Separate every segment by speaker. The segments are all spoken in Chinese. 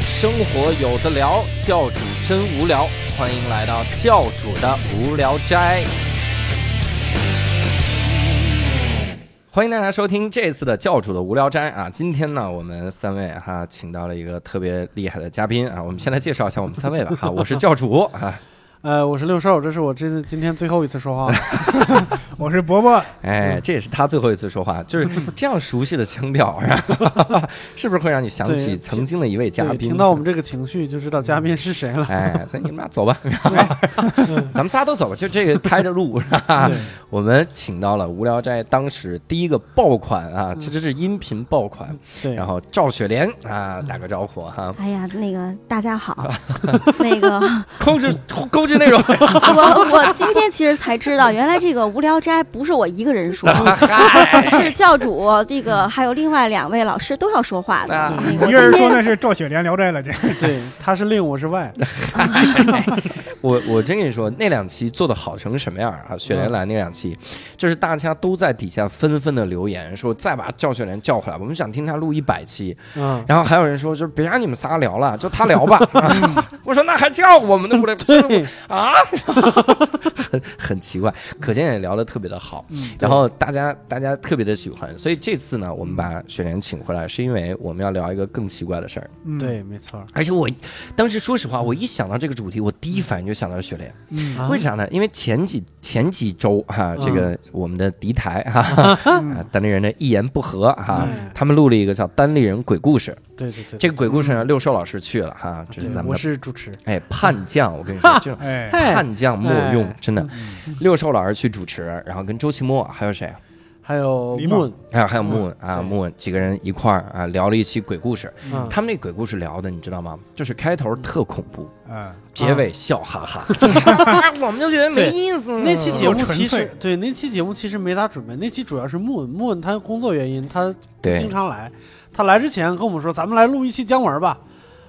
Speaker 1: 生活有的聊，教主真无聊，欢迎来到教主的无聊斋。欢迎大家收听这次的教主的无聊斋啊！今天呢，我们三位哈、请到了一个特别厉害的嘉宾啊！我们先来介绍一下我们三位吧 哈！我是教主啊，
Speaker 2: 呃，我是六兽，这是我这今天最后一次说话了。
Speaker 3: 我是伯伯，
Speaker 2: 嗯
Speaker 1: 哎，这也是他最后一次说话，就是这样熟悉的腔调啊， 是不是会让你想起
Speaker 2: 对
Speaker 1: 曾经的一位嘉
Speaker 2: 对，
Speaker 1: 宾？
Speaker 2: 听到我们这个情绪就知道嘉宾是谁 了。
Speaker 1: 哎，所以你们俩走吧， 咱们仨都走吧，就这个开着路是吧？
Speaker 2: 对，
Speaker 1: 我们请到了无聊斋当时第一个爆款啊，其实是音频爆款，嗯
Speaker 2: 对
Speaker 1: 然后赵雪莲啊，打个招呼哈，
Speaker 4: 哎呀，那个大 家好，那个
Speaker 1: 控制控制内 容，
Speaker 4: 我我今天其实才知道，原来这个无聊斋不是我一个 人说，是教主这个还有另外两位老师都要说话的。
Speaker 1: 啊
Speaker 4: 那
Speaker 3: 一
Speaker 4: 个
Speaker 3: 个人
Speaker 4: 我今
Speaker 3: 说
Speaker 4: 天
Speaker 3: 那是赵雪莲聊斋了，这
Speaker 2: 对，他是令，我 是外。
Speaker 1: 我我真跟你说，那两期做的好成什么样啊？雪莲来那两期，就是大家都在底下纷纷的留言说，再把赵雪莲叫回来，我们想听她录一百期。
Speaker 2: 嗯，
Speaker 1: 然后还有人说，就是别让你们仨聊了，就他聊 吧。我说那还叫我们的 不来
Speaker 2: 对，
Speaker 1: 啊？很很奇怪，可见也聊得特别的好，然后大家大家特别的喜欢，所以这次呢，我们把雪莲请回来，是因为我们要聊一个更奇怪的事儿。
Speaker 3: 嗯，
Speaker 2: 对，没错儿。
Speaker 1: 而且我当时说实话，我一想到这个主题，我第一反应就想到了雪莲。
Speaker 3: 嗯，
Speaker 2: 啊
Speaker 1: 为啥呢？因为前几前几周哈、这个我们的敌台哈、啊
Speaker 3: 嗯
Speaker 1: 单立人的一言不合哈、
Speaker 2: 嗯
Speaker 1: 他们录了一个叫《单立人鬼故事》。
Speaker 2: 对对对，
Speaker 1: 这个鬼故事呢，六兽老师去了哈，这是
Speaker 2: 对
Speaker 1: 咱们
Speaker 2: 我
Speaker 1: 的
Speaker 2: 是主 持。
Speaker 1: 哎叛将，我跟你说，这种
Speaker 3: 哎，
Speaker 2: 嗨，
Speaker 1: 叛将莫用
Speaker 2: 哎，
Speaker 1: 真的。六兽老师去主持，然后跟周奇墨还有谁啊，
Speaker 2: 还有
Speaker 3: 李猛
Speaker 2: Moon，
Speaker 1: 还有还有木啊
Speaker 2: 对
Speaker 1: 木几个人一块儿啊聊了一期鬼故事。
Speaker 2: 嗯
Speaker 1: 他们那鬼故事聊的你知道吗？就是开头特恐怖，
Speaker 3: 嗯，
Speaker 1: 结尾笑哈哈， 我们就觉得没
Speaker 2: 对
Speaker 1: 意思了。
Speaker 2: 那期节目其
Speaker 3: 纯
Speaker 2: 实
Speaker 3: 粹
Speaker 2: 对那期节目其实没咋准备，那期主要是 Moon，Moon 他工作原因他不
Speaker 1: 对
Speaker 2: 经常来，他来之前跟我们说咱们来录一期姜文吧，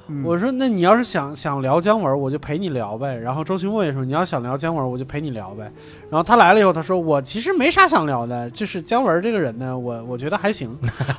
Speaker 3: 嗯
Speaker 2: 我说，那你要是想想聊姜文，我就陪你聊呗。然后周奇墨也说，你要想聊姜文，我就陪你聊呗。然后他来了以后，他说我其实没啥想聊的，就是姜文这个人呢，我我觉得还行。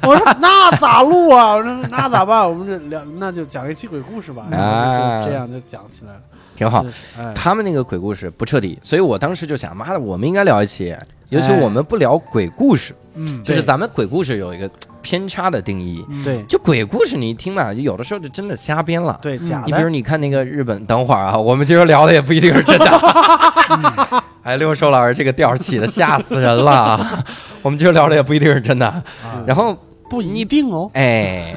Speaker 2: 我说那咋录啊？我说那咋办？我们这聊那就讲一期鬼故事吧。然后就就这样就讲起来了。
Speaker 1: 挺好
Speaker 2: 就。是哎，
Speaker 1: 他们那个鬼故事不彻底，所以我当时就想，妈的，我们应该聊一期，尤其我们不聊鬼故事，
Speaker 3: 嗯，
Speaker 1: 就是
Speaker 2: 对
Speaker 1: 咱们鬼故事有一个偏差的定义。
Speaker 3: 嗯，
Speaker 2: 对
Speaker 1: 就鬼故事，你一听吧，有的时候就真的瞎编了。
Speaker 2: 对
Speaker 3: 嗯
Speaker 2: 假
Speaker 1: 你比如
Speaker 2: 的，
Speaker 1: 你看那个日本，等会儿啊，我们今儿聊的也不一定是真的。 哎，六兽老师这个调儿起的吓死人了啊！我们今儿聊的也不一定是真的。
Speaker 3: 啊
Speaker 1: 然后，
Speaker 2: 不一定哦。
Speaker 1: 哎，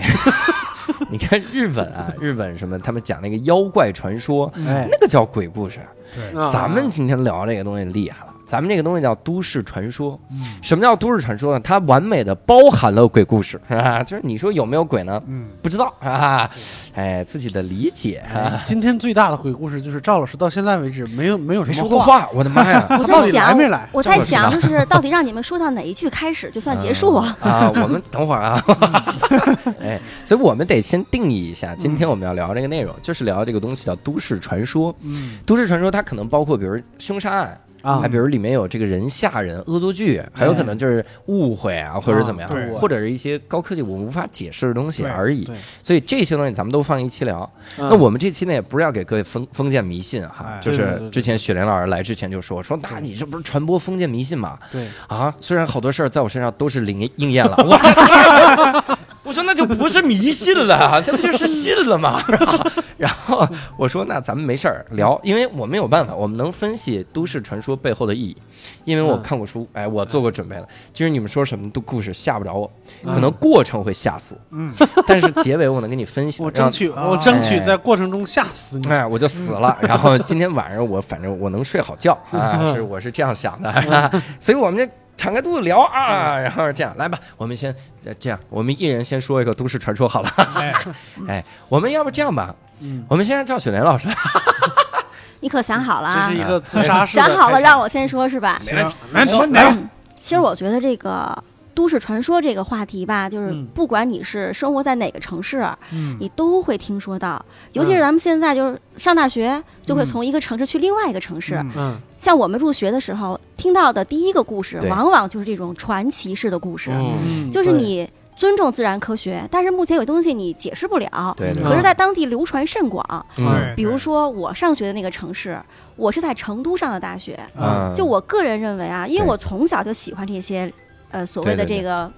Speaker 1: 你看日本啊，日本什么，他们讲那个妖怪传说，
Speaker 2: 哎，
Speaker 1: 那个叫鬼故事。
Speaker 3: 对，
Speaker 2: 啊
Speaker 1: 嗯咱们今天聊这个东西厉害了，咱们这个东西叫都市传说。
Speaker 3: 嗯
Speaker 1: 什么叫都市传说呢？它完美的包含了鬼故事， 啊、就是你说有没有鬼呢？
Speaker 3: 嗯，
Speaker 1: 不知道 啊，哎，自己的理解啊，
Speaker 2: 今天最大的鬼故事就是赵老师到现在为止没有没有什
Speaker 1: 没说
Speaker 2: 么
Speaker 1: 过
Speaker 2: 话，
Speaker 1: 话，我的妈 呀！
Speaker 4: 我
Speaker 2: 他到
Speaker 4: 在
Speaker 2: 底来
Speaker 4: 想
Speaker 2: 没来，？
Speaker 4: 我在想就是到底让你们说到哪一句开始就算结束啊？
Speaker 1: 啊！我们等会儿 啊，哎，所以我们得先定义一下，今
Speaker 2: 嗯
Speaker 1: 天我们要聊这个内容，就是聊这个东西叫都市传说。
Speaker 3: 嗯，
Speaker 1: 都市传说它可能包括，比如凶杀案
Speaker 2: 啊哎
Speaker 1: 还比如里面有这个人吓人、恶作剧，还有可能就是误会啊，或者是怎么样
Speaker 3: 啊对，
Speaker 1: 或者是一些高科技我们无法解释的东西
Speaker 3: 对
Speaker 1: 而已
Speaker 2: 对。
Speaker 1: 所以这些东西咱们都放一期聊。
Speaker 2: 嗯
Speaker 1: 那我们这期呢，也不是要给各位封封建迷信哈
Speaker 3: 哎，
Speaker 1: 就
Speaker 2: 对对
Speaker 1: 是
Speaker 2: 对
Speaker 1: 之前雪莲老师来之前就说说，那你这不是传播封建迷信吗？
Speaker 2: 对
Speaker 1: 啊，虽然好多事儿在我身上都是灵应 验了，我我说那就不是迷信了，那不就是信了吗？然后 然后我说那咱们没事儿聊，因为我没有办法，我们能分析都市传说背后的意义，因为我看过书，哎，我做过准备了。就是你们说什么都故事吓不着我，可能过程会吓死我，
Speaker 3: 嗯，
Speaker 1: 但是结尾我能给你分析，
Speaker 2: 我
Speaker 1: 让
Speaker 2: 争取，
Speaker 3: 啊
Speaker 2: 我争取
Speaker 1: 哎
Speaker 2: 在过程中吓死你。
Speaker 1: 哎，我就死了。然后今天晚上我反正我能睡好觉啊，是我是这样想的、啊，所以我们这敞开肚子聊啊，然后这样来吧，我们先呃这样，我们一人先说一个都市传说好了。
Speaker 3: 哎，
Speaker 1: 哎，我们要不这样吧，
Speaker 2: 嗯，
Speaker 1: 我们先让赵雪莲老师，
Speaker 4: 你可想好了
Speaker 2: 这
Speaker 4: 啊
Speaker 2: 是一？个自杀式的
Speaker 4: 想好了
Speaker 2: 开始
Speaker 4: 让我先说是吧？嗯
Speaker 3: 行，难题难题，
Speaker 4: 其实我觉得这个都市传说这个话题吧，就是
Speaker 2: 嗯
Speaker 4: 不管你是生活在哪个城市，
Speaker 3: 嗯，
Speaker 4: 你都会听说到。尤其是咱们现在就是上大学，就会从一个城市去另外一个城市。
Speaker 3: 嗯
Speaker 2: 嗯，
Speaker 4: 像我们入学的时候听到的第一个故事
Speaker 1: 对，
Speaker 4: 往往就是这种传奇式的故事，
Speaker 1: 嗯
Speaker 2: 嗯
Speaker 4: 就是你。尊重自然科学，但是目前有东西你解释不了。
Speaker 1: 对对
Speaker 4: 可是，在当地流传甚广。
Speaker 1: 嗯
Speaker 3: 对
Speaker 4: 比如说，我上学的那个城市，我是在成都上的大学。
Speaker 1: 嗯，
Speaker 4: 就我个人认为啊，因为
Speaker 1: 对
Speaker 4: 我从小就喜欢这些，呃，所谓的
Speaker 1: 对对
Speaker 4: 这个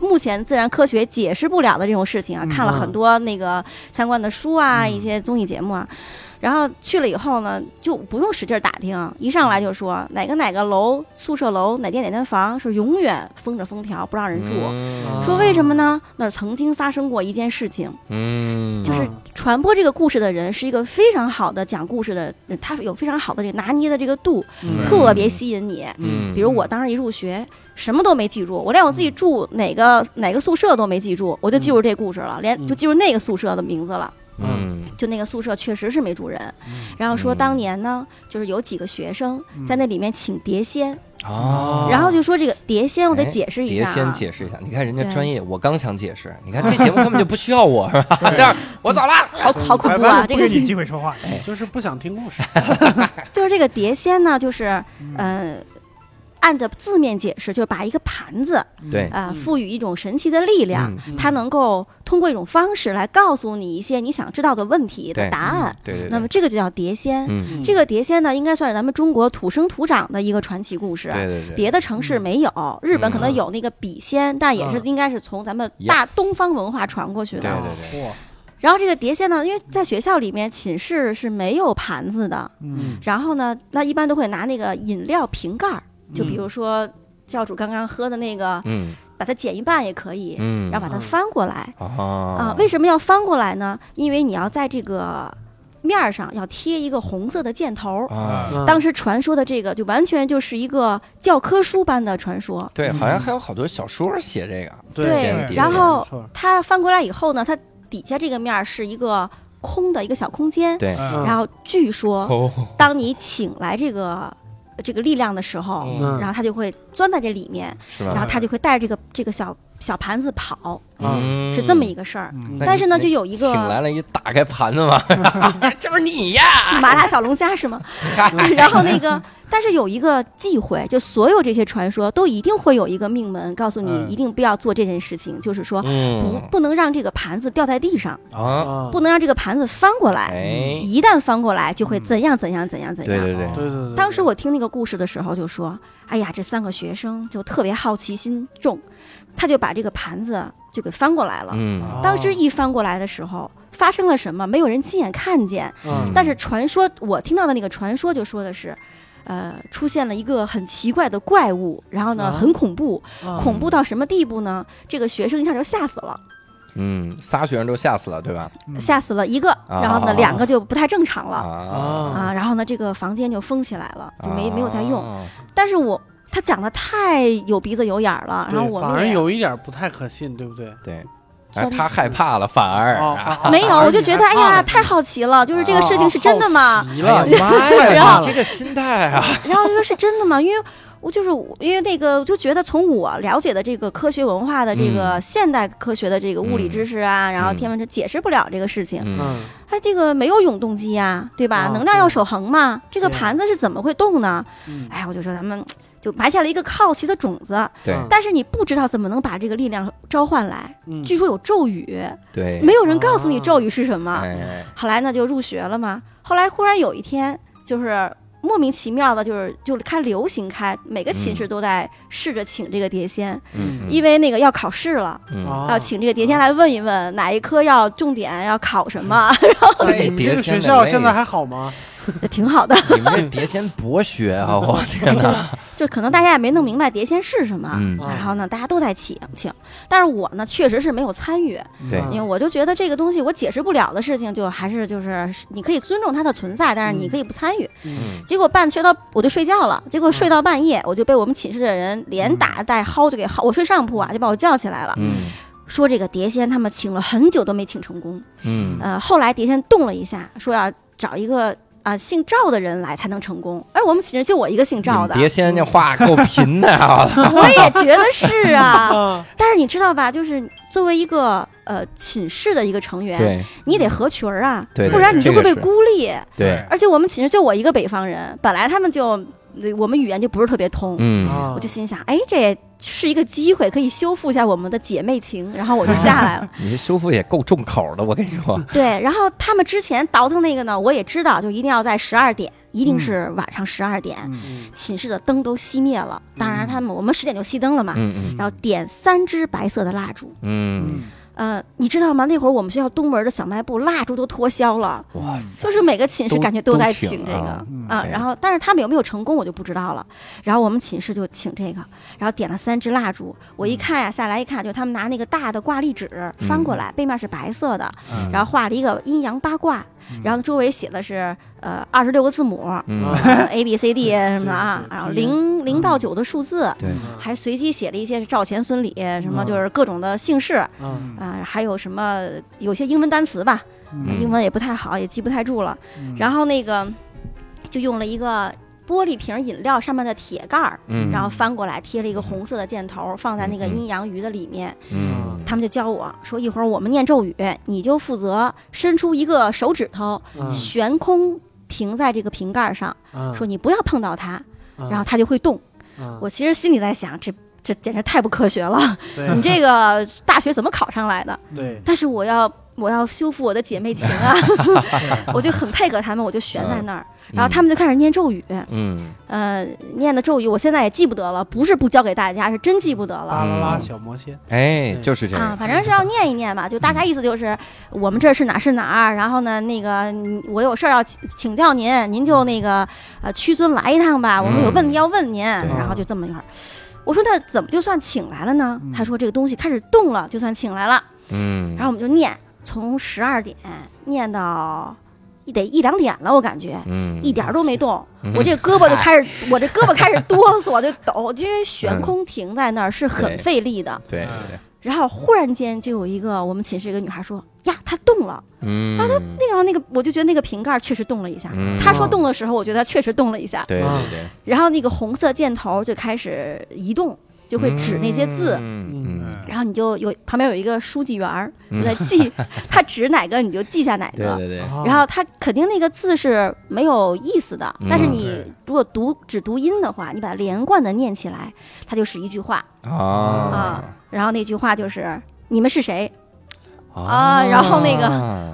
Speaker 4: 目前自然科学解释不了的这种事情啊，
Speaker 3: 嗯
Speaker 4: 看了很多那个相关的书啊，
Speaker 3: 嗯
Speaker 4: 一些综艺节目啊。然后去了以后呢，就不用使劲儿打听，一上来就说哪个哪个楼、宿舍楼、哪间哪间房是永远封着封条，不让人住。
Speaker 1: 嗯
Speaker 4: 说为什么呢？那儿曾经发生过一件事情，
Speaker 1: 嗯，
Speaker 4: 就是传播这个故事的人是一个非常好的讲故事的，他有非常好的这个拿捏的这个度，
Speaker 1: 嗯
Speaker 4: 特别吸引你。
Speaker 1: 嗯，
Speaker 4: 比如我当时一入学，什么都没记住，我连我自己住哪个哪个宿舍都没记住，我就记住这故事了，连
Speaker 2: 嗯
Speaker 4: 就记住那个宿舍的名字了。
Speaker 1: 嗯
Speaker 4: 就那个宿舍确实是没住人，
Speaker 3: 嗯
Speaker 4: 然后说
Speaker 1: 嗯
Speaker 4: 当年呢，就是有几个学生在那里面请碟仙，
Speaker 1: 哦，哎
Speaker 4: 然后就说这个碟仙，我得解释一
Speaker 1: 碟
Speaker 4: 下啊。
Speaker 1: 仙解释一下，你看人家
Speaker 4: 对
Speaker 1: 专业，我刚想解释，你看这节目根本就不需要我，是吧？ 这样我走了，
Speaker 4: 好好恐怖
Speaker 1: 哎
Speaker 4: 啊！这
Speaker 3: 不
Speaker 4: 个
Speaker 3: 给你机会说话，
Speaker 4: 嗯
Speaker 2: 就是不想听故 事。
Speaker 4: 就是这个碟仙呢，就是
Speaker 1: 嗯
Speaker 4: 呃，按着字面解释，就是把一个盘子
Speaker 1: 对，
Speaker 4: 啊、呃
Speaker 2: 嗯
Speaker 4: 赋予一种神奇的力量，
Speaker 1: 嗯，
Speaker 4: 它能够通过一种方式来告诉你一些你想知道的问题的
Speaker 1: 对
Speaker 4: 答案。
Speaker 1: 对对，对
Speaker 4: 那么，这个就叫碟仙。
Speaker 1: 嗯，
Speaker 4: 这个碟仙呢，应该算是咱们中国土生土长的一个传奇故事。
Speaker 1: 对对对，嗯
Speaker 4: 别的城市没有，日本可能有那个笔仙，但也是
Speaker 2: 嗯
Speaker 4: 应该是从咱们大东方文化传过去
Speaker 1: 对
Speaker 2: 啊
Speaker 4: 的。
Speaker 1: 对对，
Speaker 4: 然后这个碟仙呢，因为在学校里面寝室是没有盘子的，
Speaker 3: 嗯，
Speaker 4: 然后呢，那一般都会拿那个饮料瓶盖儿，就比如说教主刚刚喝的那个，
Speaker 1: 嗯
Speaker 4: 把它剪一半也可以，
Speaker 1: 嗯，
Speaker 4: 然后把它翻过来。啊
Speaker 1: 啊，
Speaker 4: 为什么要翻过来呢？因为你要在这个面儿上要贴一个红色的箭头。
Speaker 1: 啊，
Speaker 2: 嗯
Speaker 4: 当时传说的这个，就完全就是一个教科书般的传说。
Speaker 1: 对，好像还有好多小说写这个，
Speaker 4: 对
Speaker 1: 仙碟
Speaker 4: 然
Speaker 1: 仙
Speaker 4: 后
Speaker 2: 没错
Speaker 4: 它翻过来以后呢，它底下这个面儿是一个空的一个小空间。
Speaker 1: 对，
Speaker 3: 嗯
Speaker 4: 然后据说，
Speaker 1: 哦，
Speaker 4: 当你请来这个这个力量的时候，
Speaker 1: 嗯
Speaker 4: 然后它就会钻在这里面，
Speaker 1: 是
Speaker 4: 然
Speaker 1: 吧？
Speaker 4: 后它就会带着这个这个小小盘子跑，
Speaker 2: 嗯
Speaker 4: 是这么一
Speaker 1: 个，
Speaker 4: 个事儿。
Speaker 3: 嗯
Speaker 1: 那
Speaker 4: 但
Speaker 1: 你
Speaker 4: 是呢，
Speaker 1: 那
Speaker 4: 就有一
Speaker 1: 请来
Speaker 4: 个
Speaker 1: 了一打开盘子 嘛，就是你 呀，
Speaker 4: 麻辣小龙虾 是吗？然后那个，但是有一个忌讳，就所有这些传说都一定会有一个命门告诉你，
Speaker 3: 嗯
Speaker 4: 一定不要做这件事情，就是说不
Speaker 1: 嗯
Speaker 4: 不能让这个盘子掉在地上，
Speaker 1: 啊，
Speaker 2: 啊，
Speaker 4: 不能让这个盘子翻过来，
Speaker 1: 哎，
Speaker 4: 一哦旦翻过来就会怎样怎样怎样怎
Speaker 1: 对
Speaker 4: 样。
Speaker 1: 对对，
Speaker 2: 对对对，
Speaker 4: 当时我听那个故事的时候就说，哎呀，这三个学生就特别好奇心重，他就把这个盘子就给翻过来了。
Speaker 1: 嗯
Speaker 2: 啊
Speaker 4: 当时一翻过来的时候，发生了什么？没有人亲眼看见，
Speaker 2: 嗯
Speaker 4: 但是传说我听到的那个传说就说的是，呃，出现了一个很奇怪的怪物，然后呢
Speaker 2: 啊
Speaker 4: 很恐怖，
Speaker 2: 啊
Speaker 4: 恐怖到什么地步呢？这个学生一下就吓死了，
Speaker 1: 嗯，仨学生都吓死了，对吧？
Speaker 3: 嗯
Speaker 4: 吓死了一个，然后
Speaker 1: 啊
Speaker 4: 呢两个就不太正常了
Speaker 1: 啊
Speaker 4: 啊，然后呢这个房间就封起来了，
Speaker 2: 啊
Speaker 4: 就没没有再用。
Speaker 1: 啊
Speaker 4: 但是我他讲的太有鼻子有眼儿了，
Speaker 2: 对
Speaker 4: 然后我
Speaker 2: 反
Speaker 4: 们
Speaker 2: 而
Speaker 4: 也
Speaker 2: 有一点不太可信，对不对？
Speaker 1: 对，哎，他害怕了，反而
Speaker 2: 哦
Speaker 1: 啊，
Speaker 2: 反
Speaker 4: 没有，
Speaker 2: 而
Speaker 4: 我就觉得哎呀
Speaker 2: 啊
Speaker 4: 太好奇了，就是这个事情是真的吗
Speaker 2: 好？
Speaker 1: 哎
Speaker 2: 奇
Speaker 1: 呀
Speaker 2: 了，
Speaker 1: 妈呀，
Speaker 2: 然后
Speaker 1: 你这个心态啊，
Speaker 4: 然后就说是真的吗？因为我就是我因为那个，我就觉得从我了解的这个科学文化的这个
Speaker 1: 嗯
Speaker 4: 现代科学的这个物理知识啊，然后
Speaker 1: 嗯
Speaker 4: 天文学解释不了这个事情。
Speaker 1: 嗯
Speaker 2: 嗯
Speaker 4: 它这个没有永动机呀、对吧？
Speaker 2: 啊
Speaker 4: 能量要守恒嘛，这个
Speaker 2: 对
Speaker 4: 盘子是怎么会动呢？
Speaker 2: 嗯，
Speaker 4: 哎，我就说咱们就埋下了一个好奇的种子，
Speaker 1: 对
Speaker 2: 嗯
Speaker 4: 但是你不知道怎么能把这个力量召唤来。
Speaker 2: 嗯
Speaker 4: 据说有咒语，
Speaker 1: 对，
Speaker 4: 没有人告诉你
Speaker 2: 啊
Speaker 4: 咒语是什么。
Speaker 1: 哎，
Speaker 4: 后来呢就入学了嘛。后来忽然有一天，就是莫名其妙的，就是就是开流行开，每个寝室都在试着请这个碟仙，
Speaker 1: 嗯，
Speaker 4: 因
Speaker 1: 为
Speaker 4: 为那个要考试了，
Speaker 1: 嗯，
Speaker 4: 要
Speaker 2: 啊，
Speaker 4: 请这个碟仙来问一问哪一科要重点要考什么，
Speaker 2: 哎你们这个学校现在还好吗？
Speaker 1: 嗯
Speaker 4: 挺好的。
Speaker 1: 你们这碟仙博学啊，我天哪，
Speaker 4: 就可能大家也没弄明白碟仙是什么。
Speaker 1: 嗯，
Speaker 2: 啊
Speaker 4: 然后呢，大家都在请请，但是我呢，确实是没有参与，
Speaker 1: 对
Speaker 4: 因为我就觉得这个东西我解释不了的事情，就还是就是你可以尊重它的存在，但是你可以不参与。
Speaker 2: 嗯
Speaker 4: 结果半睡到我就睡觉了，结果睡
Speaker 1: 嗯
Speaker 4: 到半夜，我就被我们寝室的人连打带薅，就给薅。我睡上铺啊，就把我叫起来了，
Speaker 1: 嗯
Speaker 4: 说这个碟仙他们请了很久都没请成功。
Speaker 1: 嗯
Speaker 4: 呃，后来碟仙动了一下，说要找一个啊、姓赵的人来才能成功。哎，我们寝室就我一个姓赵的，
Speaker 1: 嗯
Speaker 4: 啊
Speaker 1: 碟仙那话够贫的 啊，
Speaker 4: 我也觉得是啊。
Speaker 2: 啊，
Speaker 4: 但是你知道吧，就是作为一个呃寝室的一个成员，
Speaker 1: 对
Speaker 4: 你得合群儿啊，
Speaker 1: 对
Speaker 4: 不然你就会被
Speaker 1: 这个是
Speaker 4: 孤立。
Speaker 1: 对，
Speaker 4: 而且我们寝室就我一个北方人，本来他们就呃我们语言就不是特别通。
Speaker 1: 嗯
Speaker 2: 啊
Speaker 4: 我就心想，哎，这也是一个机会，可以修复一下我们的姐妹情。然后我就 下来了。
Speaker 1: 你这修复也够重口的，我跟你说，
Speaker 4: 对，然后他们之前倒腾那个呢，我也知道，就一定要在十二点，一定是晚上十二点，
Speaker 3: 嗯
Speaker 2: 嗯
Speaker 4: 寝室的灯都熄灭了。当然，他们我们十点就熄灯了嘛，
Speaker 1: 嗯
Speaker 4: 然后点三支白色的蜡烛。
Speaker 1: 嗯
Speaker 4: 呃，你知道吗？那会儿我们学校东门的小卖部蜡烛都脱销了，
Speaker 1: 嗯，哇塞，
Speaker 4: 就是每个寝室
Speaker 1: 都
Speaker 4: 感觉
Speaker 1: 都
Speaker 4: 在
Speaker 1: 请
Speaker 4: 请这
Speaker 1: 啊
Speaker 4: 个
Speaker 3: 嗯
Speaker 4: 啊。然后，但是他们有没有成功我就不知道了。然后我们寝室就请这个，然后点了三支蜡烛。我一看呀、下来一看，就他们拿那个大的挂历纸翻过来，背面是白色的，
Speaker 1: 嗯
Speaker 4: 然后画了一个阴阳八卦，然后周围写的是呃二十六个字母、
Speaker 1: 嗯
Speaker 2: 啊
Speaker 4: 呃 A B C D 什么的啊
Speaker 2: 对，对
Speaker 4: 然后
Speaker 2: 拼
Speaker 4: 零零到九的数字，
Speaker 1: 对，
Speaker 4: 还随机写了一些赵钱孙李什么，
Speaker 2: 嗯
Speaker 4: 就是各种的姓氏啊、
Speaker 2: 嗯
Speaker 4: 还有什么有些英文单词吧，
Speaker 1: 嗯
Speaker 4: 英文也不太好，也记不太住了。然后那个就用了一个玻璃瓶饮料上面的铁盖儿。
Speaker 1: 嗯
Speaker 4: 然后翻过来贴了一个红色的箭头，放在那个
Speaker 1: 嗯嗯
Speaker 4: 阴阳鱼的里面。
Speaker 1: 嗯
Speaker 4: 他们就教我说，一会儿我们念咒语，你就负责伸出一个手指头，
Speaker 2: 嗯
Speaker 4: 悬空停在这个瓶盖上，
Speaker 2: 嗯
Speaker 4: 说你不要碰到它，
Speaker 2: 嗯
Speaker 4: 然后它就会动。
Speaker 2: 嗯
Speaker 4: 我其实心里在想，这这简直太不科学了，你
Speaker 2: 对
Speaker 4: 这个大学怎么考上来的？
Speaker 2: 对
Speaker 4: 但是我要我要修复我的姐妹 情啊，我就很配合他们，我就悬在
Speaker 1: 啊
Speaker 4: 那儿，然后他们就开始念咒语，
Speaker 1: 嗯
Speaker 4: 呃，念的咒语我现在也记不得了，不是不教给大家，是真记不得了。
Speaker 2: 巴啦啦
Speaker 1: 嗯
Speaker 2: 小魔仙
Speaker 1: 哎就是这
Speaker 4: 啊
Speaker 1: 样，，
Speaker 4: 反正是要念一念吧，就大概意思就是，我们这是哪是哪儿，然后呢，那个嗯我有事儿要请请教您，您就那个呃屈尊来一趟吧，我们有问题要问您，
Speaker 1: 嗯对
Speaker 4: 然后就这么一会儿。我说那怎么就算请来了呢？
Speaker 3: 嗯
Speaker 4: 他说这个东西开始动了，就算请来了。
Speaker 1: 嗯，
Speaker 4: 然后我们就念，从十二点念到一得一两点了，我感觉。
Speaker 1: 嗯
Speaker 4: 一点儿都没动，
Speaker 1: 嗯
Speaker 4: 我这胳膊就 开始，我这胳膊开始哆嗦，就抖，因为悬空停在那儿
Speaker 1: 对
Speaker 4: 是很费力的。
Speaker 1: 对
Speaker 2: 嗯
Speaker 1: 对对，
Speaker 4: 然后忽然间就有一个我们寝室一个女孩说：“呀，它动了。
Speaker 1: 嗯，”
Speaker 4: 那个然后那个我就觉得那个瓶盖确实动了一下。
Speaker 1: 嗯
Speaker 4: 她说动的时候，我觉得它确实动了一下。
Speaker 1: 对对对，
Speaker 4: 然后那个红色箭头就开始移动，就会指那些字。
Speaker 1: 嗯
Speaker 3: 嗯
Speaker 4: 然后你就有旁边有一个书记员儿，就在 记，他指哪个你就记下哪
Speaker 1: 对
Speaker 4: 个。
Speaker 1: 对
Speaker 2: 啊
Speaker 1: 对，
Speaker 4: 然后他肯定那个字是没有意思的，但是
Speaker 1: 嗯
Speaker 4: 你如果读只读音的话，你把它连贯的念起来，它就是一句话
Speaker 1: 啊
Speaker 4: 啊。然后那句话就是你们是谁，
Speaker 1: 啊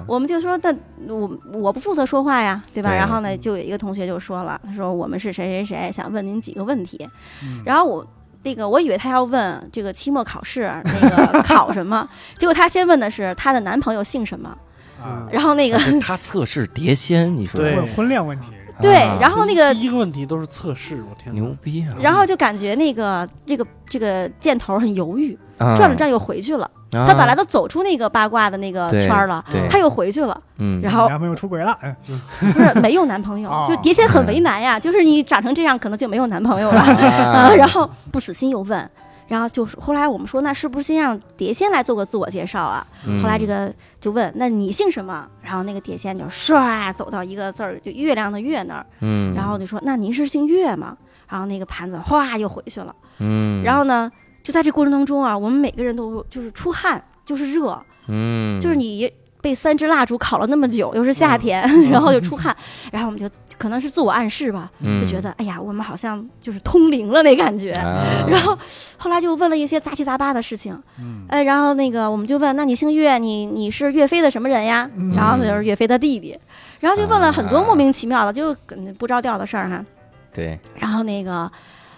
Speaker 4: 我们就说，那我我不负责说话呀，对吧？
Speaker 1: 对
Speaker 4: 然后呢，就有一个同学就说了，他说我们是谁谁谁，想问您几个问题。
Speaker 3: 嗯
Speaker 4: 然后我那个我以为他要问这个期末考试那个考什么，结果他先问的是她的男朋友姓什么，
Speaker 3: 啊，
Speaker 4: 然后那个
Speaker 1: 他测试碟仙，你说啊
Speaker 2: 对
Speaker 3: 婚婚恋问题，
Speaker 1: 嗯
Speaker 4: 对，然后那个
Speaker 2: 第一个问题都是测试，我天哪
Speaker 1: 牛逼啊，
Speaker 4: 然后就感觉那个这个这个箭头很犹豫，转
Speaker 1: 转
Speaker 4: 了，转又回去了。
Speaker 1: 他
Speaker 4: 他本来都走出那个八卦的那个
Speaker 1: 对
Speaker 4: 圈儿了，
Speaker 1: 啊对，
Speaker 4: 他又回去了，
Speaker 1: 嗯
Speaker 4: 然后
Speaker 3: 男朋友出轨了，嗯
Speaker 4: 不是没有男朋友
Speaker 3: 哦，
Speaker 4: 就碟仙很
Speaker 1: 嗯
Speaker 4: 为难呀，就是你长成这样，可能就没有男 朋友了。
Speaker 1: 哎
Speaker 4: 啊，然后不死心又问，然后就是后来我们说，那是不是先让碟仙来做个自我介绍啊？
Speaker 1: 嗯
Speaker 4: 后来这个就问，那你姓什么？然后那个碟仙就唰走到一个字儿，就月亮的月那儿，
Speaker 1: 嗯，
Speaker 4: 然后就说，那您是姓岳吗？然后那个盘子哗又回去了。
Speaker 1: 嗯，
Speaker 4: 然后呢，就在这过程当中啊，我们每个人都就是出汗，就是热，
Speaker 1: 嗯，
Speaker 4: 就是你。被三支蜡烛烤了那么久，又是
Speaker 3: 嗯
Speaker 4: 夏天， 然后又出汗，然后我们就可能是自我暗示吧，
Speaker 1: 你
Speaker 4: 就觉
Speaker 3: 嗯
Speaker 4: 得哎呀，我们好像就是通灵了那感觉。
Speaker 3: 哎
Speaker 1: 啊
Speaker 4: 然后后来就问了一些杂七杂八的事情，
Speaker 3: 嗯
Speaker 4: 哎，然后那个我们就问，那你姓岳，你你是岳飞的什么人呀？
Speaker 3: 嗯啊
Speaker 4: 然后呢就是岳飞的弟弟，然后就问了很多莫名其妙的，就嗯不着调的事儿哈。
Speaker 1: 对，
Speaker 4: 然后那个，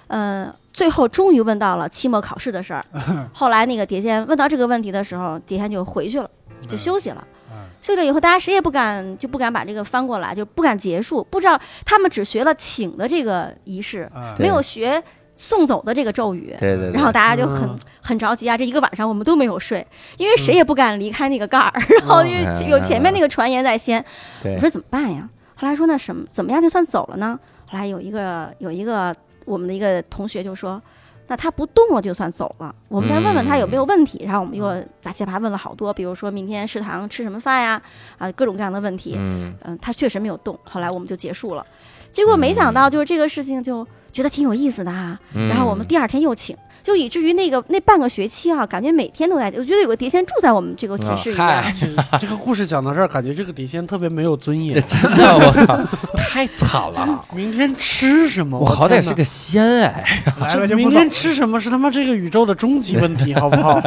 Speaker 4: 呃，最后终于问到了期末考试的事 儿。后来那个碟仙问到这个问题的时候，碟仙就回去了，就休息了。
Speaker 3: 嗯
Speaker 4: 休息了以后，大家谁也不敢就不敢把这个翻过来，就不敢结束，不知道他们只学了请的这个仪式，
Speaker 3: 啊
Speaker 1: 对
Speaker 4: 没有学送走的这个咒语。
Speaker 1: 对对，
Speaker 4: 然后大家就很、
Speaker 2: 嗯
Speaker 4: 很着急啊！这一个晚上我们都没有睡，因为
Speaker 1: 嗯
Speaker 4: 谁也不敢离开那个盖儿。然后因为
Speaker 1: 哎
Speaker 4: 前有前面那个传言在先，
Speaker 1: 对
Speaker 4: 我说怎么办呀？后来说那什么怎么样就算走了呢？后来有一个有一个我们的一个同学就说，那他不动了就算走了，我们再问问他有没有问
Speaker 1: 嗯
Speaker 4: 题。然后我们又杂七杂八问了好多，比如说明天食堂吃什么饭呀，啊各种各样的问题。
Speaker 1: 嗯
Speaker 4: 嗯，他确实没有动。后来我们就结束了，结果没想到就是这个事情就觉得挺有意思的哈、啊
Speaker 1: 嗯
Speaker 4: 然后我们第二天又请，就以至于那个那半个学期啊，感觉每天都在，我觉得有个碟仙住在我们这个寝室里啊面。
Speaker 1: 啊嗨，
Speaker 2: 这这个故事讲到这儿，感觉这个底线特别没有尊
Speaker 1: 这
Speaker 2: 严。
Speaker 1: 真的我操，太惨 了！
Speaker 2: 明天吃什么？
Speaker 1: 我
Speaker 2: 我
Speaker 1: 好
Speaker 2: 天
Speaker 1: 歹
Speaker 2: 哪
Speaker 1: 是个仙哎，
Speaker 3: 来
Speaker 2: 这
Speaker 3: 了就
Speaker 2: 明
Speaker 3: 不走
Speaker 2: 天。吃什么是他妈这个宇宙的终极问题，好不 好？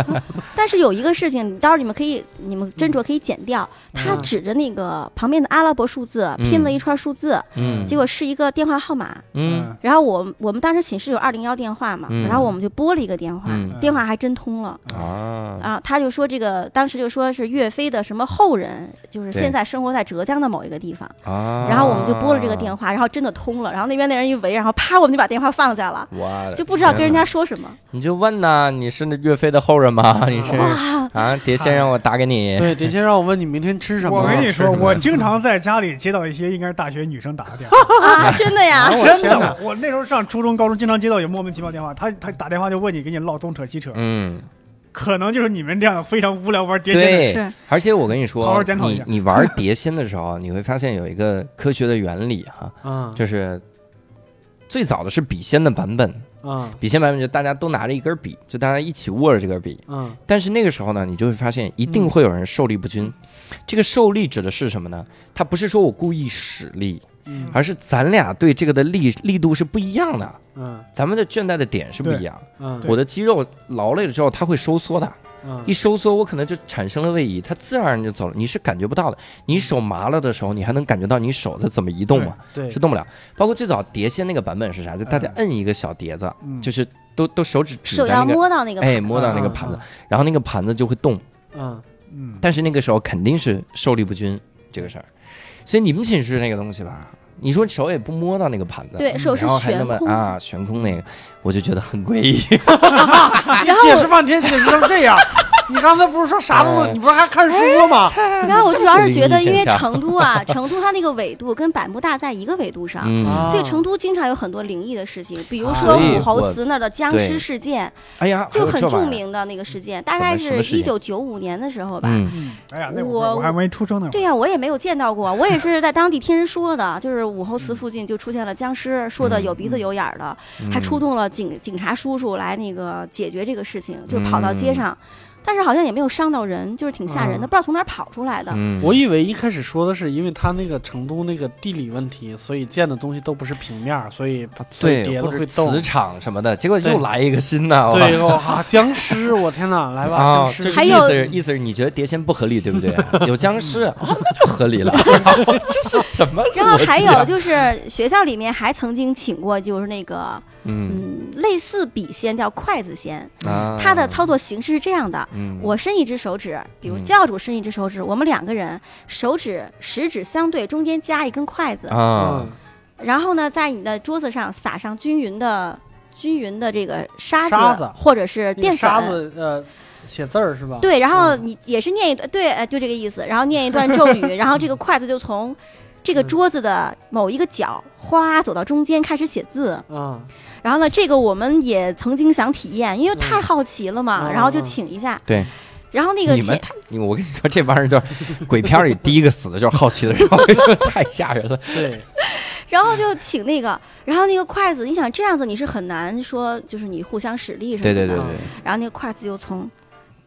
Speaker 4: 但是有一个事情，到时候你们可以，你们斟酌可以剪掉。他指着那个旁边的阿拉伯数字
Speaker 1: 嗯
Speaker 4: 拼了一串数字，
Speaker 1: 嗯
Speaker 4: 结果是一个电话号码。
Speaker 1: 嗯
Speaker 4: 然后我我们当时寝室有二零幺电话嘛，
Speaker 1: 嗯
Speaker 4: 然后我们就拨了一个电话，
Speaker 1: 嗯
Speaker 4: 电话还真通了。
Speaker 1: 啊，
Speaker 4: 啊，他就说这个，当时就说是岳飞的什么后人，就是
Speaker 1: 对
Speaker 4: 现在生活在浙江的某一个地方。
Speaker 1: 啊
Speaker 4: 然后我们就拨了这个电话，然后真的通了。然后那边那人一围，然后啪，我们就把电话放下了，
Speaker 1: 我
Speaker 4: 就不知道跟人家说 什么。
Speaker 1: 你就问呐，你是那岳飞的后人吗？你是
Speaker 4: 哇，
Speaker 1: 啊？碟仙让我打给你，
Speaker 2: 对，得先让我问你明天吃什么。
Speaker 3: 我跟你
Speaker 1: 吃
Speaker 3: 说，
Speaker 1: 什么
Speaker 3: 我经常在家里接到一些应该是大学女生打的电话，
Speaker 4: 啊，真的呀
Speaker 2: 啊！我
Speaker 3: 真
Speaker 2: 天哪
Speaker 3: 的，我我那时候上初中、高中经常接到有莫名其妙电话，他他打电话就问你，给你唠东扯西扯，
Speaker 1: 嗯，
Speaker 3: 可能就是你们这样非常无聊玩碟仙的，
Speaker 1: 对
Speaker 4: 是，
Speaker 1: 而且我跟你
Speaker 3: 好
Speaker 1: 说
Speaker 3: 好，检讨一
Speaker 1: 你
Speaker 3: 下
Speaker 1: 你玩碟仙的时候，啊你会发现有一个科学的原理哈，
Speaker 2: 啊
Speaker 1: 就是最早的是笔仙的版本，
Speaker 2: 啊
Speaker 1: 笔仙版本就大家都拿着一根笔，就大家一起握着这根笔，
Speaker 2: 啊
Speaker 1: 但是那个时候呢，你就会发现一
Speaker 3: 嗯
Speaker 1: 定会有人受力不均。这个受力指的是什么呢？它不是说我故意使力，
Speaker 2: 嗯
Speaker 1: 而是咱俩对这个的力力度是不一样的，
Speaker 2: 嗯
Speaker 1: 咱们的倦怠的点是不一样。
Speaker 2: 嗯
Speaker 1: 我的肌肉劳累了之后，它会收缩的，
Speaker 2: 嗯
Speaker 1: 一收缩我可能就产生了位移，它自然而然就走了，你是感觉不到的。你手麻了的时候，你还能感觉到你手在怎么移动吗？
Speaker 2: 对嗯
Speaker 1: 是，动不了。包括最早碟仙那个版本是啥？就大家摁一个小碟子，
Speaker 3: 嗯
Speaker 1: 就是都都手指指
Speaker 4: 手
Speaker 1: 在那
Speaker 4: 要
Speaker 1: 个，
Speaker 4: 摸到那个，
Speaker 1: 哎，摸到那个盘子，然后那个盘子就会动。
Speaker 2: 嗯
Speaker 3: 嗯，
Speaker 1: 但是那个时候肯定是受力不均这个事儿，所以你们寝室那个东西吧，你说手也不摸到那个盘子，嗯
Speaker 4: 对手是
Speaker 1: 然后还那
Speaker 4: 悬
Speaker 1: 么
Speaker 4: 空。
Speaker 1: 啊悬空那个，我就觉得很诡异。
Speaker 2: 你解释半天解释成这样，你刚才不是说啥都
Speaker 1: 嗯
Speaker 2: 能，你不是还看书了吗？
Speaker 4: 然后我主要是觉得，因为
Speaker 1: 上次
Speaker 4: 成都啊，成都它那个纬度跟百慕大在一个纬度上。
Speaker 1: 嗯，
Speaker 2: 哦
Speaker 4: 所以成都经常有很多灵异的事情，比如
Speaker 2: 啊
Speaker 4: 说
Speaker 1: 所以
Speaker 4: 武侯
Speaker 1: 我
Speaker 4: 祠那儿的僵
Speaker 1: 对
Speaker 4: 尸事件，
Speaker 1: 哎呀，
Speaker 4: 就
Speaker 1: 还
Speaker 4: 很
Speaker 1: 有这玩
Speaker 4: 著
Speaker 1: 意儿，
Speaker 4: 名的那个事件，大
Speaker 1: 怎么
Speaker 4: 概
Speaker 1: 什么
Speaker 4: 是
Speaker 1: 事
Speaker 4: 一
Speaker 1: 件
Speaker 4: 九九五年的时候吧。
Speaker 1: 嗯
Speaker 3: 嗯，哎呀，那
Speaker 4: 我
Speaker 3: 我我还没出生呢，
Speaker 4: 对呀、我也没有见到过，我也是在当地听人说的，就是武侯
Speaker 1: 嗯
Speaker 4: 祠附近就出现了僵尸，说的有鼻子有眼儿的，还
Speaker 1: 嗯
Speaker 4: 出动了警警察叔叔来那个解决这个事情，就是跑到
Speaker 1: 嗯
Speaker 4: 街上，但是好像也没有伤到人，就是挺吓人
Speaker 1: 啊
Speaker 4: 的，不知道从哪儿跑出来的。
Speaker 1: 嗯，
Speaker 2: 我以为一开始说的是因为他那个成都那个地理问题，所以建的东西都不是平面儿，所以它所以
Speaker 1: 对
Speaker 2: 碟子
Speaker 1: 或者
Speaker 2: 会动
Speaker 1: 磁。场什么的，结果
Speaker 2: 对
Speaker 1: 又来一个新的，我
Speaker 2: 对，哇，僵尸！我天哪，来吧，
Speaker 1: 啊，
Speaker 2: 僵
Speaker 1: 这
Speaker 2: 尸！
Speaker 1: 是
Speaker 4: 还
Speaker 1: 意
Speaker 4: 有
Speaker 1: 思是意思是你觉得碟仙不合理对不 对？有僵尸，啊那就合理了。这是什 么逻辑
Speaker 4: 然
Speaker 1: 啊？
Speaker 4: 后还有就是学校里面还曾经请过，就是那个
Speaker 1: 嗯，
Speaker 4: 嗯，类似笔仙叫筷子仙，
Speaker 1: 啊
Speaker 4: 它嗯的操作形式是这样的，
Speaker 1: 嗯
Speaker 4: 我伸一只手指，比如
Speaker 1: 嗯
Speaker 4: 教主伸一只手指，我们两个人手指食指相对，中间夹一根筷子，
Speaker 1: 啊
Speaker 2: 嗯，
Speaker 4: 然后呢，在你的桌子上撒上均匀的、均匀的这个沙子，
Speaker 2: 沙子
Speaker 4: 或者是
Speaker 2: 那
Speaker 4: 淀
Speaker 2: 个沙
Speaker 4: 粉。
Speaker 2: 子呃，写字儿是吧？
Speaker 4: 对，然后
Speaker 2: 嗯
Speaker 4: 你也是念一段，对，呃就这个意思。然后念一段咒语，然后这个筷子就从这个
Speaker 2: 嗯
Speaker 4: 桌子的某一个角哗走到中间开始写字。
Speaker 2: 嗯，
Speaker 4: 然后呢，这个我们也曾经想体验，因为太
Speaker 2: 嗯
Speaker 4: 好奇了嘛，
Speaker 2: 嗯
Speaker 4: 然后就
Speaker 2: 嗯嗯
Speaker 4: 请一下。
Speaker 1: 对。
Speaker 4: 然后那个
Speaker 1: 你
Speaker 4: 请
Speaker 1: 们太，你我跟你说，这帮人就是鬼片里第一个死的就是好奇的人， 我跟你说太吓人了。
Speaker 2: 对，
Speaker 4: 然后就请那个，然后那个筷子，你想这样子你是很难说，就是你互相使力什么
Speaker 1: 对
Speaker 4: 的。
Speaker 1: 对对
Speaker 2: 对
Speaker 1: 对
Speaker 2: 对，
Speaker 4: 然后那个筷子就从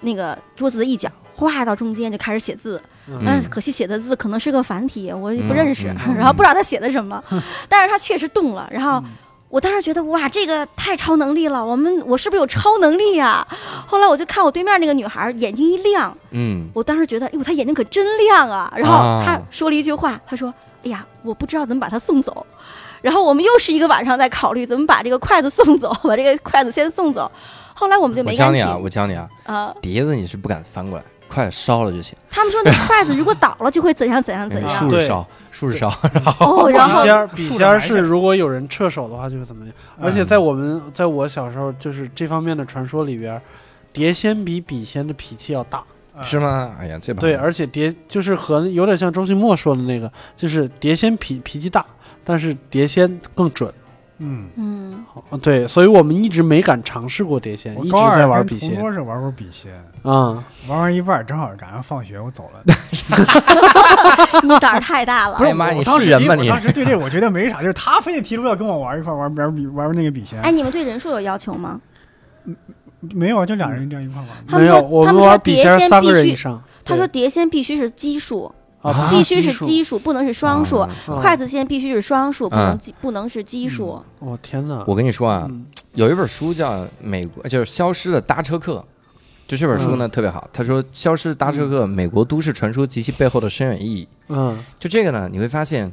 Speaker 4: 那个桌子的一角哗到中间就开始写字，
Speaker 1: 嗯
Speaker 4: 但是可惜写的字可能是个繁体，我也不认识，
Speaker 1: 嗯
Speaker 4: 然后不知道他写的什么，但是他确实动了。然后我当时觉得哇，这个太超能力了，我们我是不是有超能力呀、后来我就看我对面那个女孩眼睛一亮，
Speaker 1: 嗯，
Speaker 4: 我当时觉得，哎呦，她眼睛可真亮啊！然后她
Speaker 1: 啊
Speaker 4: 说了一句话，她说：“哎呀，我不知道怎么把她送走。”然后我们又是一个晚上在考虑怎么把这个筷子送走，把这个筷子先送走。后来我们就
Speaker 1: 我
Speaker 4: 没
Speaker 1: 教
Speaker 4: 敢
Speaker 1: 你
Speaker 4: 请
Speaker 1: 啊，
Speaker 4: 啊、
Speaker 1: 我教你啊，碟子你是不敢翻过来，快烧了就行，
Speaker 4: 他们说那筷子如果倒了就会怎样怎样怎
Speaker 1: 嗯
Speaker 4: 样
Speaker 1: 竖着
Speaker 2: 对啊
Speaker 1: 烧，竖着烧。
Speaker 4: 哦，然
Speaker 2: 笔
Speaker 4: 后
Speaker 2: 仙儿，笔
Speaker 3: 竖着
Speaker 2: 仙儿
Speaker 3: 埋
Speaker 2: 是
Speaker 3: 着
Speaker 2: 如果有人撤手的话就会怎么样？
Speaker 1: 嗯
Speaker 2: 而且在我们在我小时候就是这方面的传说里边儿，碟仙比笔仙的脾气要大。
Speaker 3: 嗯
Speaker 1: 是？吗？哎呀，这把
Speaker 2: 对，而且碟就是和有点像周奇墨说的那个，就是碟仙脾脾气大，但是碟仙更准。
Speaker 3: 嗯，
Speaker 4: 嗯，
Speaker 2: 哦对，所以我们一直没敢尝试过碟仙，
Speaker 3: 我
Speaker 2: 嗯一直
Speaker 3: 高二
Speaker 2: 在玩
Speaker 3: 跟
Speaker 2: 笔
Speaker 3: 同
Speaker 2: 仙
Speaker 3: 桌是玩过笔仙，
Speaker 2: 啊。
Speaker 3: 玩完一半儿正好赶上放学，我走了。
Speaker 4: 你胆儿太大了
Speaker 1: 不。是
Speaker 3: 我
Speaker 1: 妈你
Speaker 3: 我当
Speaker 1: 是
Speaker 3: 时
Speaker 1: 人
Speaker 3: 一
Speaker 1: 吗
Speaker 3: 我
Speaker 1: 你
Speaker 3: 当时对这我觉得
Speaker 4: 哎
Speaker 3: 没啥，就是他非得提出要跟我玩一块儿玩玩笔玩那个笔仙
Speaker 4: 哎，。你们对人数有要求吗？
Speaker 3: 没有啊，就俩人这样一块玩。
Speaker 4: 他
Speaker 2: 没
Speaker 4: 们
Speaker 2: 有，
Speaker 4: 说
Speaker 2: 我
Speaker 4: 他
Speaker 2: 们
Speaker 4: 们
Speaker 2: 玩
Speaker 4: 说
Speaker 2: 笔
Speaker 4: 碟
Speaker 2: 仙
Speaker 4: 仙
Speaker 2: 三
Speaker 4: 必
Speaker 2: 个人以
Speaker 4: 须，
Speaker 2: 上，
Speaker 4: 他说碟仙必须是奇数，
Speaker 2: 啊，
Speaker 4: 必须是
Speaker 2: 奇
Speaker 4: 奇数，不能是双数。
Speaker 2: 数
Speaker 4: 筷子线必须是双数，不能
Speaker 1: 啊嗯
Speaker 4: 奇不能是奇数。
Speaker 2: 我哦天哪！
Speaker 1: 我跟你说啊，
Speaker 2: 嗯
Speaker 1: 有一本书叫《美国就是消失的搭车客》，就这本书
Speaker 2: 嗯
Speaker 1: 呢、特别好。他说，《消失的搭车客：美国都市传说及其背后的深远意义》。
Speaker 2: 嗯
Speaker 1: 就这个呢，你会发现，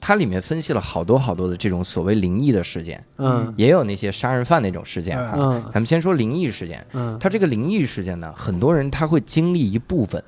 Speaker 1: 它里面分析了好多好多的这种所谓灵异的事件，
Speaker 2: 嗯
Speaker 1: 也有那些杀人犯那种事件啊。
Speaker 2: 嗯
Speaker 1: 咱们先说灵异事件，
Speaker 2: 嗯
Speaker 1: 它这个灵异事件呢，很多人他会经历一部分，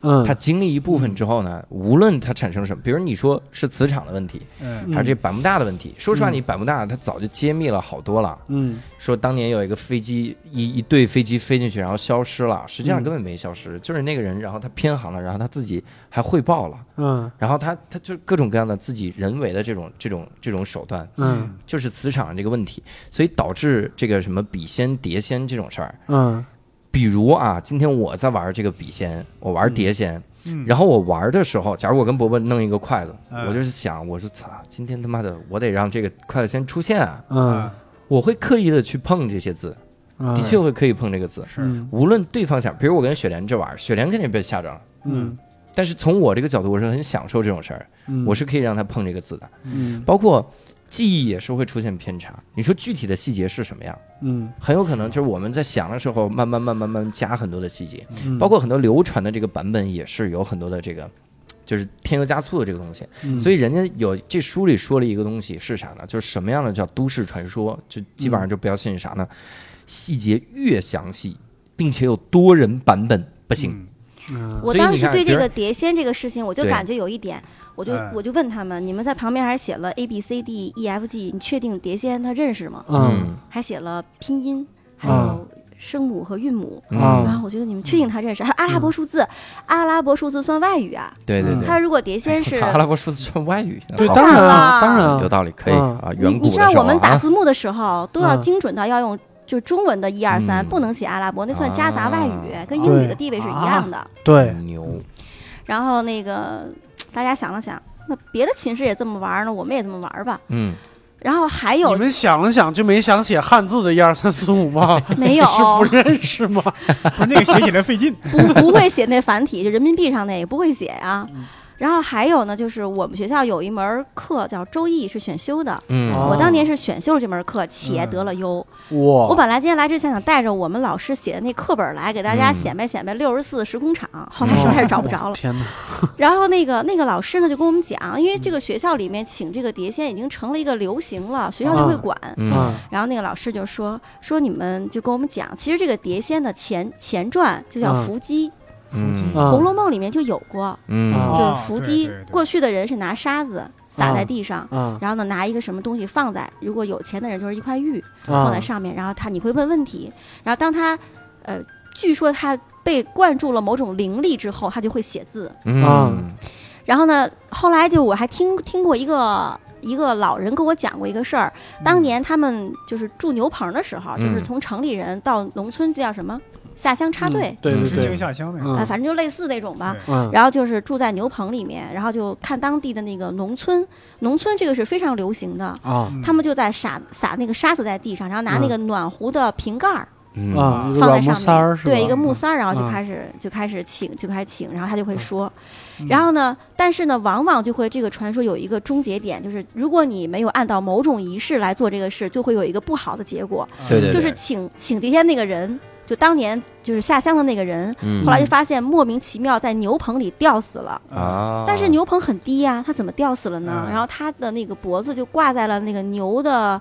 Speaker 2: 嗯，
Speaker 1: 他经历一部分之后呢，无论它产生什么，比如你说是磁场的问题，
Speaker 3: 嗯
Speaker 2: 嗯
Speaker 1: 还是这百慕大的问题，说实话，
Speaker 2: 嗯
Speaker 1: 你百慕大它早就揭秘了好多了。
Speaker 2: 嗯
Speaker 1: 说当年有一个飞机一一对飞机飞进去，然后消失了，实际上
Speaker 2: 嗯
Speaker 1: 根本没消失，就是那个人，然后他偏航了，然后他自己还汇报了，
Speaker 2: 嗯
Speaker 1: 然后他他就各种各样的自己人为的这种这种这种手段，
Speaker 2: 嗯
Speaker 1: 就是磁场这个问题，所以导致这个什么笔仙碟仙这种事儿。
Speaker 2: 嗯
Speaker 1: 比如啊，今天我在玩这个笔仙，我玩碟仙，
Speaker 3: 嗯，
Speaker 1: 然后我玩的时候，假如我跟伯伯弄一个筷子，
Speaker 3: 嗯
Speaker 1: 我就是想，我说操，今天他妈的，我得让这个筷子先出现啊！
Speaker 2: 嗯，
Speaker 1: 我会刻意的去碰这些字，的
Speaker 2: 的
Speaker 1: 确会刻意碰这个字。
Speaker 3: 是
Speaker 2: 嗯
Speaker 1: 无论对方想，比如我跟雪莲这玩，雪莲肯定被吓着了。
Speaker 2: 嗯，
Speaker 1: 但是从我这个角度，我是很享受这种事儿，
Speaker 2: 嗯
Speaker 1: 我是可以让他碰这个字的。
Speaker 2: 嗯
Speaker 1: 包括记忆也是会出现偏差。你说具体的细节是什么样？
Speaker 2: 嗯
Speaker 1: 很有可能就是我们在想的时候，慢慢慢慢慢慢加很多的细节，
Speaker 2: 嗯，
Speaker 1: 包括很多流传的这个版本也是有很多的这个，就是添油加醋的这个东西。所
Speaker 4: 嗯
Speaker 1: 以
Speaker 2: 以
Speaker 1: 人家有这书里说了一个东西是啥呢？就是什么样的叫都市传说，就基本上就不要信啥呢？
Speaker 4: 嗯
Speaker 1: 细节越详细，并且有多人版本不行。
Speaker 4: 我
Speaker 1: 所以
Speaker 4: 当
Speaker 1: 你
Speaker 4: 时
Speaker 1: 看
Speaker 4: 对
Speaker 1: 别
Speaker 4: 这个
Speaker 1: 人
Speaker 4: 碟仙这个事情，我就
Speaker 1: 对
Speaker 4: 感觉有一点，我就
Speaker 3: 哎
Speaker 4: 我就问他们，你们在旁边还写了 A B C D E F G，你确定碟仙他认识吗？
Speaker 2: 嗯
Speaker 4: 还写了拼音，还
Speaker 2: 嗯
Speaker 1: 啊
Speaker 4: 有声母和韵母。
Speaker 2: 嗯
Speaker 4: 然后我觉得你们确定他认识，还有阿拉伯数字，阿拉伯数字算外语啊。
Speaker 1: 对对
Speaker 2: 嗯
Speaker 1: 嗯对。
Speaker 4: 他如果碟仙是
Speaker 1: 我操 阿拉伯数字算外语，
Speaker 2: 对，
Speaker 1: 好
Speaker 2: 当然啊，
Speaker 4: 好
Speaker 2: 当然
Speaker 1: 有
Speaker 2: 啊，
Speaker 1: 道理，可以
Speaker 2: 嗯
Speaker 1: 啊。
Speaker 4: 你
Speaker 1: 远古
Speaker 4: 你
Speaker 1: 的
Speaker 4: 知
Speaker 1: 时
Speaker 4: 道
Speaker 1: 候
Speaker 4: 我们打
Speaker 1: 啊，
Speaker 4: 字幕的时候都要
Speaker 2: 嗯
Speaker 4: 精准到要用就是中文的一二三，
Speaker 1: 嗯
Speaker 4: 不能写阿拉伯，那算夹杂外语
Speaker 1: 啊，
Speaker 4: 跟英语
Speaker 2: 对
Speaker 4: 的地位是一样的。
Speaker 2: 对，
Speaker 1: 牛，
Speaker 4: 然后那个大家想了想，那别的寝室也这么玩儿呢，我们也这么玩儿吧。
Speaker 1: 嗯，
Speaker 4: 然后还
Speaker 2: 你
Speaker 4: 有
Speaker 2: 们想了想就没想写汉字的一二三四五 吗？
Speaker 4: 没有
Speaker 2: 是不认 识吗？
Speaker 3: 不是那个写起来费劲。
Speaker 4: 不不会写那繁体，就人民币上那也不会写啊。
Speaker 2: 嗯
Speaker 4: 然后还有呢，就是我们学校有一门课叫周易，是选修的。
Speaker 1: 嗯，
Speaker 2: 哦嗯
Speaker 4: 我当年是选修了这门课，且得了优。我
Speaker 2: 我
Speaker 4: 本来今天来之前想带着我们老师写的那课本来给大家
Speaker 1: 嗯
Speaker 4: 显摆显摆六十四时空场，后来实
Speaker 2: 哦
Speaker 4: 在是找不着 了。
Speaker 2: 天哪！
Speaker 4: 然后那个那个老师呢就跟我们讲，因为这个学校里面请这个碟仙已经成了一个流行了，学校
Speaker 2: 哦
Speaker 4: 就会管。
Speaker 1: 嗯，
Speaker 4: 然后那个老师就说说你们就跟我们讲，其实这个碟仙的前前传就叫
Speaker 2: 嗯
Speaker 4: 伏击，
Speaker 1: 嗯
Speaker 2: 嗯
Speaker 4: 红楼梦》里面就有过，
Speaker 1: 嗯
Speaker 2: 啊
Speaker 4: 就
Speaker 3: 哦
Speaker 4: 是伏
Speaker 3: 对
Speaker 4: 击
Speaker 3: 对对。
Speaker 4: 过去的人是拿沙子撒在
Speaker 2: 嗯
Speaker 4: 地上，
Speaker 2: 啊
Speaker 4: 然后呢拿一个什么东西放在，如果有钱的人就是一块玉放
Speaker 2: 啊
Speaker 4: 在上面，然后他你会问问题，然后当他呃，据说他被灌注了某种灵力之后，他就会写字。
Speaker 1: 嗯
Speaker 4: 然后呢，后来就我还听听过一个一个老人跟我讲过一个事儿，
Speaker 2: 嗯
Speaker 4: 当年他们就是住牛棚的时候，就是
Speaker 1: 嗯
Speaker 4: 从城里人到农村，这叫什么下乡插队
Speaker 2: 嗯，对对
Speaker 1: 嗯
Speaker 3: 知青
Speaker 2: 对，
Speaker 3: 下乡呗。
Speaker 2: 嗯
Speaker 4: 啊，反正就类似那种吧。
Speaker 2: 嗯
Speaker 4: 然后就是住在牛棚里面，然后就看当地的那个农村，农村这个是非常流行的。
Speaker 2: 啊
Speaker 4: 他们就在撒撒那个沙子在地上，然后拿那
Speaker 2: 嗯
Speaker 4: 个暖壶的瓶盖儿
Speaker 1: 嗯
Speaker 2: 啊，一个
Speaker 4: 放在
Speaker 2: 软木
Speaker 4: 上
Speaker 2: 塞儿
Speaker 4: 面，
Speaker 2: 是吧？
Speaker 4: 对，一个木塞儿，然后就
Speaker 2: 嗯
Speaker 4: 开始就开始请就开始请，然后他就会
Speaker 2: 嗯
Speaker 4: 说，
Speaker 3: 嗯
Speaker 4: 然后呢，但是呢，往往就会这个传说有一个终结点，就是如果你没有按照某种仪式来做这个事，就会有一个不好的结果，
Speaker 3: 嗯啊
Speaker 1: 对对
Speaker 4: 就是请请碟仙那个人，就当年就是下乡的那个人，
Speaker 1: 嗯
Speaker 4: 后来就发现莫名其妙在牛棚里吊死了。
Speaker 3: 啊，
Speaker 1: 啊，
Speaker 4: 但是牛棚很低呀、他怎么吊死了呢？
Speaker 3: 嗯
Speaker 4: 然后他的那个脖子就挂在了那个牛的，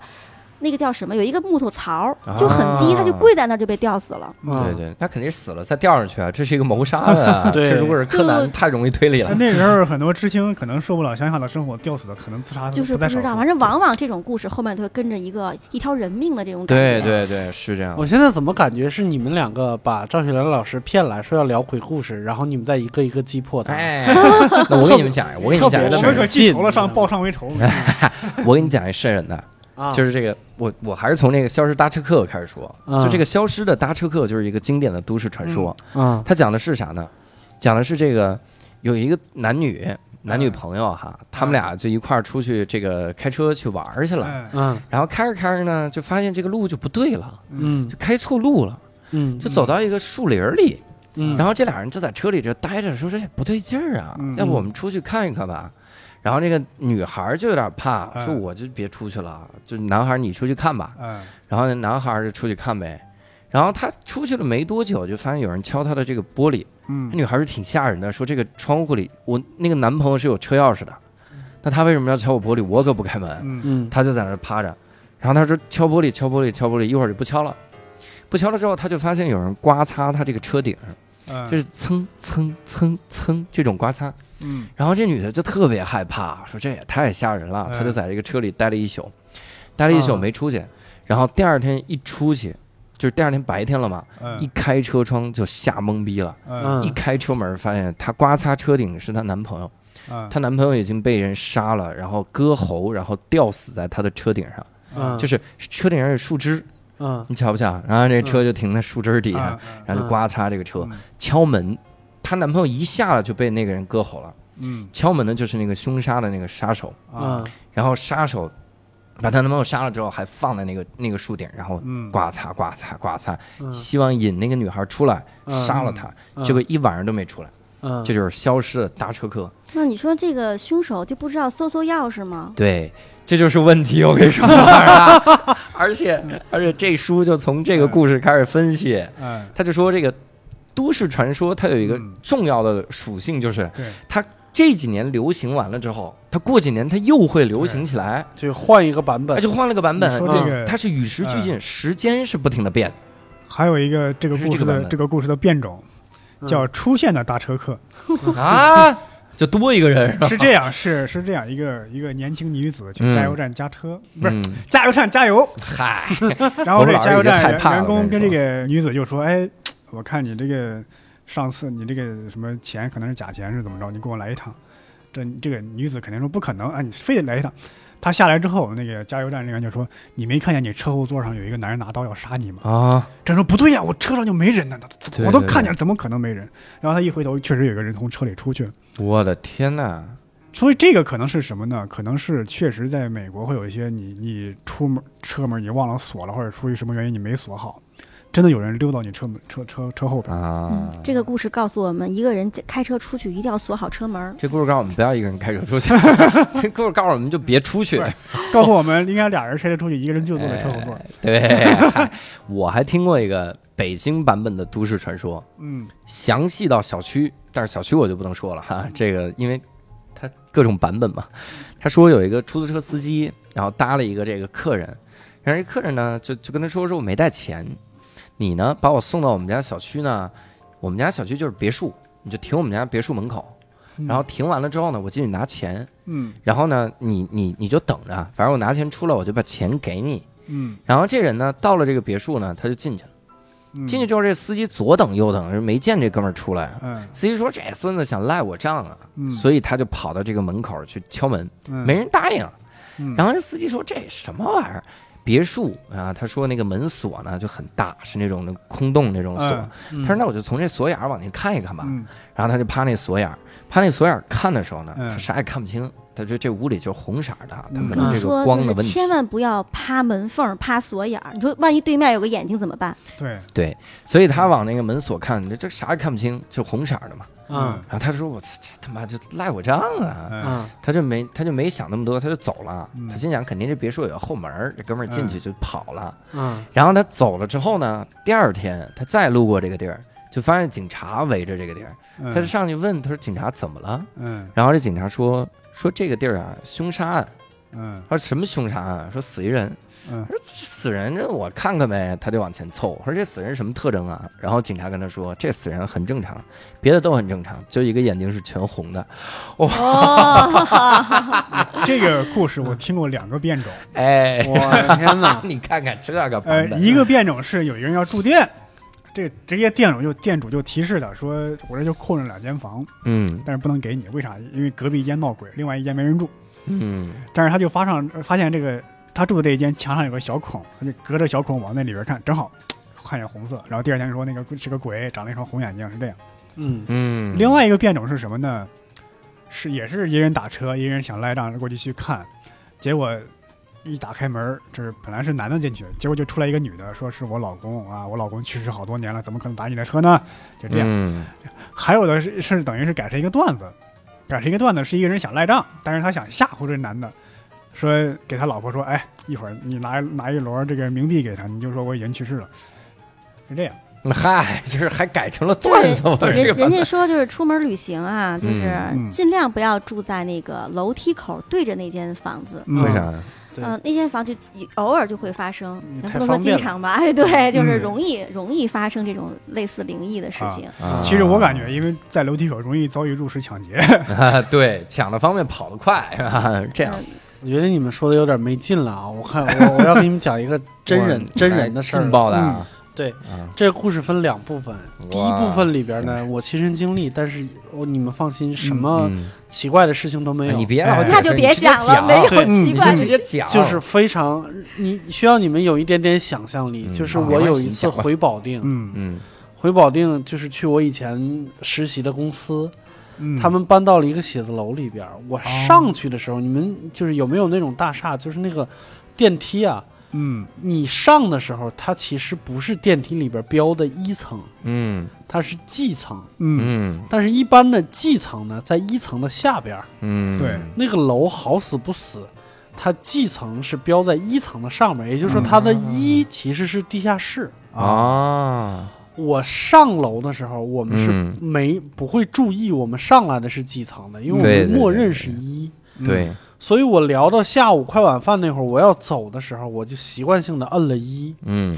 Speaker 4: 那个叫什么？有一个木头槽，就很低，
Speaker 1: 啊
Speaker 4: 他就跪在那儿就被吊死了。
Speaker 2: 啊
Speaker 1: 对对，那肯定是死了再吊上去啊，这是一个谋杀 的，啊
Speaker 2: 对
Speaker 1: 这如果是柯南，太容易推理了
Speaker 3: 但。那时候很多知青可能受不了乡下的生活，吊死的可能自
Speaker 1: 啊
Speaker 3: 杀的
Speaker 4: 就是
Speaker 3: 在
Speaker 4: 不
Speaker 3: 少
Speaker 4: 知道，
Speaker 3: 数
Speaker 4: 反正往往这种故事后面都会跟着一个一条人命的这种感
Speaker 1: 对
Speaker 4: 觉。
Speaker 1: 对对，是这样
Speaker 2: 我。现在怎么感觉是你们两个把赵雪莲老师骗来说要聊鬼故事，然后你们再一个一个击破他？
Speaker 1: 哎， 那我给你们讲，我给你们讲一
Speaker 3: 我
Speaker 1: 事
Speaker 3: 们
Speaker 1: 儿，
Speaker 3: 可记仇
Speaker 2: 近
Speaker 3: 了，上报上回仇。
Speaker 1: 哎我给你讲一瘆人的，
Speaker 2: 啊，
Speaker 1: 就是这个，我我还是从这个消失搭车客开始说，
Speaker 2: 嗯
Speaker 1: 就这个消失的搭车客就是一个经典的都市传说，
Speaker 2: 啊嗯
Speaker 1: 它讲的是啥呢？讲的是这个有一个男女，男女朋友哈，他们俩就一块儿出去这个开车去玩儿去了，
Speaker 3: 哎
Speaker 2: 嗯
Speaker 1: 然后开着开着呢，就发现这个路就不对了，
Speaker 2: 嗯
Speaker 1: 就开错路了，
Speaker 2: 嗯
Speaker 1: 就走到一个树林儿里，
Speaker 2: 嗯，
Speaker 1: 然后这俩人就在车里就待着，说这不对劲儿啊，
Speaker 3: 嗯
Speaker 1: 要不我们出去看一看吧。然后那个女孩儿就有点怕，
Speaker 3: 哎
Speaker 1: 说我就别出去了，就男孩儿你出去看吧。
Speaker 3: 哎
Speaker 1: 然后那男孩儿就出去看呗。然后他出去了没多久，就发现有人敲他的这个玻璃。
Speaker 3: 嗯
Speaker 1: 那女孩儿就挺吓人的，说这个窗户里我那个男朋友是有车钥匙的，那他为什么要敲我玻璃？我可不开门。
Speaker 3: 嗯
Speaker 2: 嗯
Speaker 1: 他就在那儿趴着，然后他说敲玻璃，敲玻璃，敲玻璃，一会儿就不敲了。不敲了之后，他就发现有人刮擦他这个车顶，
Speaker 3: 嗯，
Speaker 1: 就是蹭蹭蹭蹭这种刮擦。
Speaker 3: 嗯
Speaker 1: 然后这女的就特别害怕，说这也太吓人了，
Speaker 3: 嗯
Speaker 1: 她就在这个车里待了一宿，待了一宿
Speaker 2: 啊
Speaker 1: 没出去。然后第二天一出去，就是第二天白天了嘛，一
Speaker 3: 嗯
Speaker 1: 开车窗就吓懵逼了，
Speaker 3: 嗯
Speaker 1: 一开车门发现她刮擦车顶是她男朋友，
Speaker 3: 嗯，
Speaker 1: 她男朋友已经被人杀了，然后割喉，然后吊死在她的车顶上。
Speaker 2: 嗯
Speaker 1: 就是车顶上有树枝，
Speaker 2: 嗯啊
Speaker 1: 你瞧不瞧？然后这车就停在树枝底下，
Speaker 3: 嗯
Speaker 1: 然后就刮擦这个车，
Speaker 3: 嗯
Speaker 1: 敲门。她男朋友一下来就被那个人割喉了，
Speaker 3: 嗯
Speaker 1: 敲门的就是那个凶杀的那个杀手，
Speaker 3: 啊
Speaker 2: 嗯
Speaker 1: 然后杀手把她男朋友杀了之后，还放在那个那个树顶，然后
Speaker 3: 嗯
Speaker 1: 刮擦刮擦刮擦，
Speaker 2: 嗯
Speaker 1: 希望引那个女孩出来，
Speaker 2: 嗯
Speaker 1: 杀了她。
Speaker 2: 嗯
Speaker 1: 结果一晚上都没出来，
Speaker 2: 嗯
Speaker 1: 这就是消失的大车客。
Speaker 4: 那你说这个凶手就不知道搜搜钥匙吗？
Speaker 1: 对，这就是问题，我跟你说， 啊而且而且这书就从这个
Speaker 2: 嗯
Speaker 1: 故事开始分析。
Speaker 3: 哎
Speaker 1: 他就说这个都市传说它有一个
Speaker 3: 嗯
Speaker 1: 重要的属性，就是
Speaker 3: 对
Speaker 1: 它这几年流行完了之后，它过几年它又会流行起来，
Speaker 2: 嗯就换一个版本
Speaker 1: 它，哎就换了个版本
Speaker 3: 你。说
Speaker 2: 这
Speaker 1: 嗯
Speaker 3: 个
Speaker 1: 它是与时俱进，时间是不停的变。
Speaker 3: 还有一个这个
Speaker 1: 是
Speaker 3: 故
Speaker 1: 这个
Speaker 3: 事
Speaker 1: 版
Speaker 3: 的
Speaker 1: 本
Speaker 3: 这个故事的变种
Speaker 2: 嗯
Speaker 3: 叫出现的大车客，
Speaker 1: 啊，就多一个人是吧？
Speaker 3: 是这样，是是这样一个一个年轻女子去加油站加车，不是
Speaker 1: 嗯，
Speaker 3: 加油站加油，
Speaker 1: 嗨，
Speaker 3: 然后这
Speaker 1: 我们老师
Speaker 3: 加油
Speaker 1: 已经
Speaker 3: 站
Speaker 1: 害怕了
Speaker 3: 员员
Speaker 1: 我
Speaker 3: 工
Speaker 1: 跟
Speaker 3: 跟
Speaker 1: 你
Speaker 3: 这
Speaker 1: 说
Speaker 3: 个女子就说：“哎，我看你这个上次你这个什么钱可能是假钱是怎么着？你给我来一趟。”这这个女子肯定说不可能啊，你非得来一趟。她下来之后，那个加油站人员就说：“你没看见你车后座上有一个男人拿刀要杀你吗？”
Speaker 1: 啊，
Speaker 3: 这人说不对呀、我车上就没人呢，怎
Speaker 1: 对
Speaker 3: 么我都
Speaker 1: 对
Speaker 3: 看见了，怎么可能没人？然后他一回头，确实有个人从车里出去了。
Speaker 1: 我的天呐，
Speaker 3: 所以这个可能是什么呢？可能是确实在美国会有一些你你出门车门你忘了锁了，或者出于什么原因你没锁好，真的有人溜到你车门车车车后边。
Speaker 1: 啊！
Speaker 4: 这个故事告诉我们，一个人开车出去一定要锁好车门儿。
Speaker 1: 这故事告诉我们不要一个人开车出去，这故事告诉我们就别出去
Speaker 3: 不。是告诉我们应该俩人开车出去，一个人就坐在车后座。
Speaker 1: 哎对，嗨我还听过一个北京版本的都市传说，
Speaker 3: 嗯
Speaker 1: 详细到小区，但是小区我就不能说了哈， 这个因为它各种版本嘛。他说有一个出租车司机，然后搭了一个这个客人，然后这客人呢就就跟他说说我没带钱，你呢把我送到我们家小区呢，我们家小区就是别墅，你就停我们家别墅门口，
Speaker 3: 嗯
Speaker 1: 然后停完了之后呢，我进去拿钱，
Speaker 3: 嗯
Speaker 1: 然后呢你你你就等着，反正我拿钱出来我就把钱给你。
Speaker 3: 嗯，
Speaker 1: 然后这人呢到了这个别墅呢，他就进去了，
Speaker 3: 嗯
Speaker 1: 进去之后这司机左等右等，是没见这哥们儿出来啊。
Speaker 3: 嗯
Speaker 1: 司机说：“这孙子想赖我账啊！”
Speaker 3: 嗯
Speaker 1: 所以他就跑到这个门口去敲门，
Speaker 3: 嗯
Speaker 1: 没人答应。
Speaker 3: 嗯
Speaker 1: 然后这司机说：“这什么玩意儿？别墅啊！”他说：“那个门锁呢就很大，是那种空洞那种锁。
Speaker 3: 嗯
Speaker 1: 他说：“那我就从这锁眼儿往前看一看吧。
Speaker 3: 嗯
Speaker 1: 然后他就趴那锁眼儿，趴那锁眼儿看的时候呢，
Speaker 3: 嗯
Speaker 1: 他啥也看不清。他说：“这屋里就是红色儿的，他
Speaker 3: 嗯
Speaker 1: 可
Speaker 4: 跟
Speaker 1: 能这
Speaker 4: 你
Speaker 1: 个
Speaker 4: 说，
Speaker 1: 光
Speaker 4: 就
Speaker 1: 的
Speaker 4: 是
Speaker 1: 问题。
Speaker 4: 千万不要趴门缝、趴锁眼儿。你说，万一对面有个眼睛怎么办？
Speaker 3: 对
Speaker 1: 对，所以他往那个门锁看，这这啥也看不清，就红色儿的嘛。
Speaker 2: 嗯
Speaker 1: 然后他说：“我操，这他妈就赖我账啊！”
Speaker 3: 嗯
Speaker 2: 嗯
Speaker 1: 他就没他就没想那么多，他就走了。
Speaker 3: 嗯
Speaker 1: 他心想，肯定这别墅有个后门儿，这哥们儿进去就跑了。
Speaker 2: 嗯
Speaker 1: 然后他走了之后呢，第二天他再路过这个地儿，就发现警察围着这个地儿。
Speaker 3: 嗯
Speaker 1: 他就上去问，他说：“警察怎么了
Speaker 3: 嗯？”
Speaker 1: 然后这警察说：“说这个地儿啊，凶杀案。”
Speaker 3: 嗯
Speaker 1: 他说：“什么凶杀案？”说死一人。
Speaker 3: 嗯
Speaker 1: 他说：“这死人，这我看看呗。”他就往前凑。我说：“这死人什么特征啊？”然后警察跟他说：“这死人很正常，别的都很正常，就一个眼睛是全红的。”
Speaker 4: 哦，
Speaker 3: 这个故事我听过两个变种，
Speaker 1: 哎，！
Speaker 2: 我的天哪
Speaker 1: 你看看这个
Speaker 3: 呃
Speaker 1: 版，本，
Speaker 3: 一个变种是有一个人要住店，这直接店主就店主就提示他说，我这就空着两间房，
Speaker 1: 嗯
Speaker 3: 但是不能给你，为啥？因为隔壁一间闹鬼，另外一间没人住。
Speaker 1: 嗯
Speaker 3: 但是他就发上呃发现这个他住的这一间墙上有个小孔，他就隔着小孔往那里边看，正好看见红色。然后第二天说那个是个鬼，长了一双红眼睛，是这样。
Speaker 2: 嗯
Speaker 1: 嗯，
Speaker 3: 另外一个变种是什么呢？是也是一人打车，一人想赖账过去去看，结果一打开门儿，就是本来是男的进去，结果就出来一个女的，说是我老公啊，我老公去世好多年了，怎么可能打你的车呢？就这样。
Speaker 1: 嗯，
Speaker 3: 还有的是是等于是改成一个段子，改成一个段子是一个人想赖账，但是他想吓唬这男的，说给他老婆说，哎，一会儿你拿拿一摞这个冥币给他，你就说我已经去世了，是这样。
Speaker 1: 那嗨，就是还改成了 段子嘛，这个
Speaker 4: 人
Speaker 1: 版
Speaker 4: 人
Speaker 1: 本
Speaker 4: 家说就是出门旅行啊，就是
Speaker 3: 嗯
Speaker 4: 尽量不要住在那个楼梯口对着那间房子。
Speaker 3: 嗯
Speaker 1: 为啥呀？
Speaker 2: 对
Speaker 4: 嗯、那间房就偶尔就会发生
Speaker 2: 嗯，太
Speaker 4: 咱不能说
Speaker 2: 方便
Speaker 4: 经常吧？哎，对，就是
Speaker 3: 嗯
Speaker 4: 容易、容易发生这种类似灵异的事情。
Speaker 1: 啊
Speaker 3: 其实我感觉，因为在楼梯口容易遭遇入室抢劫，
Speaker 1: 啊，对，抢的方便，跑得快，是吧？这样
Speaker 4: 嗯
Speaker 2: 我觉得你们说的有点没劲了啊！我看我我要给你们讲一个真人
Speaker 1: 哇
Speaker 2: 真人的事
Speaker 1: 劲
Speaker 2: 儿。
Speaker 1: 爆的啊，
Speaker 2: 对，
Speaker 1: 啊
Speaker 2: 这个故事分两部分，第一部分里边
Speaker 1: 哇
Speaker 2: 呢，我亲身经历，但是我你们放心，什么
Speaker 1: 嗯
Speaker 2: 奇怪的事情都没有。
Speaker 1: 你别老
Speaker 3: 哎
Speaker 1: 解释，
Speaker 4: 那就别
Speaker 1: 你直接
Speaker 4: 讲
Speaker 1: 讲
Speaker 4: 了没有
Speaker 2: 嗯对
Speaker 1: 嗯
Speaker 4: 奇
Speaker 1: 你
Speaker 4: 怪
Speaker 1: 就
Speaker 4: 的
Speaker 1: 直接讲，
Speaker 2: 就是非常，你需要你们有一点点想象力。
Speaker 1: 嗯
Speaker 2: 就是
Speaker 3: 啊
Speaker 2: 我
Speaker 1: 没关
Speaker 2: 有
Speaker 1: 系
Speaker 2: 一
Speaker 1: 你
Speaker 2: 次
Speaker 1: 讲吧
Speaker 2: 回保定，
Speaker 3: 嗯
Speaker 1: 嗯
Speaker 2: 回保定就是去我以前实习的公司，
Speaker 3: 嗯，
Speaker 2: 他们搬到了一个写字楼里边儿。
Speaker 1: 哦
Speaker 2: 我上去的时候，你们就是有没有那种大厦，就是那个电梯啊？
Speaker 3: 嗯
Speaker 2: 你上的时候，它其实不是电梯里边标的一层，
Speaker 1: 嗯
Speaker 2: 它是 G 层。
Speaker 3: 嗯
Speaker 1: 嗯
Speaker 2: 但是，一般的 G 层呢，在一层的下边儿。
Speaker 1: 嗯，
Speaker 3: 对
Speaker 2: 那个楼好死不死，它 G 层是标在一层的上面，也就是说，它
Speaker 1: 嗯
Speaker 2: 的一其实是地下室。
Speaker 1: 啊，
Speaker 2: 我上楼的时候，我们是
Speaker 1: 嗯
Speaker 2: 没、不会注意我们上来的是几层的，因为我
Speaker 1: 对
Speaker 2: 们
Speaker 1: 对
Speaker 2: 默
Speaker 1: 对
Speaker 2: 认
Speaker 1: 对
Speaker 2: 是一。
Speaker 1: 对，
Speaker 2: 所以我聊到下午快晚饭那会儿，我要走的时候，我就习惯性的摁了一。
Speaker 1: 嗯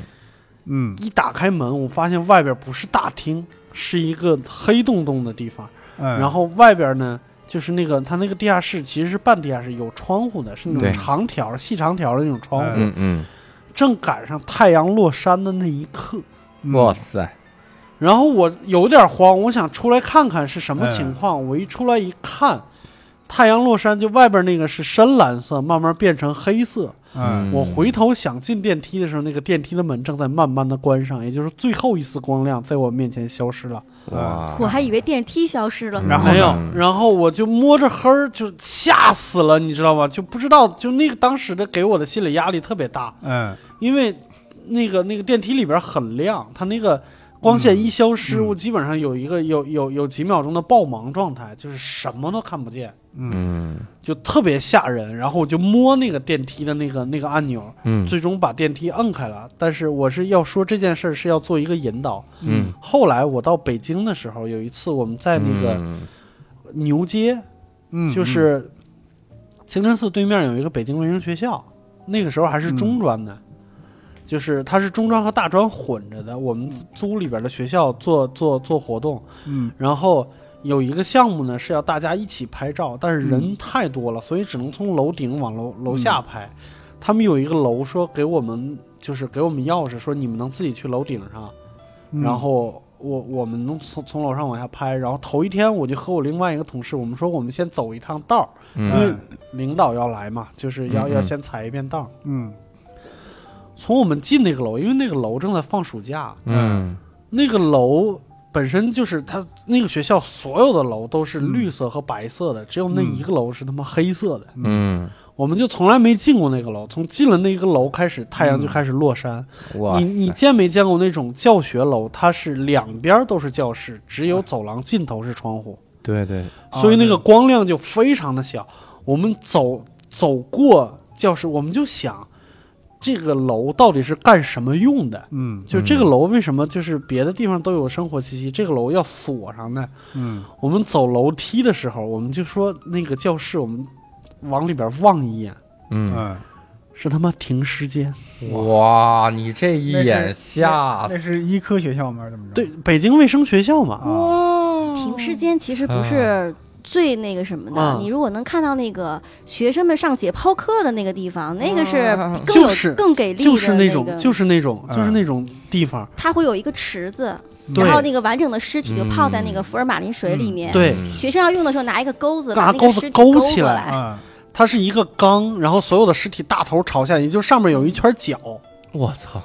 Speaker 3: 嗯
Speaker 2: 一打开门，我发现外边不是大厅，是一个黑洞洞的地方。
Speaker 3: 嗯，
Speaker 2: 然后外边呢，就是那个它那个地下室其实是半地下室，有窗户的，是那
Speaker 1: 对
Speaker 2: 种长条、细长条的那种窗户。
Speaker 1: 嗯嗯，
Speaker 2: 正赶上太阳落山的那一刻，
Speaker 3: 嗯
Speaker 1: 哇塞，
Speaker 2: 然后我有点慌，我想出来看看是什么情况。我一出来一看，太阳落山，就外边那个是深蓝色，慢慢变成黑色。
Speaker 3: 嗯
Speaker 2: 我回头想进电梯的时候，那个电梯的门正在慢慢的关上，也就是最后一丝光亮在我面前消失了。
Speaker 1: 哇，
Speaker 4: 我还以为电梯消失了呢。
Speaker 3: 然后呢
Speaker 2: 没有
Speaker 1: 嗯，
Speaker 2: 然后我就摸着黑儿，就吓死了，你知道吗？就不知道，就那个当时的给我的心理压力特别大，
Speaker 3: 嗯
Speaker 2: 因为那个那个电梯里边很亮，它那个光线一消失，
Speaker 3: 嗯嗯
Speaker 2: 我基本上有一个有有有几秒钟的爆盲状态，就是什么都看不见，
Speaker 3: 嗯
Speaker 1: 嗯
Speaker 2: 就特别吓人。然后我就摸那个电梯的那个那个按钮，
Speaker 1: 嗯
Speaker 2: 最终把电梯摁开了。但是我是要说这件事儿是要做一个引导。
Speaker 1: 嗯，
Speaker 2: 后来我到北京的时候，有一次我们在那个
Speaker 1: 嗯
Speaker 2: 牛街。
Speaker 3: 嗯，
Speaker 2: 就是清真寺对面有一个北京文英学校，那个时候还是中专的，就是它是中专和大专混着的。我们租里边的学校做做做活动，
Speaker 3: 嗯
Speaker 2: 然后有一个项目呢是要大家一起拍照，但是人
Speaker 3: 嗯
Speaker 2: 太多了，所以只能从楼顶往楼楼下拍。
Speaker 1: 嗯
Speaker 2: 他们有一个楼说给我们就是给我们钥匙，说你们能自己去楼顶上。
Speaker 3: 嗯，
Speaker 2: 然后我我们能从从楼上往下拍，然后头一天我就和我另外一个同事，我们说我们先走一趟道儿，因
Speaker 1: 嗯
Speaker 2: 为领导要来嘛，就是要
Speaker 1: 嗯嗯
Speaker 2: 要先踩一遍道儿。
Speaker 3: 嗯
Speaker 2: 从我们进那个楼，因为那个楼正在放暑假，
Speaker 1: 嗯
Speaker 2: 那个楼本身就是它那个学校所有的楼都是绿色和白色的，只有那
Speaker 3: 嗯
Speaker 2: 一个楼是他妈黑色的。
Speaker 1: 嗯，
Speaker 2: 我们就从来没进过那个楼，从进了那个楼开始，太阳就开始落山。
Speaker 1: 嗯哇
Speaker 2: 你你见没见过那种教学楼？它是两边都是教室，只有走廊尽头是窗户，
Speaker 1: 对对，
Speaker 2: 所以那个光亮就非常的小。我们走走过教室，我们就想，这个楼到底是干什么用的？
Speaker 3: 嗯
Speaker 2: 就这个楼为什么就是别的地方都有生活气息，这个楼要锁上呢？
Speaker 3: 嗯
Speaker 2: 我们走楼梯的时候，我们就说那个教室，我们往里边望一眼，
Speaker 1: 嗯，
Speaker 3: 嗯，
Speaker 2: 是他妈停尸间。
Speaker 1: 哇，你这一眼吓
Speaker 3: 那
Speaker 1: 死，
Speaker 3: 是医科学校吗？怎么着？
Speaker 2: 对，北京卫生学校嘛，
Speaker 3: 啊，
Speaker 1: 哦
Speaker 4: 停尸间其实不
Speaker 1: 啊
Speaker 4: 是最那个什么的，
Speaker 2: 啊
Speaker 4: 你如果能看到那个学生们上解剖课的那个地方，那
Speaker 1: 啊
Speaker 4: 个是更有、
Speaker 2: 就是
Speaker 4: 更给力嗯的、
Speaker 2: 就是
Speaker 4: 那
Speaker 2: 种，
Speaker 4: 个
Speaker 2: 就是那种，就是
Speaker 3: 嗯
Speaker 2: 那种地方。
Speaker 4: 它会有一个池子，
Speaker 2: 对
Speaker 4: 然后那个完整的尸体就泡在那个
Speaker 1: 嗯
Speaker 4: 福尔马林水里面。
Speaker 2: 对
Speaker 1: 嗯
Speaker 4: 学生要用的时候拿一个钩子把
Speaker 2: 拿
Speaker 4: 那
Speaker 2: 钩
Speaker 4: 个
Speaker 2: 子
Speaker 4: 尸体
Speaker 2: 勾
Speaker 4: 勾
Speaker 2: 起
Speaker 4: 过
Speaker 2: 来
Speaker 4: 来，
Speaker 3: 啊，
Speaker 2: 它是一个
Speaker 3: 嗯
Speaker 2: 缸，然后所有的尸体大头朝下，也就是上面有一圈脚，
Speaker 1: 我操，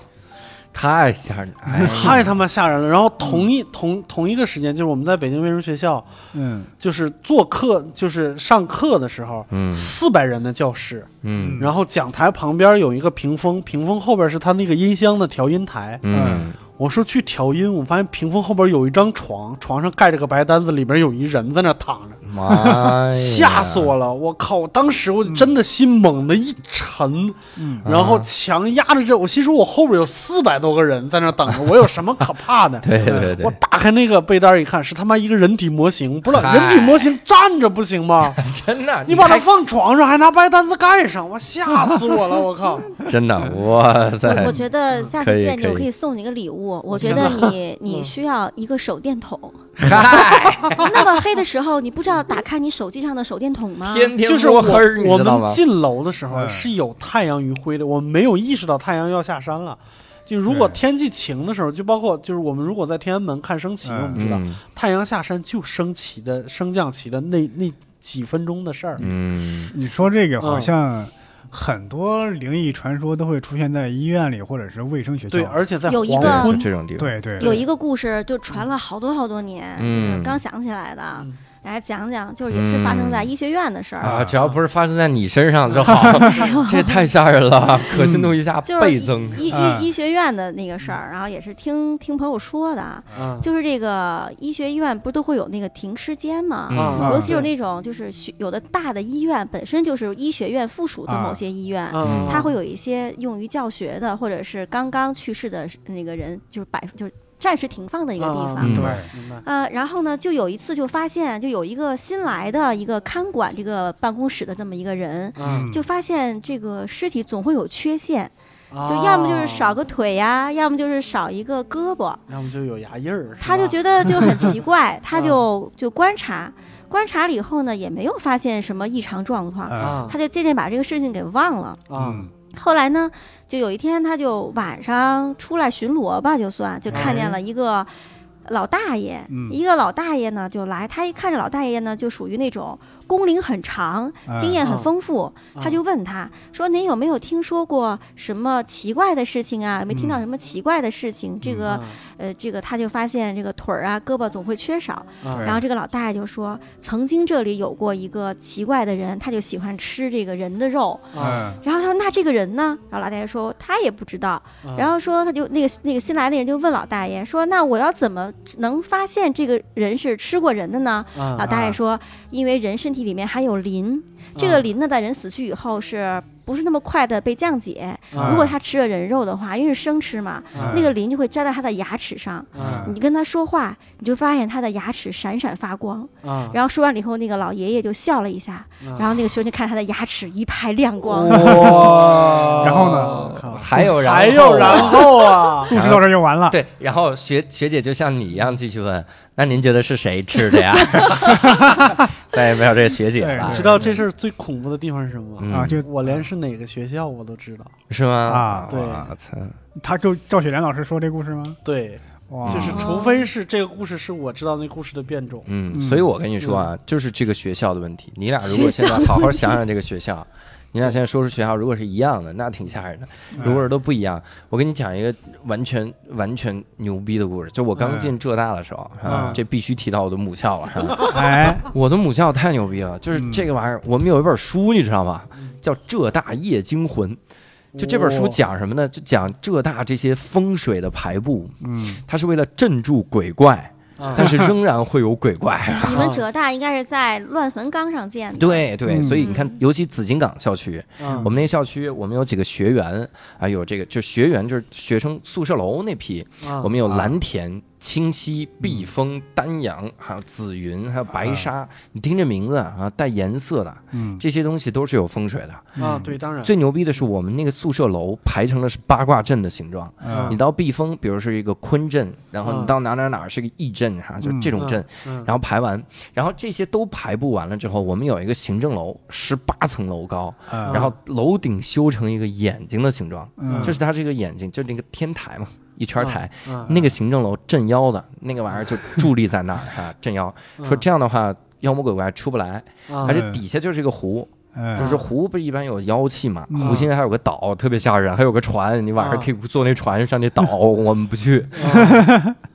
Speaker 1: 太吓人了，哎呀
Speaker 2: 太他妈吓人了。然后同一同同一个时间，就是我们在北京卫生学校，
Speaker 3: 嗯
Speaker 2: 就是做课，就是上课的时候，
Speaker 1: 嗯
Speaker 2: 四百人的教室，
Speaker 1: 嗯
Speaker 2: 然后讲台旁边有一个屏风，屏风后边是他那个音箱的调音台。
Speaker 1: 嗯
Speaker 2: 我说去调音，我发现屏风后边有一张床，床上盖着个白单子，里边有一人在那躺着，
Speaker 1: 哎妈呀，
Speaker 2: 嗯吓死我了！我靠，我当时我
Speaker 1: 嗯
Speaker 2: 真的心猛地一沉，
Speaker 1: 啊
Speaker 3: 嗯
Speaker 2: 然后强压着这，我心说我后边有四百多个人在那等着，我有什么可怕的？
Speaker 1: 对对对
Speaker 2: 我，打开那个被单一看，是他妈一个人体模型，不是
Speaker 1: 嗨
Speaker 2: 人体模型站着不 行吗？
Speaker 1: 真的，
Speaker 2: 你把它
Speaker 1: 还
Speaker 2: 放床上，还拿白单子盖上，我吓死我了！我靠，
Speaker 1: 真的，哇塞，
Speaker 4: 我觉得下
Speaker 1: 嗯可
Speaker 4: 次
Speaker 1: 以
Speaker 4: 见你，
Speaker 1: 可
Speaker 4: 我可
Speaker 1: 以嗯
Speaker 4: 以送你一个礼物。我觉
Speaker 2: 天
Speaker 4: 得
Speaker 2: 哪
Speaker 4: 你你
Speaker 2: 嗯
Speaker 4: 需要一个手电筒。哦
Speaker 1: 嗨，
Speaker 4: 那么黑的时候，你不知道打开你手机上的手电筒吗？
Speaker 1: 天天
Speaker 2: 就是
Speaker 1: 摸
Speaker 2: 我
Speaker 1: 黑儿，你
Speaker 2: 我
Speaker 1: 知道吗
Speaker 2: 们？进楼的时候
Speaker 3: 嗯
Speaker 2: 是有太阳余晖的，我们没有意识到太阳要下山了。就如果
Speaker 3: 对
Speaker 2: 天气晴的时候，就包括就是我们如果在天安门看升旗，
Speaker 3: 嗯
Speaker 2: 我们知道
Speaker 1: 嗯
Speaker 2: 太阳下山就升旗的升降旗的那那几分钟的事儿。
Speaker 1: 嗯，
Speaker 3: 你说这个好
Speaker 2: 嗯
Speaker 3: 像很多灵异传说都会出现在医院里或者是卫生学校。
Speaker 2: 对，而且在
Speaker 4: 有一
Speaker 2: 黄
Speaker 4: 个
Speaker 1: 对，就
Speaker 2: 昏，
Speaker 1: 这种地方，
Speaker 3: 对对
Speaker 4: 有一个故事就传了好多好多年，就是
Speaker 1: 嗯
Speaker 4: 刚想起来的
Speaker 2: 嗯，
Speaker 4: 来讲讲，就是也是发生在
Speaker 1: 嗯
Speaker 4: 医学院的事儿。
Speaker 1: 啊，只要不是发生在你身上就好， 这太吓人 了，可信度一下
Speaker 4: 就是
Speaker 1: 倍增。
Speaker 4: 医医
Speaker 3: 啊
Speaker 4: 医学院的那个事儿，然后也是听听朋友说的，
Speaker 2: 嗯
Speaker 4: 就是这个医学院不是都会有那个停尸间吗？
Speaker 1: 嗯
Speaker 2: 啊
Speaker 4: 尤其有
Speaker 2: 对
Speaker 4: 那种就是学有的大的医院本身就是医学院附属的
Speaker 3: 啊
Speaker 4: 某些医院，
Speaker 2: 嗯
Speaker 4: 它会有一些用于教学的，或者是刚刚去世的那个人就是摆就是暂时停放的一个地
Speaker 2: 啊
Speaker 4: 方。
Speaker 1: 嗯
Speaker 3: 对
Speaker 2: 明白。
Speaker 4: 呃，然后呢，就有一次就发现，就有一个新来的一个看管这个办公室的这么一个人，
Speaker 2: 嗯，
Speaker 4: 就发现这个尸体总会有缺陷，
Speaker 2: 就
Speaker 4: 就要么
Speaker 2: 哦
Speaker 4: 就是少，个腿呀、要么就是少一个胳膊，
Speaker 2: 要么就有牙印儿。
Speaker 4: 他就
Speaker 2: 得，
Speaker 4: 觉得就很奇怪，他就就观察，观察了以后呢，也没有发现什么异常状况，
Speaker 3: 啊
Speaker 2: 啊
Speaker 4: 他就渐渐把这个事情给忘了。
Speaker 3: 嗯
Speaker 2: 啊，
Speaker 4: 后来呢，就有一天他就晚上出来巡逻吧，就算就看见
Speaker 2: 哎
Speaker 4: 了一个老大爷，
Speaker 3: 嗯
Speaker 4: 一个老大爷呢就来，他一看这老大爷呢就属于那种工龄很长、
Speaker 3: 嗯
Speaker 4: 经验很
Speaker 2: 嗯
Speaker 4: 丰富，
Speaker 2: 啊
Speaker 4: 他就问他说：“您有没有听说过什么奇怪的事情啊？有没有听到
Speaker 3: 嗯
Speaker 4: 什么奇怪的事情？”这
Speaker 3: 嗯
Speaker 4: 个、
Speaker 2: 啊
Speaker 4: 呃，这个他就发现这个腿儿啊、胳膊总会缺少。
Speaker 2: 啊
Speaker 3: 对
Speaker 4: 然后这个老大爷就说：“曾经这里有过一个奇怪的人，他就喜欢吃这个人的肉。”
Speaker 3: 哎
Speaker 2: 啊，
Speaker 3: 嗯
Speaker 4: 然后他说：“那这个人呢？”然后老大爷说：“他也不知道。”
Speaker 2: 啊
Speaker 4: 然后说他就那个那个新来的人就问老大爷说：“那我要怎么能发现这个人是吃过人的呢？”
Speaker 2: 啊啊
Speaker 4: 老大爷说：“因为人身体里面含有磷，这个磷呢，在人死去以后是不是那么快的被降解？
Speaker 3: 啊
Speaker 4: 如果他吃了人肉的话，因为是生吃嘛，
Speaker 3: 嗯
Speaker 4: 那个磷就会粘在他的牙齿上。
Speaker 2: 啊
Speaker 4: 你跟他说话，你就发现他的牙齿闪闪发光。
Speaker 2: 啊，
Speaker 4: 然后说完了以后，那个老爷爷就笑了一下，然后那个学生就看他的牙齿一排亮
Speaker 2: 哦
Speaker 4: 光。
Speaker 2: 哇
Speaker 3: 然后呢
Speaker 2: 靠
Speaker 1: 还有然后
Speaker 2: 还有然后啊
Speaker 3: 故事到这儿就完了。
Speaker 1: 对，然后学学姐就像你一样继续问，那您觉得是谁吃的呀？ 再也没有这个学姐了
Speaker 3: 对，
Speaker 2: 知道这事儿最恐怖的地方是什么吗？
Speaker 1: 嗯
Speaker 3: 啊，就
Speaker 2: 我连是哪个学校我都知道。
Speaker 1: 是吗？
Speaker 3: 啊
Speaker 2: 对
Speaker 1: 我操，
Speaker 3: 他就赵雪莲老师说这故事吗？
Speaker 2: 对，
Speaker 1: 嗯
Speaker 3: 哇，
Speaker 2: 就是
Speaker 4: 哦
Speaker 2: 除非是这个故事是我知道那故事的变种。
Speaker 1: 嗯，
Speaker 3: 嗯
Speaker 1: 所以我跟你说啊，就是这个学校的问题。你俩如果现在好好想想这个学 校，你俩现在说出学校如果是一样的，那挺吓人的；
Speaker 3: 嗯
Speaker 1: 如果是都不一样，我跟你讲一个完全完全牛逼的故事。就我刚进浙大的时候，
Speaker 3: 嗯
Speaker 1: 啊
Speaker 3: 嗯
Speaker 1: 这必须提到我的母校了。是吧
Speaker 3: 哎，
Speaker 1: 我的母校太牛逼了，就是
Speaker 3: 嗯
Speaker 1: 这个玩意儿，我们有一本书，你知道吗？叫《浙大夜惊魂》。就这本书讲什么呢？就讲浙大这些风水的排布，
Speaker 3: 嗯，
Speaker 1: 它是为了镇住鬼怪，
Speaker 2: 啊，
Speaker 1: 嗯但是仍然会有鬼怪。
Speaker 4: 你们浙大应该是在乱坟岗上建的，
Speaker 1: 对对，
Speaker 3: 嗯
Speaker 1: 所以你看，尤其紫金港校区，
Speaker 2: 嗯
Speaker 1: 我们那校区，我们有几个学员啊，有这个就学员就是学生宿舍楼那批，
Speaker 2: 啊嗯
Speaker 1: 我们有蓝田、清溪、碧峰、丹阳，还有紫云，还有
Speaker 2: 啊
Speaker 1: 白沙。你听这名字啊，带颜色的
Speaker 3: 嗯，
Speaker 1: 这些东西都是有风水的。
Speaker 2: 啊，对，当然
Speaker 1: 嗯最牛逼的是，我们那个宿舍楼排成了是八卦阵的形状。
Speaker 3: 嗯
Speaker 1: 你到碧峰，比如是一个坤阵，然后你
Speaker 2: 嗯
Speaker 1: 到哪哪哪是个义阵哈，就这种阵，
Speaker 2: 嗯
Speaker 1: 然后排完，然后这些都排布完了之后，我们有一个行政楼，十八层楼高，
Speaker 3: 嗯
Speaker 1: 然后楼顶修成一个眼睛的形状，
Speaker 3: 嗯啊
Speaker 1: 就是它是一个眼睛，就是那个天台嘛，一圈台。
Speaker 2: 嗯
Speaker 1: 那个行政楼镇妖的那个玩意儿啊就伫立
Speaker 3: 嗯
Speaker 1: 在那儿哈，镇妖。说这样的话，妖魔鬼怪出不来，
Speaker 2: 啊
Speaker 1: 而且底下就是一个湖，就
Speaker 3: 嗯，
Speaker 1: 是湖不是一般有妖气嘛？
Speaker 3: 嗯
Speaker 1: 湖心还有个岛，特别吓人，还有个船，你晚上可以坐那船上那岛。我们不去，
Speaker 2: 嗯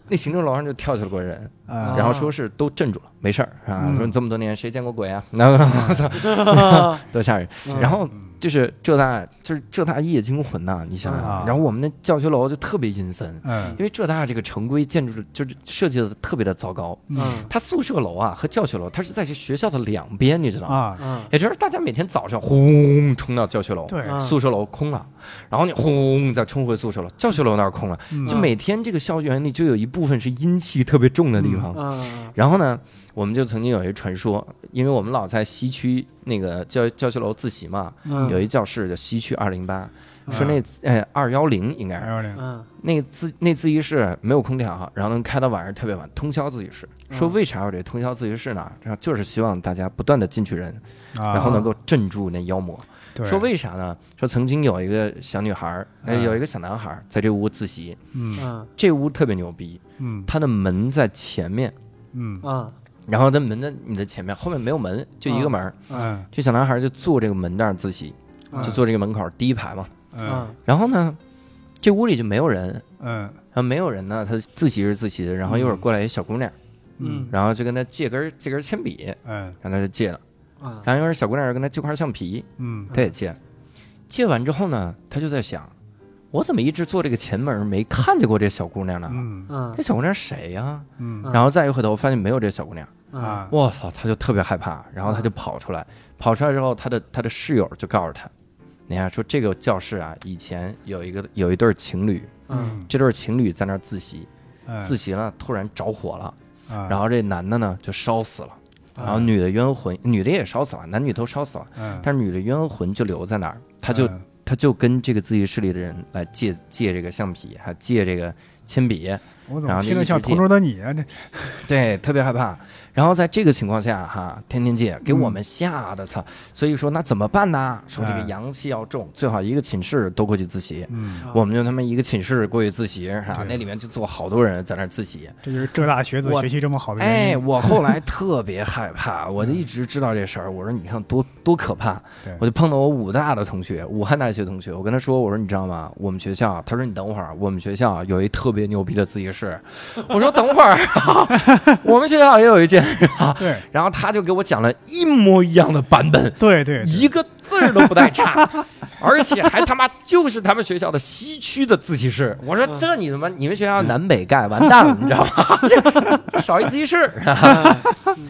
Speaker 1: 那行政楼上就跳下来过人，
Speaker 3: 啊
Speaker 1: 然后说是都镇住了，没事儿啊。
Speaker 3: 嗯
Speaker 1: 说你这么多年谁见过鬼 啊？然后我操，多吓人！
Speaker 3: 嗯
Speaker 1: 然后就是浙大，就是浙大夜惊魂呐、你想
Speaker 3: 啊
Speaker 1: 想。然后我们那教学楼就特别阴森，
Speaker 3: 嗯
Speaker 1: 因为浙大这个城规建筑就是设计的特别的糟糕。
Speaker 2: 嗯
Speaker 1: 它宿舍楼啊和教学楼，它是在这学校的两边，你知道吗？
Speaker 3: 啊，
Speaker 2: 嗯
Speaker 1: 也就是大家每天早上轰冲到教学楼，
Speaker 3: 对，啊
Speaker 2: 嗯
Speaker 1: 宿舍楼空了，然后你轰再冲回宿舍楼，教学楼那儿空了，
Speaker 3: 嗯
Speaker 1: 就每天这个校园里就有一部分是阴气特别重的地方。
Speaker 2: 嗯
Speaker 1: 然后呢，我们就曾经有一传说，因为我们老在西区那个教教学楼自习嘛，有
Speaker 2: 嗯
Speaker 1: 一教室叫西区二零八，
Speaker 3: 嗯
Speaker 1: 说那呃二幺零应该
Speaker 3: 二
Speaker 1: 是
Speaker 3: 幺零，
Speaker 2: 嗯
Speaker 1: 那个自那自习室没有空调，然后能开到晚上特别晚，通宵自习室。说
Speaker 2: 嗯
Speaker 1: 为啥有这通宵自习室呢？然后就是希望大家不断的进去人，然
Speaker 3: 然
Speaker 1: 后能够镇住那妖魔。
Speaker 3: 啊对
Speaker 1: 说为啥呢？说曾经有一个小女孩儿，呃，
Speaker 3: 嗯
Speaker 1: 有一个小男孩儿在这屋自习，
Speaker 3: 嗯
Speaker 2: 嗯
Speaker 1: 这屋特别牛逼，
Speaker 3: 嗯
Speaker 1: 他的门在前面，
Speaker 3: 嗯
Speaker 2: 嗯
Speaker 1: 然后他门在你的前面，后面没有门，就一个门儿。
Speaker 3: 嗯
Speaker 1: 这小男孩儿就坐这个门那儿自习，
Speaker 3: 啊
Speaker 1: 就坐这个门口儿第一排嘛。
Speaker 3: 嗯
Speaker 2: 嗯
Speaker 1: 然后呢，这屋里就没有人，
Speaker 3: 嗯
Speaker 1: 然后没有人呢，他自习是自习的，然后一会儿过来一小姑娘，
Speaker 2: 嗯
Speaker 1: 然后就跟他借根儿借根儿铅笔，
Speaker 3: 嗯
Speaker 1: 然后他就借了，
Speaker 2: 嗯
Speaker 1: 然后一会儿小姑娘又跟他借块橡皮，
Speaker 3: 嗯
Speaker 1: 他也借了，借完之后呢，他就在想，我怎么一直坐这个前门儿没看见过这小姑娘呢？
Speaker 3: 嗯
Speaker 2: 嗯
Speaker 1: 这小姑娘谁呀、
Speaker 3: 嗯
Speaker 1: 然后再一回头发现没有这小姑娘，
Speaker 2: 啊
Speaker 3: 啊
Speaker 1: 我操，他就特别害怕，然后他就跑出来，跑出来之后，他的他的室友就告诉他，你看说这个教室啊，以前有一个有一对儿情侣，
Speaker 2: 嗯
Speaker 1: 这对儿情侣在那儿自习，
Speaker 3: 嗯
Speaker 1: 自习呢突然着火了。
Speaker 3: 啊
Speaker 1: 然后这男的呢就烧死了，然后女的冤魂，女的也烧死了，男女都烧死了，
Speaker 3: 嗯
Speaker 1: 但是女的冤魂就留在那儿，她就
Speaker 3: 嗯
Speaker 1: 她就跟这个自习室里的人来借借这个橡皮，还借这个铅笔，
Speaker 3: 我怎
Speaker 1: 然
Speaker 3: 么
Speaker 1: 后
Speaker 3: 听着
Speaker 1: 一
Speaker 3: 像
Speaker 1: 直
Speaker 3: 《
Speaker 1: 进
Speaker 3: 同桌的你》啊？这
Speaker 1: 对，特别害怕。然后在这个情况下哈，天天借给我们吓得操，所以说那怎么办呢？说这个
Speaker 3: 嗯
Speaker 1: 阳气要重，最好一个寝室都过去自习。
Speaker 3: 嗯，
Speaker 1: 我们就他妈一个寝室过去自习哈，
Speaker 3: 对
Speaker 1: 那里面就坐好多人在那儿自习。
Speaker 3: 这就是浙大学子
Speaker 1: 我
Speaker 3: 学习这么好的原
Speaker 1: 哎，
Speaker 3: 因。
Speaker 1: 我后来特别害怕，我就一直知道这事儿。我说你看多多可怕
Speaker 3: 对！
Speaker 1: 我就碰到我武大的同学，武汉大学同学，我跟他说，我说你知道吗？我们学校，他说你等会儿，我们学校有一特别牛逼的自习室。我说等会儿，啊 我们学校也有一间。
Speaker 3: 对
Speaker 1: 然后他就给我讲了一模一样的版本，
Speaker 3: 对对，对
Speaker 1: 一个字儿都不带 差，而且还他妈就是他们学校的西区的自习室。我说这你他妈你们学校南北盖完蛋了，你知道吗？ 这少一自习室。
Speaker 2: 哎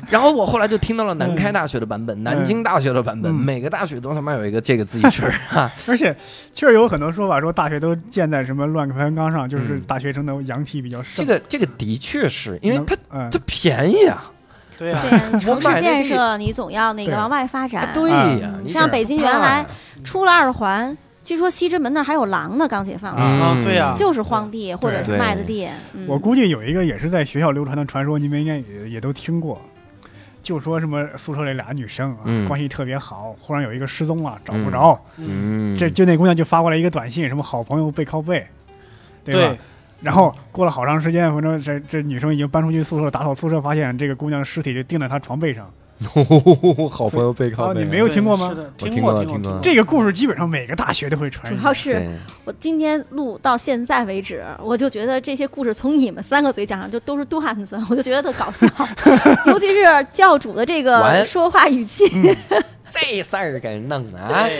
Speaker 1: 然后我后来就听到了南开大学的版本、南京大学的版本，
Speaker 3: 嗯
Speaker 1: 每个大学都他妈有一个这个自习室 啊。
Speaker 3: 而且确实有很多说法说大学都建在什么乱坟岗上，就是
Speaker 1: 嗯
Speaker 3: 大学生的阳气比较盛。
Speaker 1: 这个这个的确是因为它
Speaker 3: 嗯
Speaker 1: 它便宜啊，
Speaker 4: 嗯
Speaker 2: 对呀
Speaker 4: 对，城
Speaker 1: 买
Speaker 4: 市
Speaker 1: 那
Speaker 4: 建
Speaker 1: 地
Speaker 4: 设你总要那
Speaker 1: 对
Speaker 4: 个往外发展。
Speaker 1: 对呀，
Speaker 4: 嗯
Speaker 1: 你
Speaker 4: 像
Speaker 1: 想
Speaker 4: 北京原来
Speaker 1: 看
Speaker 4: 出了二环，据说西直门那儿还有狼呢，刚解
Speaker 1: 嗯
Speaker 4: 放的时候。
Speaker 2: 啊对呀
Speaker 4: 就是荒地或者
Speaker 1: 对
Speaker 4: 是麦子地，嗯
Speaker 3: 我估计有一个也是在学校流传的传说，你们应该也也都听过，就说什么宿舍里俩女生啊、
Speaker 1: 嗯
Speaker 3: 关系特别好，忽然有一个失踪了，找不着，
Speaker 1: 嗯，
Speaker 3: 这就那姑娘就发过来一个短信，什么好朋友背靠背，吧？
Speaker 2: 对
Speaker 3: 然后过了好长时间，反正这这女生已经搬出去宿舍打扫宿舍，发现这个姑娘尸体就钉在她床背上。
Speaker 1: 好朋友背啊靠
Speaker 3: 哦
Speaker 1: 背，
Speaker 3: 你没有听过吗
Speaker 2: 是的
Speaker 1: 我
Speaker 2: 听
Speaker 1: 听
Speaker 2: 过
Speaker 1: 过
Speaker 2: 过
Speaker 1: 听过
Speaker 3: 这个故事基本上每个大学都会传
Speaker 4: 主
Speaker 3: 一遍。
Speaker 4: 要是
Speaker 1: 对
Speaker 4: 我今天录到现在为止，我就觉得这些故事从你们三个嘴讲上就都是段子，我就觉得特搞笑，尤其是教主的这
Speaker 1: 完
Speaker 4: 个说话语气，
Speaker 1: 这事儿给弄的啊，
Speaker 2: 哎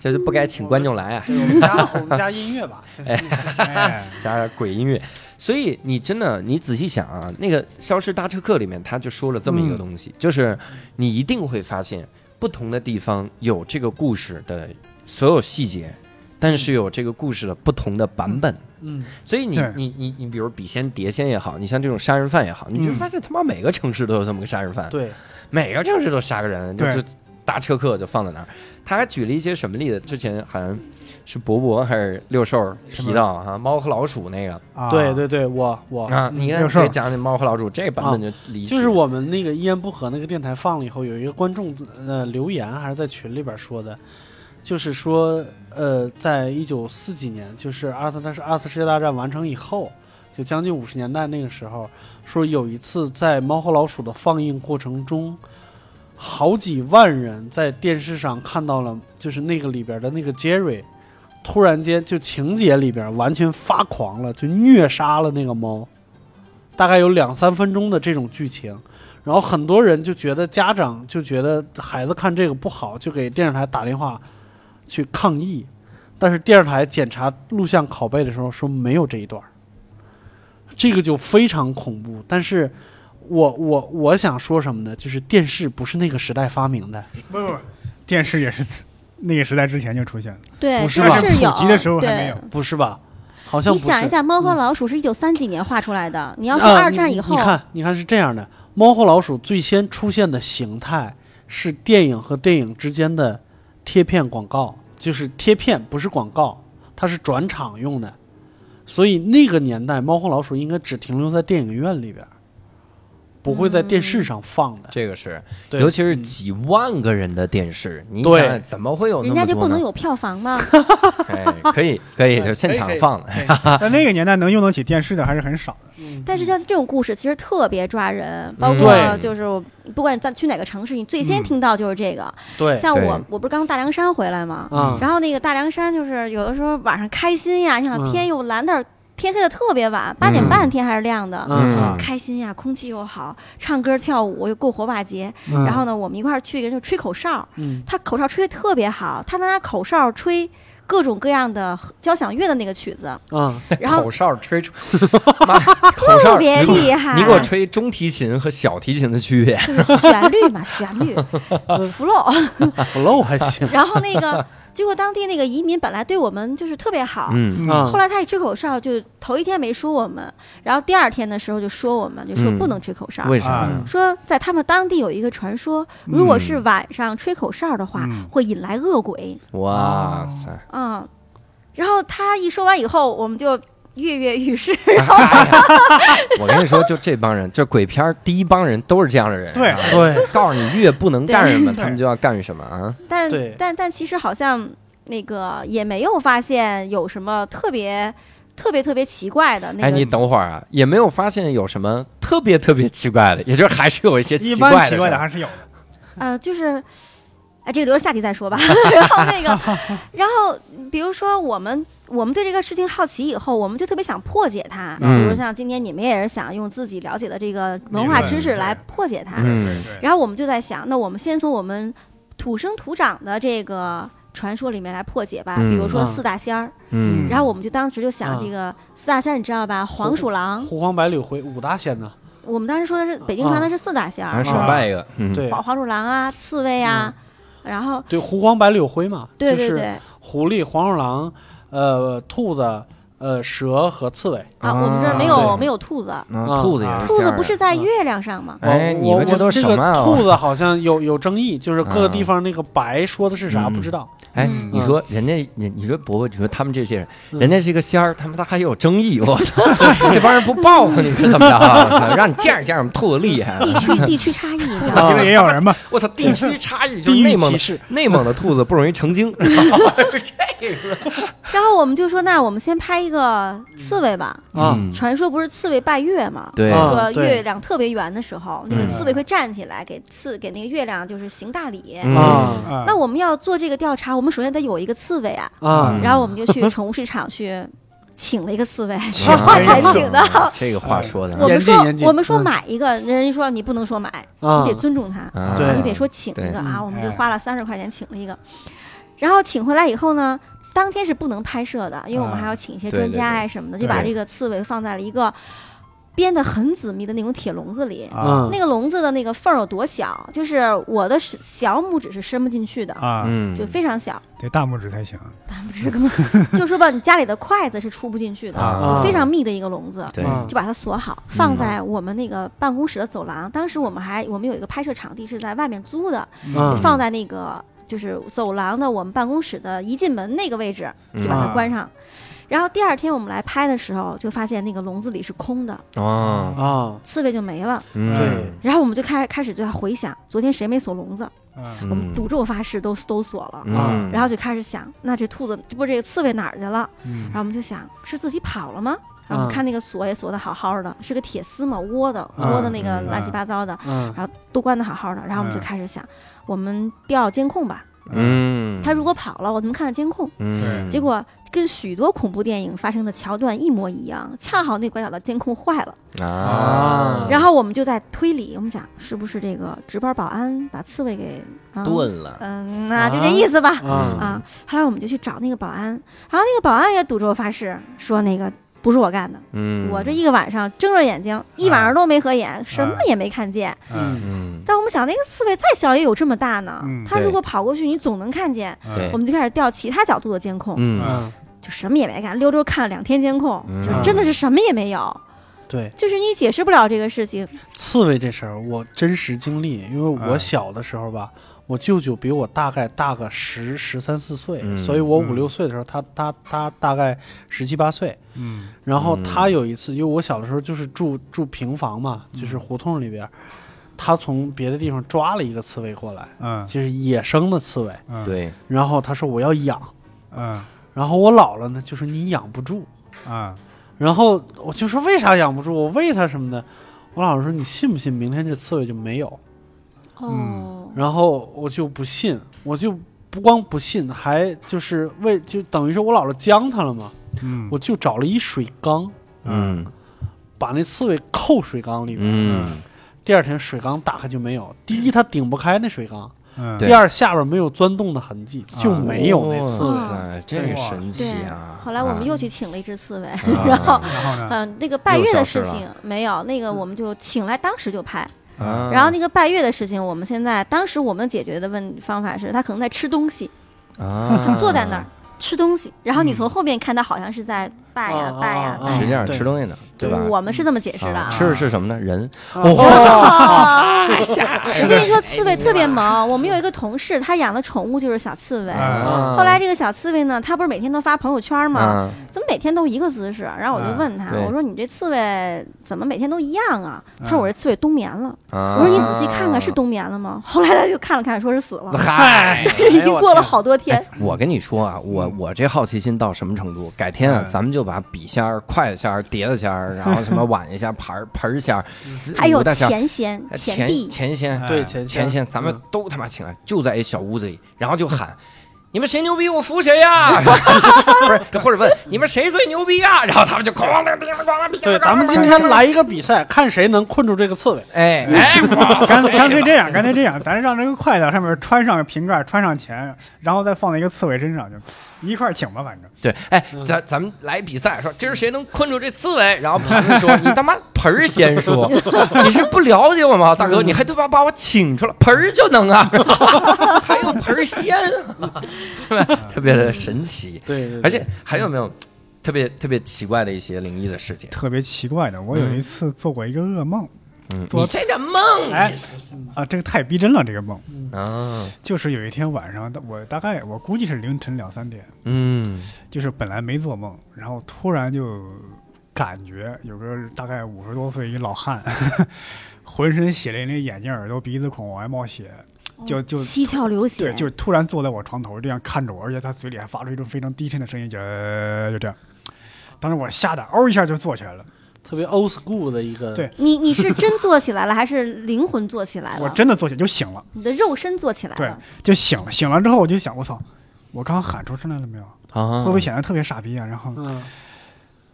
Speaker 1: 这就不该请观众来啊。
Speaker 2: 对我们加我们加音乐吧这
Speaker 3: 哎，
Speaker 1: 加点鬼音乐。所以你真的，你仔细想啊，那个《消失搭车客》里面他就说了这么
Speaker 3: 嗯
Speaker 1: 一个东西，就是你一定会发现不同的地方有这个故事的所有细节，但是有这个故事的不同的版本。
Speaker 2: 嗯
Speaker 1: 所以你
Speaker 3: 对
Speaker 1: 你你你，比如笔仙、碟仙也好，你像这种杀人犯也好，你就
Speaker 3: 嗯
Speaker 1: 发现他妈每个城市都有这么个杀人犯，
Speaker 2: 对
Speaker 1: 每个城市都杀个人，就
Speaker 3: 对
Speaker 1: 就搭车客就放在那儿。他还举了一些什么例子？之前好像是博博还是六兽提到啊，猫和老鼠那个，
Speaker 3: 啊
Speaker 2: 对对对我我
Speaker 1: 啊，你看
Speaker 3: 有事儿
Speaker 1: 谁讲讲猫和老鼠这版本就离奇
Speaker 2: 啊就是我们那个一言不合那个电台放了以后，有一个观众呃留言还是在群里边说的，就是说呃，在一九四几年，就是二次但是二次世界大战完成以后，就将近五十年代那个时候，说有一次在《猫和老鼠》的放映过程中，好几万人在电视上看到了，就是那个里边的那个杰瑞，突然间就情节里边完全发狂了，就虐杀了那个猫，大概有两三分钟的这种剧情。然后很多人就觉得家长就觉得孩子看这个不好，就给电视台打电话去抗议。但是电视台检查录像拷贝的时候说没有这一段儿，这个就非常恐怖。但是我我我想说什么呢？就是电视不是那个时代发明的，
Speaker 3: 不不，电视也是 那个时代之前就出现了，
Speaker 4: 对，
Speaker 2: 不是
Speaker 4: 就
Speaker 2: 吧
Speaker 3: 普及
Speaker 4: 有
Speaker 3: 的时候还
Speaker 4: 对
Speaker 3: 没有
Speaker 2: 不是吧？好像
Speaker 4: 你
Speaker 2: 不是。
Speaker 4: 想一下，《猫和老鼠》是一九三几年画出来的，你要说
Speaker 2: 啊
Speaker 4: 二战以后
Speaker 2: 你，你看，你看是这样的，猫和老鼠最先出现的形态是电影和电影之间的贴片广告，就是贴片不是广告，它是转场用的，所以那个年代猫和老鼠应该只停留在电影院里边儿，不会在电
Speaker 4: 嗯
Speaker 2: 视上放的。
Speaker 1: 这个是，
Speaker 2: 对
Speaker 1: 尤其是
Speaker 2: 嗯
Speaker 1: 几万个人的电视，你
Speaker 2: 对
Speaker 1: 想想怎么会有那
Speaker 4: 人
Speaker 1: 么
Speaker 4: 家就
Speaker 1: 多
Speaker 4: 不能
Speaker 1: 呢？
Speaker 4: 有票房吗？
Speaker 1: 哎，可以可以，就现场放的。
Speaker 3: 在那个年代能用得起电视的还是很少的。
Speaker 2: 嗯
Speaker 4: 但是像这种故事其实特别抓人，包
Speaker 1: 嗯
Speaker 4: 括
Speaker 1: 对
Speaker 4: 就是我不管你在去哪个城市，你最先
Speaker 3: 嗯
Speaker 4: 听到就是这个。
Speaker 2: 对，
Speaker 4: 像我
Speaker 1: 对，嗯
Speaker 4: 我不是刚大凉山回来吗？
Speaker 2: 啊、
Speaker 4: 然后那个大凉山就是有的时候晚上开心呀，你
Speaker 2: 嗯
Speaker 4: 想天又蓝，但是天黑的特别晚，八点半天还是亮的。
Speaker 1: 嗯
Speaker 2: 嗯
Speaker 4: 开心呀，空气又好，唱歌跳舞又够火把节。
Speaker 2: 嗯，
Speaker 4: 然后呢，我们一块儿去一个就吹口哨，
Speaker 2: 嗯
Speaker 4: 他口哨吹得特别好，他能拿口哨吹各种各样的交响乐的那个 曲子，
Speaker 2: 嗯
Speaker 4: 然后
Speaker 1: 口哨吹出，妈，口哨
Speaker 4: 特别
Speaker 1: 你给我
Speaker 4: 厉害。啊
Speaker 1: 你给我吹中提琴和小提琴的区别。
Speaker 4: 就是旋律嘛，旋 律 flow。
Speaker 2: 哎，flow 还 行
Speaker 4: 然后那个，结果当地那个移民本来对我们就是特别好，
Speaker 1: 嗯
Speaker 2: 啊
Speaker 4: 后，来他一吹口哨，就头一天没说我们，然后第二天的时候就说我们，就说
Speaker 1: 嗯
Speaker 4: 不能吹口哨。
Speaker 1: 为啥呢
Speaker 3: 啊？
Speaker 4: 说在他们当地有一个传说，如果
Speaker 1: 嗯
Speaker 4: 是晚上吹口哨的话，
Speaker 3: 嗯
Speaker 4: 会引来恶鬼
Speaker 1: 哇塞！
Speaker 4: 啊、嗯然后他一说完以后，我们就跃跃欲试，然后
Speaker 1: 我跟你说，就这帮人，就鬼片儿第一帮人都是这样的人。
Speaker 3: 对
Speaker 1: 啊
Speaker 2: 对，
Speaker 1: 告诉你越不能干什么，
Speaker 3: 对
Speaker 1: 他们就要干什么啊？
Speaker 4: 但
Speaker 2: 对
Speaker 4: 但但其实好像那个也没有发现有什么特别特别特别奇怪的那个。
Speaker 1: 哎，你等会儿啊，也没有发现有什么特别特别奇怪的，也就是还是有一些
Speaker 3: 一
Speaker 1: 奇怪
Speaker 3: 般
Speaker 1: 的事
Speaker 3: 奇
Speaker 1: 儿。
Speaker 3: 怪的还是有的，
Speaker 4: 呃，就是，哎，这个留着下集再说吧。 然后那个，然后比如说我们我们对这个事情好奇以后，我们就特别想破解它。
Speaker 1: 嗯
Speaker 4: 比如像今天你们也是想用自己了解的这个文化知识来破解它。
Speaker 1: 嗯
Speaker 3: 对
Speaker 4: 然后我们就在想，那我们先从我们土生土长的这个。传说里面来破解吧，
Speaker 1: 嗯
Speaker 4: 比如说
Speaker 2: 嗯
Speaker 4: 四大仙儿，
Speaker 1: 嗯，
Speaker 4: 然后我们就当时就想
Speaker 2: 嗯
Speaker 4: 这个四大仙儿，你知道吧？黄鼠狼，
Speaker 2: 狐黄白柳灰五大仙呢，
Speaker 4: 我们当时说的是北京传
Speaker 1: 嗯
Speaker 4: 的是四大仙
Speaker 1: 咱
Speaker 4: 儿，哦
Speaker 1: 手办一个，嗯，
Speaker 2: 对
Speaker 4: 黄黄鼠狼啊，刺猬啊，然后
Speaker 2: 对，狐黄白柳灰嘛，
Speaker 4: 对
Speaker 2: 就
Speaker 4: 对
Speaker 2: 是
Speaker 4: 对，啊
Speaker 2: 狐狸、黄鼠狼、呃，兔子、呃，蛇和刺猬。
Speaker 4: 啊，我们这儿没有
Speaker 1: 对
Speaker 4: 没有兔子，
Speaker 1: 啊兔子也是
Speaker 4: 兔子
Speaker 1: 仙儿
Speaker 4: 不是
Speaker 1: 啊？
Speaker 4: 在月亮上吗？
Speaker 1: 哎，
Speaker 2: 我
Speaker 1: 你
Speaker 2: 我
Speaker 1: 们这都是
Speaker 2: 这
Speaker 1: 什
Speaker 2: 个
Speaker 1: 么啊？
Speaker 2: 兔子好像有有争议，就是各个
Speaker 1: 啊
Speaker 2: 地方那个白说的是啥
Speaker 1: 嗯
Speaker 2: 不知道。
Speaker 1: 哎，
Speaker 4: 嗯
Speaker 1: 你说人家，你你说伯伯，你说他们这些人，
Speaker 2: 嗯
Speaker 1: 人家是一个仙儿，他们他还有争议，我 操，这帮人不报复你是怎么着啊？我操让你见识见识我们兔子厉害啊，
Speaker 4: 地区地区差异，你知道
Speaker 1: 嗯
Speaker 2: 啊
Speaker 4: 吗？
Speaker 3: 因为也有人嘛，
Speaker 1: 我操，地区差异就是
Speaker 2: 地
Speaker 1: 内
Speaker 2: 域
Speaker 1: 蒙
Speaker 2: 歧
Speaker 1: 的
Speaker 2: 视，
Speaker 1: 内蒙的兔子不容易成精， 这个
Speaker 4: 然后我们就说，那我们先拍一个刺猬吧。
Speaker 2: 啊
Speaker 1: 嗯
Speaker 4: 传说不是刺猬拜月吗？
Speaker 1: 对嗯
Speaker 2: 啊
Speaker 4: 说
Speaker 2: 对
Speaker 4: 月亮特别圆的时候，那个刺猬会站起来给刺给那个月亮就是行大礼。
Speaker 1: 嗯
Speaker 2: 啊
Speaker 3: 啊
Speaker 4: 那，我们要做这个调查，我们首先得有一个刺猬啊。
Speaker 2: 啊
Speaker 1: 嗯
Speaker 4: 然后我们就去宠物市场去请了一个刺猬，
Speaker 1: 啊
Speaker 4: 才 请的。
Speaker 1: 这个话说
Speaker 4: 我
Speaker 1: 的
Speaker 4: 们
Speaker 2: 严谨
Speaker 4: 说
Speaker 2: 严谨
Speaker 4: 我们说
Speaker 2: 嗯
Speaker 4: 买一个，人家说你不能说买，
Speaker 1: 嗯
Speaker 2: 啊
Speaker 4: 你得尊重它。
Speaker 1: 啊，
Speaker 2: 对
Speaker 4: 你得说请
Speaker 1: 对
Speaker 4: 一个啊，
Speaker 3: 嗯
Speaker 4: 我们就
Speaker 3: 哎
Speaker 4: 花了三十块钱请了一个，然后请回来以后呢，当天是不能拍摄的，因为我们
Speaker 3: 啊
Speaker 4: 还要请一些
Speaker 1: 对
Speaker 4: 专
Speaker 1: 对
Speaker 4: 家
Speaker 1: 对
Speaker 4: 呀什么的，就把
Speaker 1: 对
Speaker 4: 这个刺猬放在了一个编得很紧密的那种铁笼子里。
Speaker 1: 嗯
Speaker 3: 啊
Speaker 4: 那个笼子的那个缝儿有多小？就是我的是小拇指是伸不进去的，
Speaker 3: 啊，
Speaker 1: 嗯，
Speaker 4: 就非常小，
Speaker 3: 得大拇指才行
Speaker 4: 不是根本就说吧，你家里的筷子是出不进去的，
Speaker 1: 啊
Speaker 2: 啊
Speaker 4: 非常密的一个笼子。
Speaker 1: 对，
Speaker 2: 啊
Speaker 4: 就把它锁好，放在我们那个办公室的走廊。当时我们还我们有一个拍摄场地是在外面租的，
Speaker 2: 嗯
Speaker 4: 放在那个就是走廊的我们办公室的一进门那个位置，就把它关上。然后第二天我们来拍的时候，就发现那个笼子里是空的，嗯
Speaker 1: 哦，
Speaker 2: 啊，
Speaker 4: 刺猬就没了。
Speaker 1: 嗯
Speaker 2: 对，
Speaker 4: 然后我们就开开始就在回想，昨天谁没锁笼子？
Speaker 3: 啊，
Speaker 1: 嗯
Speaker 4: 我们赌啊咒发誓都都锁了。
Speaker 1: 嗯，
Speaker 4: 然后就开始想，那这兔子不是这个刺猬哪儿去了？
Speaker 3: 嗯
Speaker 4: 然后我们就想，是自己跑了吗？
Speaker 1: 啊
Speaker 4: 然后
Speaker 2: 嗯
Speaker 4: 看那个锁也锁的好好的，是个铁丝嘛，窝的窝的那个
Speaker 1: 嗯
Speaker 4: 乱七八糟的，
Speaker 2: 嗯
Speaker 4: 然后都关的好好的，然后我们就
Speaker 3: 嗯
Speaker 4: 开始想，我们调监控吧，
Speaker 1: 嗯，
Speaker 4: 他如果跑了，我能看到监控。
Speaker 1: 嗯，
Speaker 4: 结果跟许多恐怖电影发生的桥段一模一样，恰好那拐角的监控坏了，
Speaker 1: 啊，
Speaker 4: 然后我们就在推理，我们想是不是这个值班保安把刺猬给啊
Speaker 1: 钝了，
Speaker 4: 嗯，那就这意思吧。
Speaker 2: 嗯
Speaker 4: 啊，后来我们就去找那个保安，然后那个保安也赌咒发誓说那个不是我干的，
Speaker 1: 嗯，啊
Speaker 4: 我这一个晚上睁着眼睛，一晚上都没合眼，什么也没看见。
Speaker 3: 嗯
Speaker 1: 嗯，
Speaker 4: 但我们想，那个刺猬再小也有这么大呢
Speaker 3: 嗯，
Speaker 4: 它如
Speaker 1: 对
Speaker 4: 果跑过去，你总能看见。
Speaker 1: 对
Speaker 4: 我们就开始调其他角度的监控，
Speaker 1: 嗯
Speaker 2: 嗯，
Speaker 4: 就什么也没干，溜溜看了两天监控，
Speaker 1: 嗯
Speaker 4: 就真的是什么也没有，
Speaker 2: 对，
Speaker 4: 就是你解释不了这个事情。
Speaker 2: 刺猬这事儿我真实经历，因为我
Speaker 3: 嗯
Speaker 2: 小的时候吧，我舅舅比我大概大个十十三四岁，
Speaker 1: 嗯
Speaker 2: 所以我五
Speaker 3: 嗯
Speaker 2: 六岁的时候，他他他大概十七八岁。
Speaker 3: 嗯
Speaker 2: 然后
Speaker 1: 嗯
Speaker 2: 他有一次，因为我小的时候就是住住平房嘛，就是胡同里边儿，他从别的地方抓了一个刺猬过来，
Speaker 3: 嗯
Speaker 2: 就是野生的刺猬。
Speaker 3: 嗯，
Speaker 1: 对，
Speaker 2: 然后他说我要养，
Speaker 3: 嗯
Speaker 2: 然后我姥姥呢就说你养不住，
Speaker 3: 啊
Speaker 2: 然后我就说为啥养不住，我喂它什么的。我姥姥说你信不信明天这刺猬就没有？
Speaker 1: 嗯
Speaker 4: 哦，
Speaker 2: 然后我就不信，我就不光不信，还就是为就等于是我姥姥将它了嘛，
Speaker 3: 嗯
Speaker 2: 我就找了一水缸，
Speaker 1: 嗯
Speaker 2: 把那刺猬扣水缸里边。
Speaker 1: 嗯
Speaker 2: 第二天水缸打开就没有，第一它顶不开那水缸，
Speaker 3: 嗯
Speaker 1: 对
Speaker 2: 第二下边没有钻洞的痕迹，
Speaker 3: 啊
Speaker 2: 就没有那刺猬。
Speaker 4: 哇
Speaker 1: 猬，这个神奇
Speaker 4: 对
Speaker 1: 啊！。
Speaker 4: 后来我们又去请了一只刺猬，
Speaker 1: 啊
Speaker 4: 然后
Speaker 3: 然后呢？
Speaker 4: 嗯，那个拜月的事
Speaker 1: 又消失嗯
Speaker 4: 情没有，那个我们就请来，当时就拍。
Speaker 1: 啊，
Speaker 4: 然后那个拜月的事情，我们现在当时我们解决的问方法是，他可能在吃东西，
Speaker 1: 啊，
Speaker 4: 坐在那儿吃东西，然后你
Speaker 3: 嗯
Speaker 4: 从后面看他好像是在拜
Speaker 1: 哦
Speaker 4: 呀
Speaker 2: 啊
Speaker 4: 拜呀
Speaker 2: 啊
Speaker 4: 拜
Speaker 1: 实际
Speaker 4: 呀。
Speaker 1: 上吃东西呢，对吧？
Speaker 4: 我们是这么解释的
Speaker 1: 啊
Speaker 4: 啊。
Speaker 3: 嗯
Speaker 1: 吃的是什么呢？人哦
Speaker 4: 啊！
Speaker 1: 哎
Speaker 4: 我跟你说，刺猬特别萌。我们有一个同事，他养的宠物就是小刺猬。
Speaker 3: 啊
Speaker 4: 后来这个小刺猬呢，它不是每天都发朋友圈吗？
Speaker 1: 啊，
Speaker 4: 怎么每天都一个姿势？然后
Speaker 3: 嗯
Speaker 4: 我就问他，
Speaker 1: 啊对
Speaker 4: 我说你这刺猬怎么每天都一样啊？他说
Speaker 3: 啊
Speaker 4: 我这刺猬冬眠了。
Speaker 1: 我
Speaker 4: 我说你仔细看
Speaker 1: 啊
Speaker 4: 看是冬眠了吗？后来他就看了看，说是死了，
Speaker 1: 嗨。
Speaker 3: 哎
Speaker 4: 已经过了好多天。
Speaker 1: 我跟你说啊，我我这好奇心到什么程度？改天啊，
Speaker 3: 嗯
Speaker 1: 咱们就把笔仙儿、筷子仙儿、碟子仙儿，然后什么碗一下、盘儿盆儿仙儿，
Speaker 4: 还有
Speaker 1: 五大仙儿
Speaker 4: 前弦、
Speaker 1: 前
Speaker 4: 臂，
Speaker 1: 前仙、
Speaker 3: 哎
Speaker 2: 对前
Speaker 1: 前仙，咱们
Speaker 2: 嗯
Speaker 1: 都他妈请来，就在一小屋子里，然后就喊。你们谁牛逼，我服谁呀、 不是，或者问你们谁最牛逼啊呀、然后他们就哐啷叮啷咣啷，叮啷咣啷
Speaker 2: 对，咱们今天来一个比赛，看谁能困住这个刺猬。
Speaker 1: 哎哎，我
Speaker 3: 干脆干脆这样，干脆这样，咱让这个筷子上面穿上瓶盖，穿上钱，然后再放在一个刺猬身上，就一块儿请吧，反正。
Speaker 1: 对，哎，咱咱们来比赛，说今儿谁能困住这刺猬？然后旁边说你他妈盆儿先说，你是不了解我吗，大哥？你还他妈把我请出来，盆儿就能啊， 还有盆儿先啊， 是吧？特别的神奇，
Speaker 2: 对对
Speaker 1: 而且还有没有特别特别奇怪的一些灵异的事情？
Speaker 3: 特别奇怪的，我有一次做过一个噩梦，
Speaker 1: 嗯，
Speaker 3: 做
Speaker 1: 你这个梦
Speaker 3: 哎，啊，这个太逼真了，这个梦
Speaker 1: 啊，
Speaker 3: 就是有一天晚上，我大概我估计是凌晨两三点，
Speaker 1: 嗯
Speaker 3: 就是本来没做梦，然后突然就感觉有个大概五十多岁一老汉， 浑身血淋淋，眼睛、耳朵、鼻子孔往外冒血，
Speaker 1: 哦
Speaker 3: 就就
Speaker 4: 七窍流血
Speaker 3: 对，。就是突然坐在我床头这样看着我，而且他嘴里还发出一种非常低沉的声音，就、呃、就这样。当时我吓得嗷一下就坐起来了，
Speaker 2: 特别 old school 的一个。
Speaker 3: 对
Speaker 4: 你你是真坐起来了，还是灵魂坐起来了？
Speaker 3: 我真的坐起来就醒了，
Speaker 4: 你的肉身坐起来
Speaker 3: 对
Speaker 4: 了。，
Speaker 3: 就醒了。醒了之后我就想，我操，我刚喊出声来了没有？
Speaker 1: 啊
Speaker 3: 会不会显得特别傻逼啊？然后
Speaker 2: 嗯，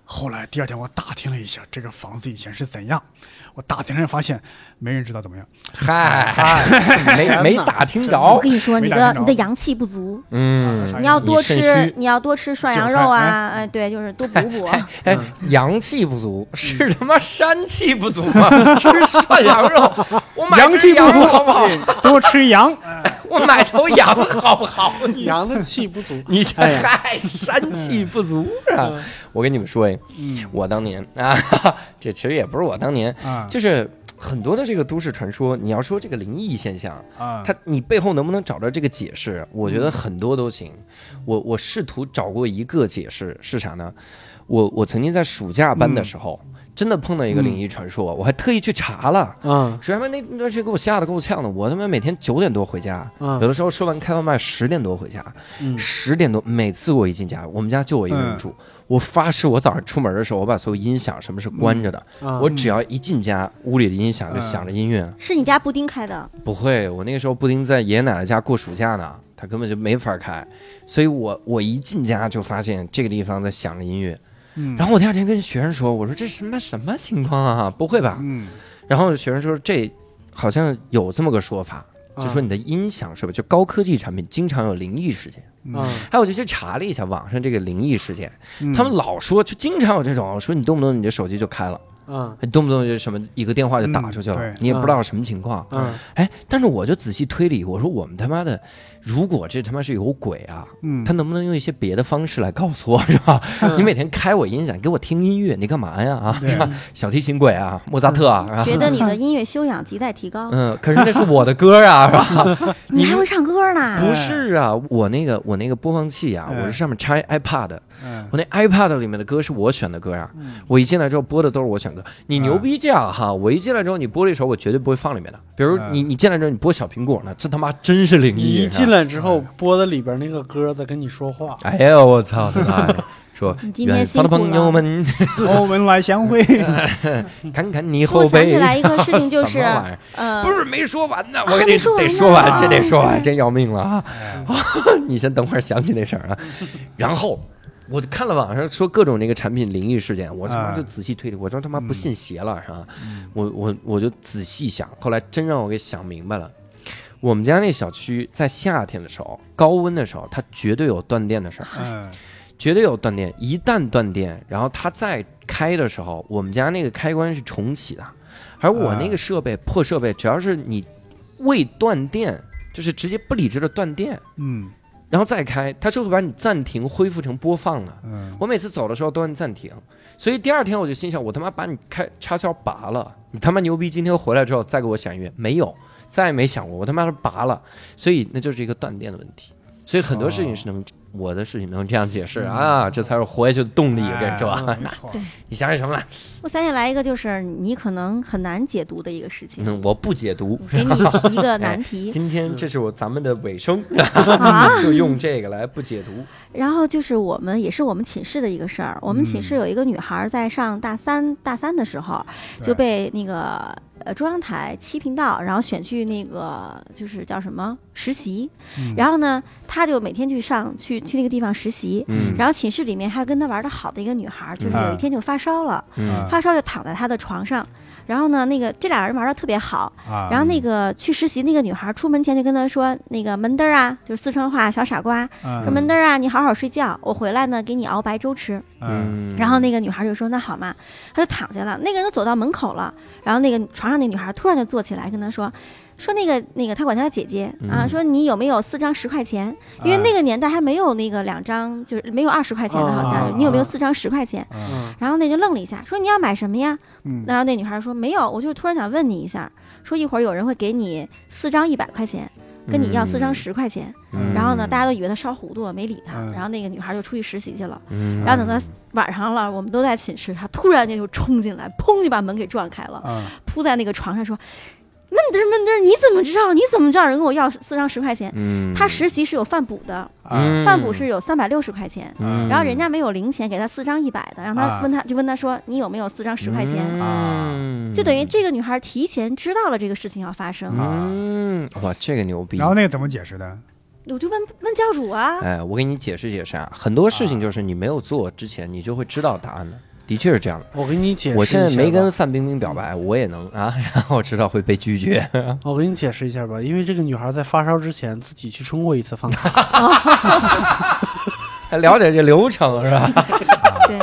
Speaker 3: 后来第二天我打听了一下这个房子以前是怎样，我打听了发现没人知道怎么样。
Speaker 1: 嗨，没没打听
Speaker 4: 我
Speaker 1: 着，
Speaker 4: 跟你说，
Speaker 3: 没
Speaker 4: 你
Speaker 3: 打
Speaker 4: 的
Speaker 3: 听着
Speaker 4: 你的阳气不足，
Speaker 1: 嗯
Speaker 3: 哎
Speaker 4: 你要多
Speaker 1: 你肾
Speaker 4: 吃
Speaker 1: 虚，
Speaker 4: 你要多吃涮羊肉啊，哎，对，就是多补 补。啊
Speaker 1: 哎，
Speaker 3: 嗯
Speaker 1: 阳气不足是他妈山气不足吗？ 吃涮羊肉，我买
Speaker 3: 阳
Speaker 1: 只
Speaker 3: 气不
Speaker 1: 羊
Speaker 3: 足
Speaker 1: 好不 好？
Speaker 3: 多吃 羊，哎
Speaker 1: 我买头羊好不好？ 你
Speaker 2: 羊的气不足。
Speaker 1: 你这
Speaker 2: 哎呀
Speaker 1: 嗨，山气不足啊！我跟你们说一，哎
Speaker 3: 嗯
Speaker 1: 我当年啊， 哈哈这其实也不是我当年，
Speaker 3: 啊
Speaker 1: 就是很多的这个都市传说，你要说这个灵异现象，
Speaker 3: 啊，
Speaker 1: 它你背后能不能找到这个解释？我觉得很多都行。我我试图找过一个解释是啥呢？我我曾经在暑假班的时候，真的碰到一个灵异传说，我还特意去查了。
Speaker 2: 嗯
Speaker 1: 暑假班那那段时间给我吓得够呛的，我他妈每天九点多回家，有
Speaker 2: 嗯
Speaker 1: 的时候说完开外卖十点多回家，
Speaker 2: 嗯
Speaker 1: 十点多每次我一进家，我们家就我一个人
Speaker 3: 嗯
Speaker 1: 住，我发誓我早上出门的时候，我把所有音响什么是关着的，
Speaker 2: 啊
Speaker 1: 我只要一进家，屋里的音响就
Speaker 3: 嗯
Speaker 1: 响着音乐。
Speaker 4: 是你家布丁开的，
Speaker 1: 不会，我那个时候布丁在爷爷奶奶家过暑假呢，他根本就没法开，所以我我一进家就发现这个地方在响着音乐，
Speaker 3: 嗯，
Speaker 1: 然
Speaker 3: 后
Speaker 1: 后我第二天跟学生说，我说这什么什么情况啊？不会吧？
Speaker 3: 嗯
Speaker 1: 然后学生说这好像有这么个说法，
Speaker 3: 啊
Speaker 1: 就说你的音响设备，就高科技产品经常有灵异事件。
Speaker 2: 嗯
Speaker 1: 还有我就去查了一下网上这个灵异事件，
Speaker 3: 嗯
Speaker 1: 他们老说就经常有这种说你动不动你的手机就开了，
Speaker 2: 嗯
Speaker 1: 你动不动就什么一个电话就打
Speaker 3: 嗯
Speaker 1: 出去了，
Speaker 3: 对
Speaker 1: 你也不知道什么情况。
Speaker 2: 嗯
Speaker 1: 哎，但是我就仔细推理，我说我们他妈的，如果这他妈是有鬼啊，
Speaker 3: 嗯
Speaker 1: 他能不能用一些别的方式来告诉我，是吧？
Speaker 2: 嗯
Speaker 1: 你每天开我音响，给我听音乐，你干嘛呀？啊，
Speaker 3: 对嗯
Speaker 1: 是吧？小提琴鬼啊，莫扎特啊，是吧
Speaker 4: 觉得你的音乐修养亟待提高，
Speaker 1: 嗯，可是那是我的歌啊，是 吧？
Speaker 3: 嗯
Speaker 4: 你还会唱歌呢。
Speaker 1: 不是啊，我那个我那个播放器啊，
Speaker 3: 嗯
Speaker 1: 我是上面插一 iPad，的
Speaker 3: 嗯
Speaker 1: 我那 iPad 里面的歌是我选的歌啊。
Speaker 2: 嗯
Speaker 1: 我一进来之后播的都是我选歌，你牛逼这样哈！我一进来之后你播了一首，我绝对不会放里面的。比如
Speaker 3: 嗯
Speaker 1: 你你进来之后你播小苹果呢，这他妈真是灵
Speaker 2: 你
Speaker 1: 异。啊
Speaker 2: 一
Speaker 1: 是吧
Speaker 2: 进来之后播的里边那个歌在跟你说话，
Speaker 1: 哎呀，我操！他妈的说
Speaker 4: 你今
Speaker 1: 远
Speaker 4: 天辛
Speaker 1: 方的
Speaker 4: 苦
Speaker 1: 朋友
Speaker 4: 了。
Speaker 1: 们，
Speaker 3: 我们来相 会，
Speaker 1: 看看你
Speaker 4: 我
Speaker 1: 后
Speaker 4: 想起
Speaker 1: 背。
Speaker 4: 来一个事情，就
Speaker 1: 什
Speaker 4: 是
Speaker 1: 么玩意儿
Speaker 4: 呃，
Speaker 1: 不是没说完呢，
Speaker 4: 啊
Speaker 1: 我跟
Speaker 4: 还
Speaker 1: 你
Speaker 4: 没
Speaker 1: 得
Speaker 4: 说完呢
Speaker 1: 说完，这得
Speaker 4: 啊
Speaker 1: 说完，
Speaker 4: 对
Speaker 1: 真要命了啊！ 你先等会儿想起那事儿啊。然后我就看了网上说各种那个产品灵异事件，我他妈
Speaker 3: 啊
Speaker 1: 就仔细推理，我说他妈不
Speaker 3: 嗯
Speaker 1: 信邪了是吧？我我我就仔细想，后来真让我给想明白了。我们家那小区在夏天的时候，高温的时候，它绝对有断电的事儿，
Speaker 3: 嗯
Speaker 1: 绝对有断电。一旦断电，然后它再开的时候，我们家那个开关是重启的，而我那
Speaker 3: 嗯
Speaker 1: 个设备、破设备，只要是你未断电，就是直接不理智的断电，
Speaker 3: 嗯
Speaker 1: 然后再开，它就会把你暂停恢复成播放了。
Speaker 3: 嗯
Speaker 1: 我每次走的时候都按暂停，所以第二天我就心想，我他妈把你开插销拔了，你他妈牛逼！今天回来之后再给我响音乐，没有，再也没想过，我他妈是拔了，所以那就是一个断电的问题。所以很多事情是能，
Speaker 3: 哦
Speaker 1: 我的事情能这样解
Speaker 3: 嗯
Speaker 1: 释啊，这才是活下去的动力。我跟你说，啊
Speaker 3: 哎没错，
Speaker 1: 你想起什么来？
Speaker 4: 我想起来一个，就是你可能很难解读的一个事情，
Speaker 1: 嗯，我哎不解读。
Speaker 4: 我给你提一个难题
Speaker 1: 今天这是我咱们的尾声，
Speaker 4: 啊。
Speaker 1: 就用这个来不解读。
Speaker 4: 然后就是我们也是我们寝室的一个事儿，我们寝
Speaker 3: 嗯
Speaker 4: 室有一个女孩儿在上大三大三的时候
Speaker 3: 对
Speaker 4: 就被那个呃中央台七频道，然后选去那个就是叫什么实习，
Speaker 3: 嗯
Speaker 4: 然后呢，她就每天去上去去那个地方实习。
Speaker 1: 嗯
Speaker 4: 然后寝室里面还有跟她玩的好的一个女孩儿，就是有一
Speaker 3: 嗯
Speaker 4: 天就发烧了，
Speaker 1: 嗯
Speaker 4: 发烧就躺在她的床上。然后呢，那个这俩人玩的特别好，
Speaker 3: 啊，
Speaker 4: 然后那个去实习那个女孩出门前就跟他说：“那个门墩儿啊，就是四川话小傻瓜，说
Speaker 3: 嗯
Speaker 4: 门墩儿啊，你好好睡觉，我回来呢给你熬白粥吃。”
Speaker 3: 嗯
Speaker 4: 然后那个女孩就说：“那好嘛。”她就躺下了。那个人都走到门口了，然后那个床上那女孩突然就坐起来跟他说：“说那个那个，她管她叫姐姐啊，
Speaker 1: 嗯
Speaker 4: 说你有没有四张十块钱？因
Speaker 3: 嗯
Speaker 4: 为那个年代还没有那个两张，就是没有二十块钱的，好
Speaker 3: 啊啊
Speaker 4: 像
Speaker 3: 啊
Speaker 4: 是你有没有四张十块钱？”
Speaker 3: 嗯
Speaker 2: 嗯
Speaker 4: 然后那人愣了一下，说：“你要买什么呀？”
Speaker 3: 嗯
Speaker 4: 然后那女孩说没有，我就是突然想问你一下，说一会儿有人会给你四张一百块钱，跟你要四张十块钱。
Speaker 1: 嗯
Speaker 4: 然后呢，大家都以为她烧糊涂了，没理她。
Speaker 3: 嗯
Speaker 4: 然后那个女孩就出去实习去了。
Speaker 1: 嗯，
Speaker 4: 然后等到晚上了，我们都在寝室，她突然间就冲进来，砰就把门给撞开了，
Speaker 3: 啊
Speaker 4: 扑在那个床上说：“闷墩儿闷墩儿，你怎么知道？你怎么知道人跟我要四张十块钱？
Speaker 1: 嗯，
Speaker 4: 她实习是有饭补的，
Speaker 3: 啊
Speaker 4: 饭补是有三百六十块钱。”
Speaker 1: 嗯，
Speaker 4: 然后人家没有零钱，给她四张一百的，让她
Speaker 3: 啊
Speaker 4: 问她就问她说：“你有没有四张十块钱？”
Speaker 1: 啊
Speaker 4: 就等于这个女孩提前知道了这个事情要发生，
Speaker 1: 嗯，哇，这个牛逼！
Speaker 3: 然后那个怎么解释的？
Speaker 4: 我就问问教主啊，
Speaker 1: 哎，我给你解释解释啊，很多事情就是你没有做之前，你就会知道答案的，的确是这样的。
Speaker 2: 我给你解释一下吧，
Speaker 1: 我现在没跟范冰冰表白，我也能啊， 然后知道会被拒绝。
Speaker 2: 我给你解释一下吧，因为这个女孩在发烧之前自己去冲过一次饭卡，
Speaker 1: 还了解这流程是吧？啊
Speaker 4: 对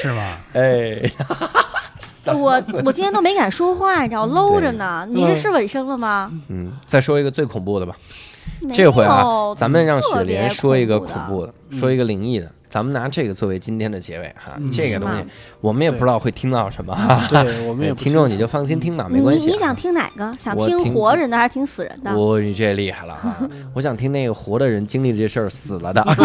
Speaker 3: 是吗？
Speaker 1: 哎，
Speaker 4: 我我今天都没敢说话，你知道，搂着呢。你这
Speaker 2: 嗯
Speaker 4: 是尾声了吗？
Speaker 1: 嗯，再说一个最恐怖的吧，
Speaker 4: 没
Speaker 1: 这回啊
Speaker 4: 有，
Speaker 1: 咱们让雪
Speaker 4: 特别
Speaker 1: 莲说一个
Speaker 4: 恐
Speaker 1: 恐
Speaker 4: 怖
Speaker 1: 怖的，说一个灵异的。咱们拿这个作为今天的结尾哈，
Speaker 2: 嗯
Speaker 1: 这个
Speaker 4: 是
Speaker 1: 东
Speaker 4: 吗
Speaker 1: 西我们也不知道会听到什么哈。 哎
Speaker 2: 对我们也不
Speaker 1: 听众你就放心听吧，没关系啊。
Speaker 4: 你你想听哪个？想
Speaker 1: 我听
Speaker 4: 活人的还是听死人的？
Speaker 1: 我你这厉害了啊！
Speaker 2: 嗯
Speaker 1: 我想听那个活的人经历这事儿死了的。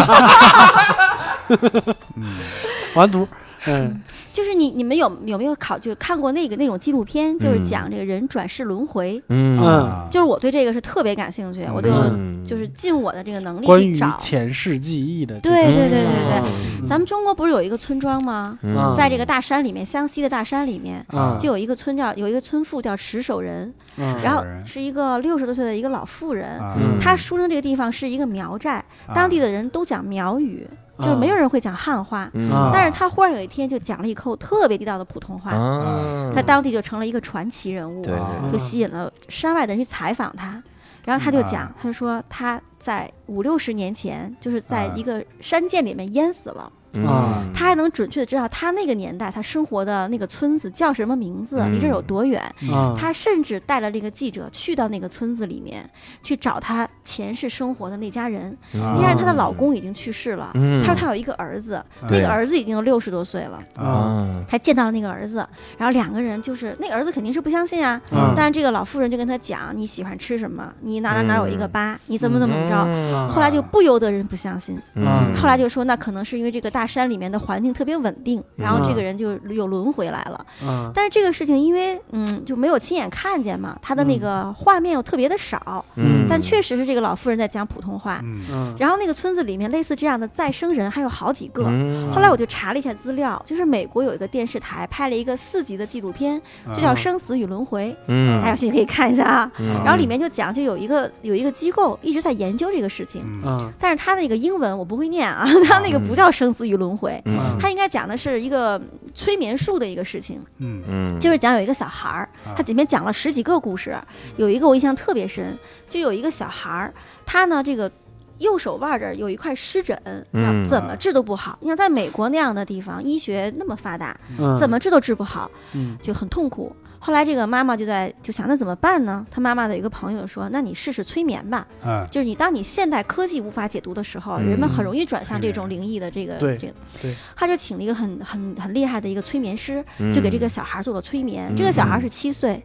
Speaker 2: 完犊儿，嗯
Speaker 4: 就是你你们有有没有考就看过那个那种纪录片，就是
Speaker 1: 嗯
Speaker 4: 讲这个人转世轮回。
Speaker 1: 嗯
Speaker 3: 啊
Speaker 4: 就是我对这个是特别感兴趣，我就
Speaker 1: 嗯
Speaker 4: 就是尽我的这个能力
Speaker 2: 关于
Speaker 4: 去找。
Speaker 2: 前世记忆的这
Speaker 4: 对
Speaker 2: 个，
Speaker 4: 对对对对，
Speaker 2: 嗯
Speaker 4: 咱们中国不是有一个村庄吗？
Speaker 2: 嗯
Speaker 4: 在这个大山里面，湘西的大山里面，
Speaker 2: 啊，
Speaker 4: 就有一个村叫有一个村妇叫石守仁，
Speaker 2: 嗯
Speaker 4: 然后
Speaker 3: 守仁
Speaker 4: 是一个六十多岁的一个老妇人。
Speaker 3: 啊
Speaker 1: 嗯
Speaker 4: 她出生这个地方是一个苗寨，当地的人都讲苗语，
Speaker 2: 啊
Speaker 4: 就是没
Speaker 1: 嗯
Speaker 4: 有人会讲汉话。
Speaker 2: 啊
Speaker 4: 但是她忽然有一天就讲了一口特别地道的普通话，
Speaker 1: 啊，
Speaker 4: 在当地就成了一个传奇人物。
Speaker 1: 对对
Speaker 3: 啊
Speaker 4: 就吸引了山外的人去采访他。然后他就讲，他就说他在五六十年前，就是在一个山涧里面淹死了。
Speaker 1: 对
Speaker 2: 啊
Speaker 1: 嗯
Speaker 4: 他还能准确的知道他那个年代他生活的那个村子叫什么名字，离这儿
Speaker 1: 嗯
Speaker 4: 有多远。
Speaker 3: 嗯
Speaker 2: 啊
Speaker 4: 他甚至带了这个记者去到那个村子里面去找他前世生活的那家人，
Speaker 3: 啊
Speaker 4: 因为她的老公已经去世了。
Speaker 1: 嗯
Speaker 4: 她说她有一个儿子，那
Speaker 1: 对
Speaker 4: 个儿子已经六十多岁了。
Speaker 3: 啊
Speaker 1: 啊
Speaker 4: 他见到了那个儿子，然后两个人就是那个儿子肯定是不相信啊，
Speaker 2: 嗯
Speaker 4: 但这个老妇人就跟他讲你喜欢吃什么，你哪哪哪有一个疤，你怎么怎么着。
Speaker 1: 着
Speaker 4: 后来就不由得人不相信，
Speaker 2: 嗯
Speaker 4: 后来就说那可能是因为这个大山里面的环境特别稳定，然后这个人就又轮回来了。
Speaker 2: 啊
Speaker 4: 但是这个事情因为嗯就没有亲眼看见嘛，他的那个画面又特别的少，
Speaker 1: 嗯
Speaker 4: 但确实是这个老妇人在讲普通话。
Speaker 3: 嗯
Speaker 2: 嗯
Speaker 4: 然后那个村子里面类似这样的再生人还有好几个，
Speaker 1: 嗯
Speaker 4: 后来我就查了一下资料，就是美国有一个电视台拍了一个四集的纪录片，就叫《生死与轮回》，
Speaker 1: 嗯
Speaker 4: 大家有兴趣可以看一下啊。
Speaker 1: 嗯
Speaker 4: 然后里面就讲，就有一个有一个机构一直在研究这个事情，
Speaker 3: 嗯
Speaker 2: 啊
Speaker 4: 但是它那个英文我不会念啊，它那个不叫生死与轮回，
Speaker 1: 嗯
Speaker 4: 它应该讲的是一个催眠术的一个事情，
Speaker 3: 嗯
Speaker 1: 嗯
Speaker 4: 就是讲有一个小孩儿，
Speaker 3: 啊
Speaker 4: 他里面讲了十几个故事，有一个我印象特别深，就有一个小孩儿，他呢这个右手腕儿这儿有一块湿疹，
Speaker 1: 嗯
Speaker 4: 怎么治都不好。你想在美国那样的地方，医学那么发达，
Speaker 2: 嗯
Speaker 4: 怎么治都治不好，
Speaker 2: 嗯
Speaker 4: 就很痛苦。后来这个妈妈就在就想，那怎么办呢？她妈妈的有一个朋友说，那你试试催眠吧，
Speaker 3: 啊
Speaker 4: 就是你当你现代科技无法解读的时候，
Speaker 1: 嗯
Speaker 4: 人们很容易转向
Speaker 3: 催
Speaker 4: 这
Speaker 3: 眠
Speaker 4: 种灵异的这个
Speaker 2: 对
Speaker 4: 这个。
Speaker 2: 对，
Speaker 4: 他就请了一个很很很厉害的一个催眠师，
Speaker 1: 嗯
Speaker 4: 就给这个小孩做了催眠。这个小孩是七岁，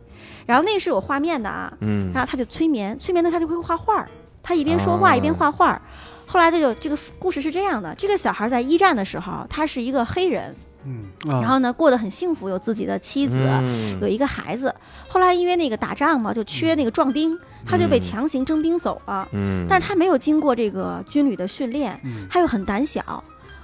Speaker 4: 然后那个是有画面的啊，
Speaker 1: 嗯
Speaker 4: 然后他就催眠，催眠的他就会画画儿，他一边说
Speaker 1: 啊
Speaker 4: 话一边画画儿。后来他就这个故事是这样的：这个小孩在一战的时候，他是一个黑人，
Speaker 3: 嗯
Speaker 2: 啊
Speaker 4: 然后呢过得很幸福，有自己的妻子，啊
Speaker 1: 嗯
Speaker 4: 有一个孩子。后来因为那个打仗嘛，就缺那个壮丁，他就被
Speaker 1: 嗯
Speaker 4: 强行征兵走了。
Speaker 1: 嗯
Speaker 4: 但是他没有经过这个军旅的训练，
Speaker 3: 嗯
Speaker 4: 他又很胆小。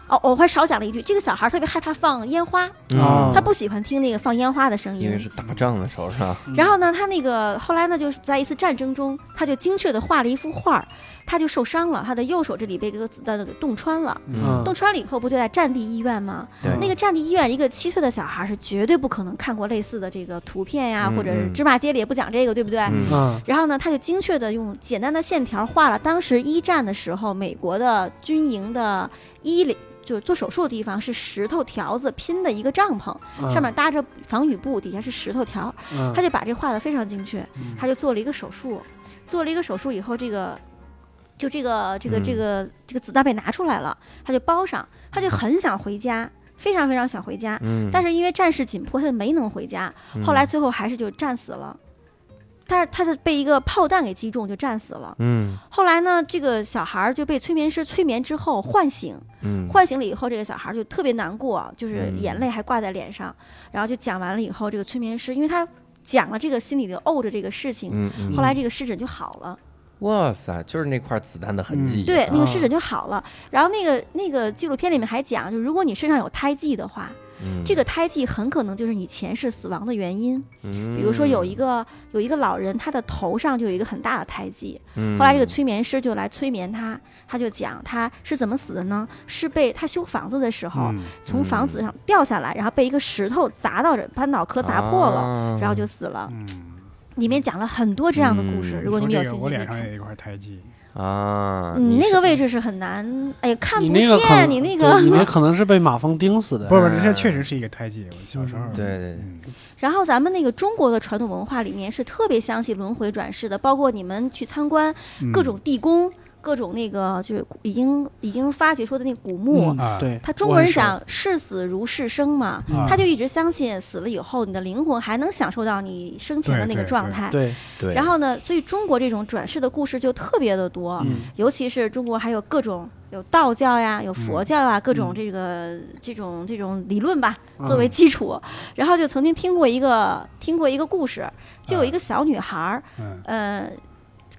Speaker 4: 哦，我还少讲了一句，这个小孩特别害怕放烟花，
Speaker 2: 啊
Speaker 4: 他不喜欢听那个放烟花的声
Speaker 1: 嗯因为
Speaker 4: 音。
Speaker 1: 是打仗的时候是吧？
Speaker 4: 然后呢，他那个后来呢，就是在一次战争中，他就精确的画了一幅画儿，他就受伤了，他的右手这里被一个子弹给洞穿了，
Speaker 2: 嗯
Speaker 4: 洞穿了以后不就在战地医院吗？
Speaker 1: 对
Speaker 4: 那个战地医院，一个七岁的小孩是绝对不可能看过类似的这个图片呀，
Speaker 1: 嗯
Speaker 4: 或者是
Speaker 1: 嗯
Speaker 4: 芝麻街里也不讲这个，对不对？
Speaker 1: 嗯
Speaker 2: 啊
Speaker 4: 然后呢，他就精确的用简单的线条画了当时一战的时候美国的军营的医里，就是做手术的地方是石头条子拼的一个帐篷，
Speaker 2: 啊
Speaker 4: 上
Speaker 1: 嗯
Speaker 4: 面搭着防雨布，底下是石头条，他就把这画的非常精确，
Speaker 1: 嗯
Speaker 4: 他就做了一个手术，做了一个手术以后，这个就这个这个
Speaker 1: 嗯
Speaker 4: 这个这个子弹被拿出来了，他就包上，他就很想回家，非常非常想回家，
Speaker 1: 嗯
Speaker 4: 但是因为战事紧迫，他就没能回家。后来最后还是就战死了。但是他是被一个炮弹给击中，就战死了。
Speaker 1: 嗯
Speaker 4: 后来呢，这个小孩儿就被催眠师催眠之后唤醒，
Speaker 1: 嗯
Speaker 4: 唤醒了以后，这个小孩儿就特别难过，就是
Speaker 1: 嗯
Speaker 4: 眼泪还挂在脸上。然后就讲完了以后，这个催眠师因为他讲了这个心里的怄着这个事情，
Speaker 1: 嗯嗯，
Speaker 4: 后来这个湿疹就好了。
Speaker 1: 哇塞，就是那块子弹的痕迹，
Speaker 4: 嗯对，那个
Speaker 2: 啊
Speaker 4: 湿疹就好了。然后那个那个纪录片里面还讲，就如果你身上有胎记的
Speaker 1: 嗯
Speaker 4: 话，这个胎记很可能就是你前世死亡的原因。
Speaker 1: 比
Speaker 4: 比如说有
Speaker 1: 嗯
Speaker 4: 一个有一个老人，他的头上就有一个很大的胎记。
Speaker 1: 嗯，
Speaker 4: 后来这个催眠师就来催眠他，他就讲他是怎么死的呢？是被他修房子的时候
Speaker 3: 嗯
Speaker 4: 从房子上掉下来，然后被一个石头砸到这，把脑壳砸
Speaker 3: 啊
Speaker 4: 破了。
Speaker 1: 了
Speaker 4: 然后就死了。
Speaker 3: 嗯，
Speaker 4: 里面讲了很多这样的故事，
Speaker 1: 嗯
Speaker 4: 如果你们有兴趣可以
Speaker 3: 说这个我脸上
Speaker 4: 看。
Speaker 3: 也有一块胎记，
Speaker 1: 啊，
Speaker 4: 嗯，那
Speaker 1: 是
Speaker 4: 个位置是很难，哎呀，看
Speaker 2: 你
Speaker 4: 不
Speaker 2: 那个可
Speaker 4: 见
Speaker 2: 能
Speaker 4: 你那
Speaker 2: 对你
Speaker 4: 个。
Speaker 2: 那可能是被马蜂叮死的，
Speaker 3: 不是不是，这确实是一个胎记。我小时候
Speaker 1: 对对对，
Speaker 3: 嗯
Speaker 4: 然后咱们那个中国的传统文化里面是特别相信轮回转世的，包括你们去参观
Speaker 3: 嗯
Speaker 4: 各种地宫、各种那个就是已经已经发掘出的那个古墓。
Speaker 2: 嗯
Speaker 3: 啊
Speaker 2: 对，
Speaker 4: 他中国人讲视死如是生嘛，
Speaker 3: 嗯
Speaker 4: 他就一直相信死了以后，你的灵魂还能享受到你生前的那个
Speaker 3: 对对
Speaker 4: 状态。
Speaker 2: 对，
Speaker 1: 对，
Speaker 4: 然后呢，所以中国这种转世的故事就特别的多，
Speaker 2: 嗯
Speaker 4: 尤其是中国还有各种有道教呀，有佛教呀，各种
Speaker 2: 嗯
Speaker 4: 这个这种这种理论吧，
Speaker 2: 嗯
Speaker 4: 作为基础。然后就曾经听过一个听过一个故事，就有一个小女孩儿，
Speaker 3: 嗯
Speaker 4: 呃，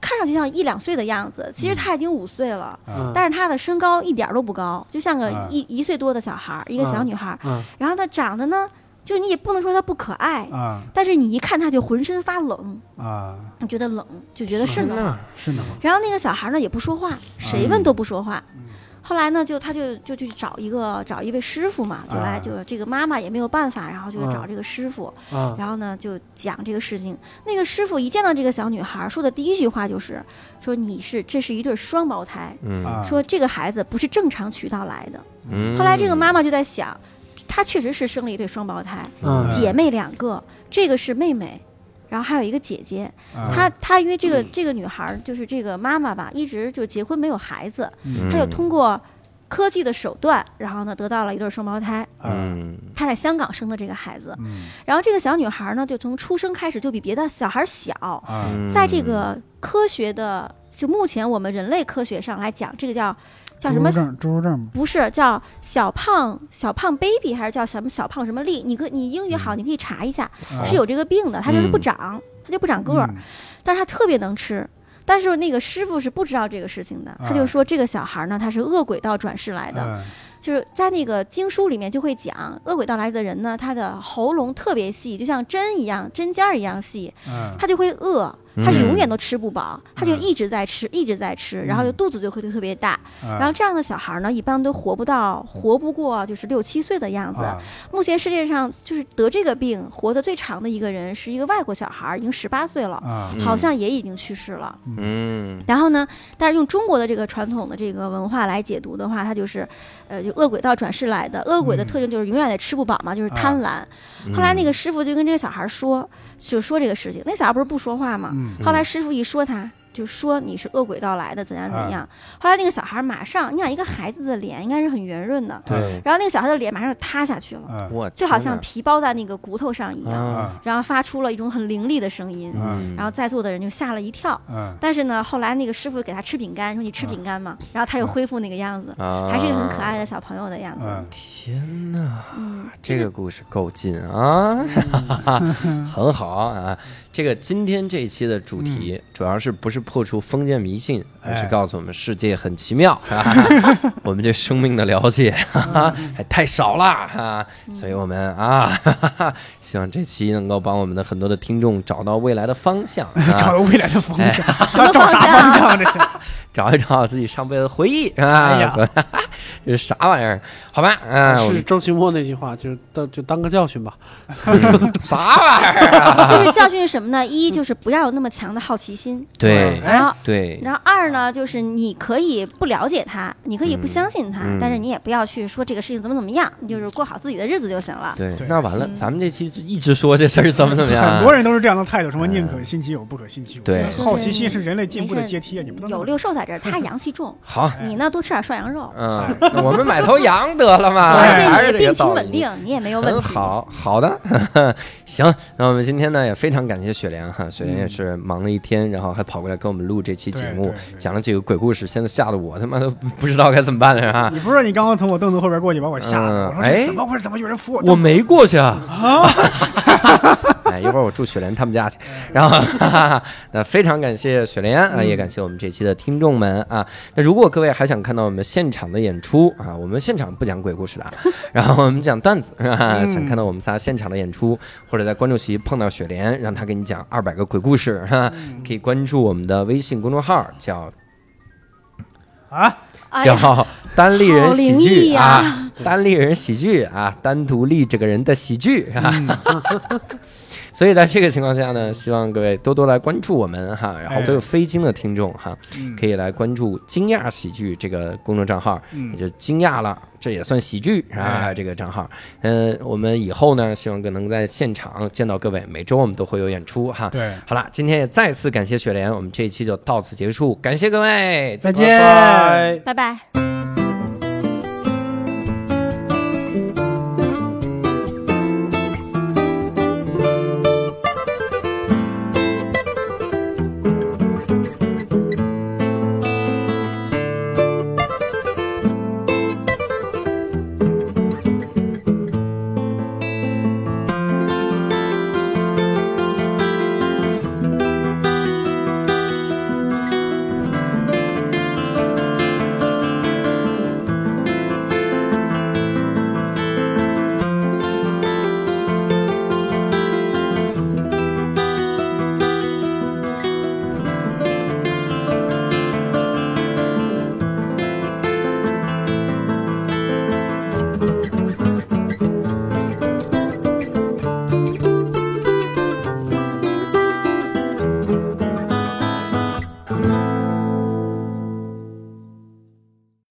Speaker 4: 看上去像一两岁的样子，其实她已经五岁了。
Speaker 2: 嗯
Speaker 3: 啊
Speaker 4: 但是她的身高一点儿都不高，就像个
Speaker 3: 啊
Speaker 4: 一、一岁多的小孩儿，一个小女孩儿。
Speaker 2: 嗯
Speaker 4: 然后她长得呢，就你也不能说她不可爱，
Speaker 3: 啊
Speaker 4: 但是你一看她就浑身发冷，
Speaker 3: 啊，
Speaker 4: 你觉得冷，就觉得瘆得慌。
Speaker 3: 是嗯呢，
Speaker 4: 然后那个小孩呢也不说话，谁问都不说话。
Speaker 3: 嗯
Speaker 4: 后来呢，就他就就去找一个找一位师傅嘛，就来
Speaker 3: 啊
Speaker 4: 就这个妈妈也没有办法，然后就去找这个师傅，
Speaker 2: 啊
Speaker 4: 然后呢就讲这个事情。那个师傅一见到这个小女孩，说的第一句话就是说你是这是一对双胞胎，
Speaker 1: 嗯
Speaker 3: 啊
Speaker 4: 说这个孩子不是正常渠道来的。
Speaker 1: 嗯，
Speaker 4: 后来这个妈妈就在想，她确实是生了一对双胞胎，
Speaker 2: 嗯
Speaker 4: 姐妹两个，这个是妹妹，然后还有一个姐姐。
Speaker 3: 啊
Speaker 4: 她她因为这个
Speaker 1: 嗯
Speaker 4: 这个女孩儿就是这个妈妈吧，一直就结婚没有孩子，
Speaker 1: 嗯
Speaker 4: 她就通过科技的手段，然后呢得到了一对双胞胎。
Speaker 3: 啊
Speaker 1: 嗯
Speaker 4: 她在香港生的这个孩子，
Speaker 3: 嗯
Speaker 4: 然后这个小女孩儿呢，就从出生开始就比别的小孩儿小，
Speaker 3: 啊
Speaker 1: 嗯
Speaker 4: 在这个科学的就目前我们人类科学上来讲，这个叫叫什么
Speaker 3: 侏儒？症？侏儒症
Speaker 4: 不是叫小胖小胖 baby 还是叫什么小胖什么力？你可你英语好，你可以查一下，是有这个病的，她就是不
Speaker 1: 哦嗯
Speaker 4: 长，她就不长个儿。但是他特别能吃。但是那个师傅是不知道这个事情的，他就
Speaker 3: 啊
Speaker 4: 说这个小孩呢，他是恶鬼道转世来的，
Speaker 3: 的
Speaker 4: 就是在那个经书里面就会讲，恶鬼道来的人呢，他的喉咙特别细，就像针一样，针尖儿一样细，
Speaker 3: 嗯
Speaker 4: 他就会饿，他永
Speaker 1: 嗯
Speaker 4: 远都吃不饱，他就
Speaker 3: 嗯
Speaker 4: 一直在吃，一直在吃，然后就
Speaker 3: 嗯啊
Speaker 4: 肚子就会特别大，
Speaker 3: 然
Speaker 4: 然后这样的小孩呢，一般都活不到，活不过就是六七岁的样子。
Speaker 3: 啊
Speaker 4: 目前世界上就是得这个病活得最长的一个人是一个外国小孩，已经十八岁了。
Speaker 3: 啊
Speaker 1: 嗯
Speaker 4: 好像也已经去世了。
Speaker 1: 嗯
Speaker 4: 然后呢，但是用中国的这个传统的这个文化来解读的话，它就是，呃，就恶鬼道转世来的。恶鬼的特征就是永远也吃不饱
Speaker 1: 嗯
Speaker 4: 嘛，就是贪婪。
Speaker 1: 啊
Speaker 4: 后来那个师傅就跟这个小孩说，就说这个事情。那小孩不是不说话嘛？
Speaker 3: 嗯
Speaker 4: 后来师傅一说他。就说你是恶鬼道来的，怎样怎样。
Speaker 1: 啊
Speaker 4: 后来那个小孩马上，你想一个孩子的脸应该是很圆润的，
Speaker 1: 对，
Speaker 4: 然后那个小孩的脸马上就塌下去了，
Speaker 3: 啊
Speaker 1: 我
Speaker 4: 就好
Speaker 1: 天
Speaker 4: 像
Speaker 1: 哪
Speaker 4: 皮包在那个骨头上一样，
Speaker 1: 啊
Speaker 3: 啊
Speaker 4: 然后发出了一种很凌厉的声音。
Speaker 1: 嗯
Speaker 4: 然后在座的人就吓了一跳。
Speaker 3: 啊
Speaker 4: 但是呢，后来那个师傅给他吃饼干，说你吃饼干嘛，
Speaker 3: 嗯
Speaker 4: 然后他又恢复那个样子，
Speaker 1: 啊
Speaker 4: 还是一个很可爱的小朋友的样子。
Speaker 3: 啊
Speaker 1: 天哪，
Speaker 4: 嗯，
Speaker 1: 这个故事够劲啊， 很好啊。这个今天这一期的主题主要是不是破除封建迷信，而是
Speaker 3: 哎
Speaker 1: 告诉我们世界很奇 妙，啊我们对生命的了解啊还太少了啊，所以我们啊， 希望这期能够帮我们的很多的听众找到未来的方向
Speaker 3: 找
Speaker 1: 啊，
Speaker 3: 到未来的方向，
Speaker 1: 哎
Speaker 4: 么
Speaker 3: 要找啥
Speaker 4: 方
Speaker 3: 方向？这是
Speaker 1: 找一找自己上辈子的回忆
Speaker 3: 哎
Speaker 1: 啊
Speaker 3: 呀，
Speaker 1: 这是啥玩意儿？好吧，啊，我
Speaker 2: 是
Speaker 1: 们
Speaker 2: 周奇墨那句话，就当就当个教训吧。
Speaker 1: 嗯 啥玩意儿啊？
Speaker 4: 就是教训是什么呢？
Speaker 3: 嗯
Speaker 4: 一就是不要有那么强的好奇心，
Speaker 1: 对
Speaker 3: 哎
Speaker 4: 然后。
Speaker 1: 对，
Speaker 4: 然后二呢，就是你可以不了解他，你可以不相信他，
Speaker 1: 嗯嗯
Speaker 4: 但是你也不要去说这个事情怎么怎么样，你就是过好自己的日子就行了。
Speaker 1: 对，
Speaker 3: 嗯对
Speaker 1: 那
Speaker 4: 嗯
Speaker 1: 完了，咱们这期就一直说这事儿怎么怎么样啊，嗯
Speaker 3: 很多人都是这样的态度，什么宁可信其有，不可信其无。
Speaker 1: 对，
Speaker 3: 就是好奇心是人类进步的阶梯啊！你不能
Speaker 4: 有六兽在这儿，他阳气重
Speaker 1: 好，
Speaker 3: 哎
Speaker 4: 你呢多吃点涮羊肉，
Speaker 1: 嗯，那我们买头羊得了 嘛，
Speaker 3: 哎
Speaker 4: 而
Speaker 1: 啊还
Speaker 4: 且
Speaker 1: 是这
Speaker 4: 你
Speaker 1: 个道
Speaker 4: 病情
Speaker 1: 理
Speaker 4: 稳定，你也没有问
Speaker 1: 很
Speaker 4: 题。
Speaker 1: 好，好的， 行，那我们今天呢也非常感谢雪莲哈，雪莲也是忙了一天，然后还跑过来跟我们录这期节
Speaker 3: 嗯对
Speaker 1: 目
Speaker 3: 对，对
Speaker 1: 讲了几个鬼故事，现在吓得我他妈都不知道该怎么办了啊！
Speaker 3: 你不是说你刚刚从我凳子后边过去把我吓的？
Speaker 1: 嗯
Speaker 3: 我说这
Speaker 1: 哎
Speaker 3: 怎么回事？怎么有人扶我
Speaker 1: 我
Speaker 3: 凳子？
Speaker 1: 没过去啊。 哎，一会儿我住雪莲他们家去，然后哈哈，那非常感谢雪莲啊，也感谢我们这期的听众们啊。那如果各位还想看到我们现场的演出啊，我们现场不讲鬼故事的啊，然后我们讲段子是吧？想看到我们仨现场的演出，或者在观众席碰到雪莲，让她给你讲二百个鬼故事哈，可以关注我们的微信公众号叫
Speaker 3: 啊！
Speaker 4: 哎呀，
Speaker 1: 叫单立人喜
Speaker 4: 好灵异
Speaker 1: 剧
Speaker 4: 呀
Speaker 1: 啊，单立人喜剧啊，单独立这个人的喜剧啊。所以在这个情况下呢，希望各位多多来关注我们哈，然后
Speaker 3: 哎
Speaker 1: 都有非京的听众哈，
Speaker 3: 嗯
Speaker 1: 可以来关注“惊讶喜剧”这个公众账号，也
Speaker 3: 嗯，
Speaker 1: 就惊讶了，这也算喜剧啊，
Speaker 3: 哎
Speaker 1: 这个账号。嗯，我们以后呢，希望更能在现场见到各位，每周我们都会有演出哈。
Speaker 3: 对，
Speaker 1: 好啦，今天也再次感谢雪莲，我们这一期就到此结束，感谢各位，再见
Speaker 3: 再见。
Speaker 2: 拜。
Speaker 4: 拜拜。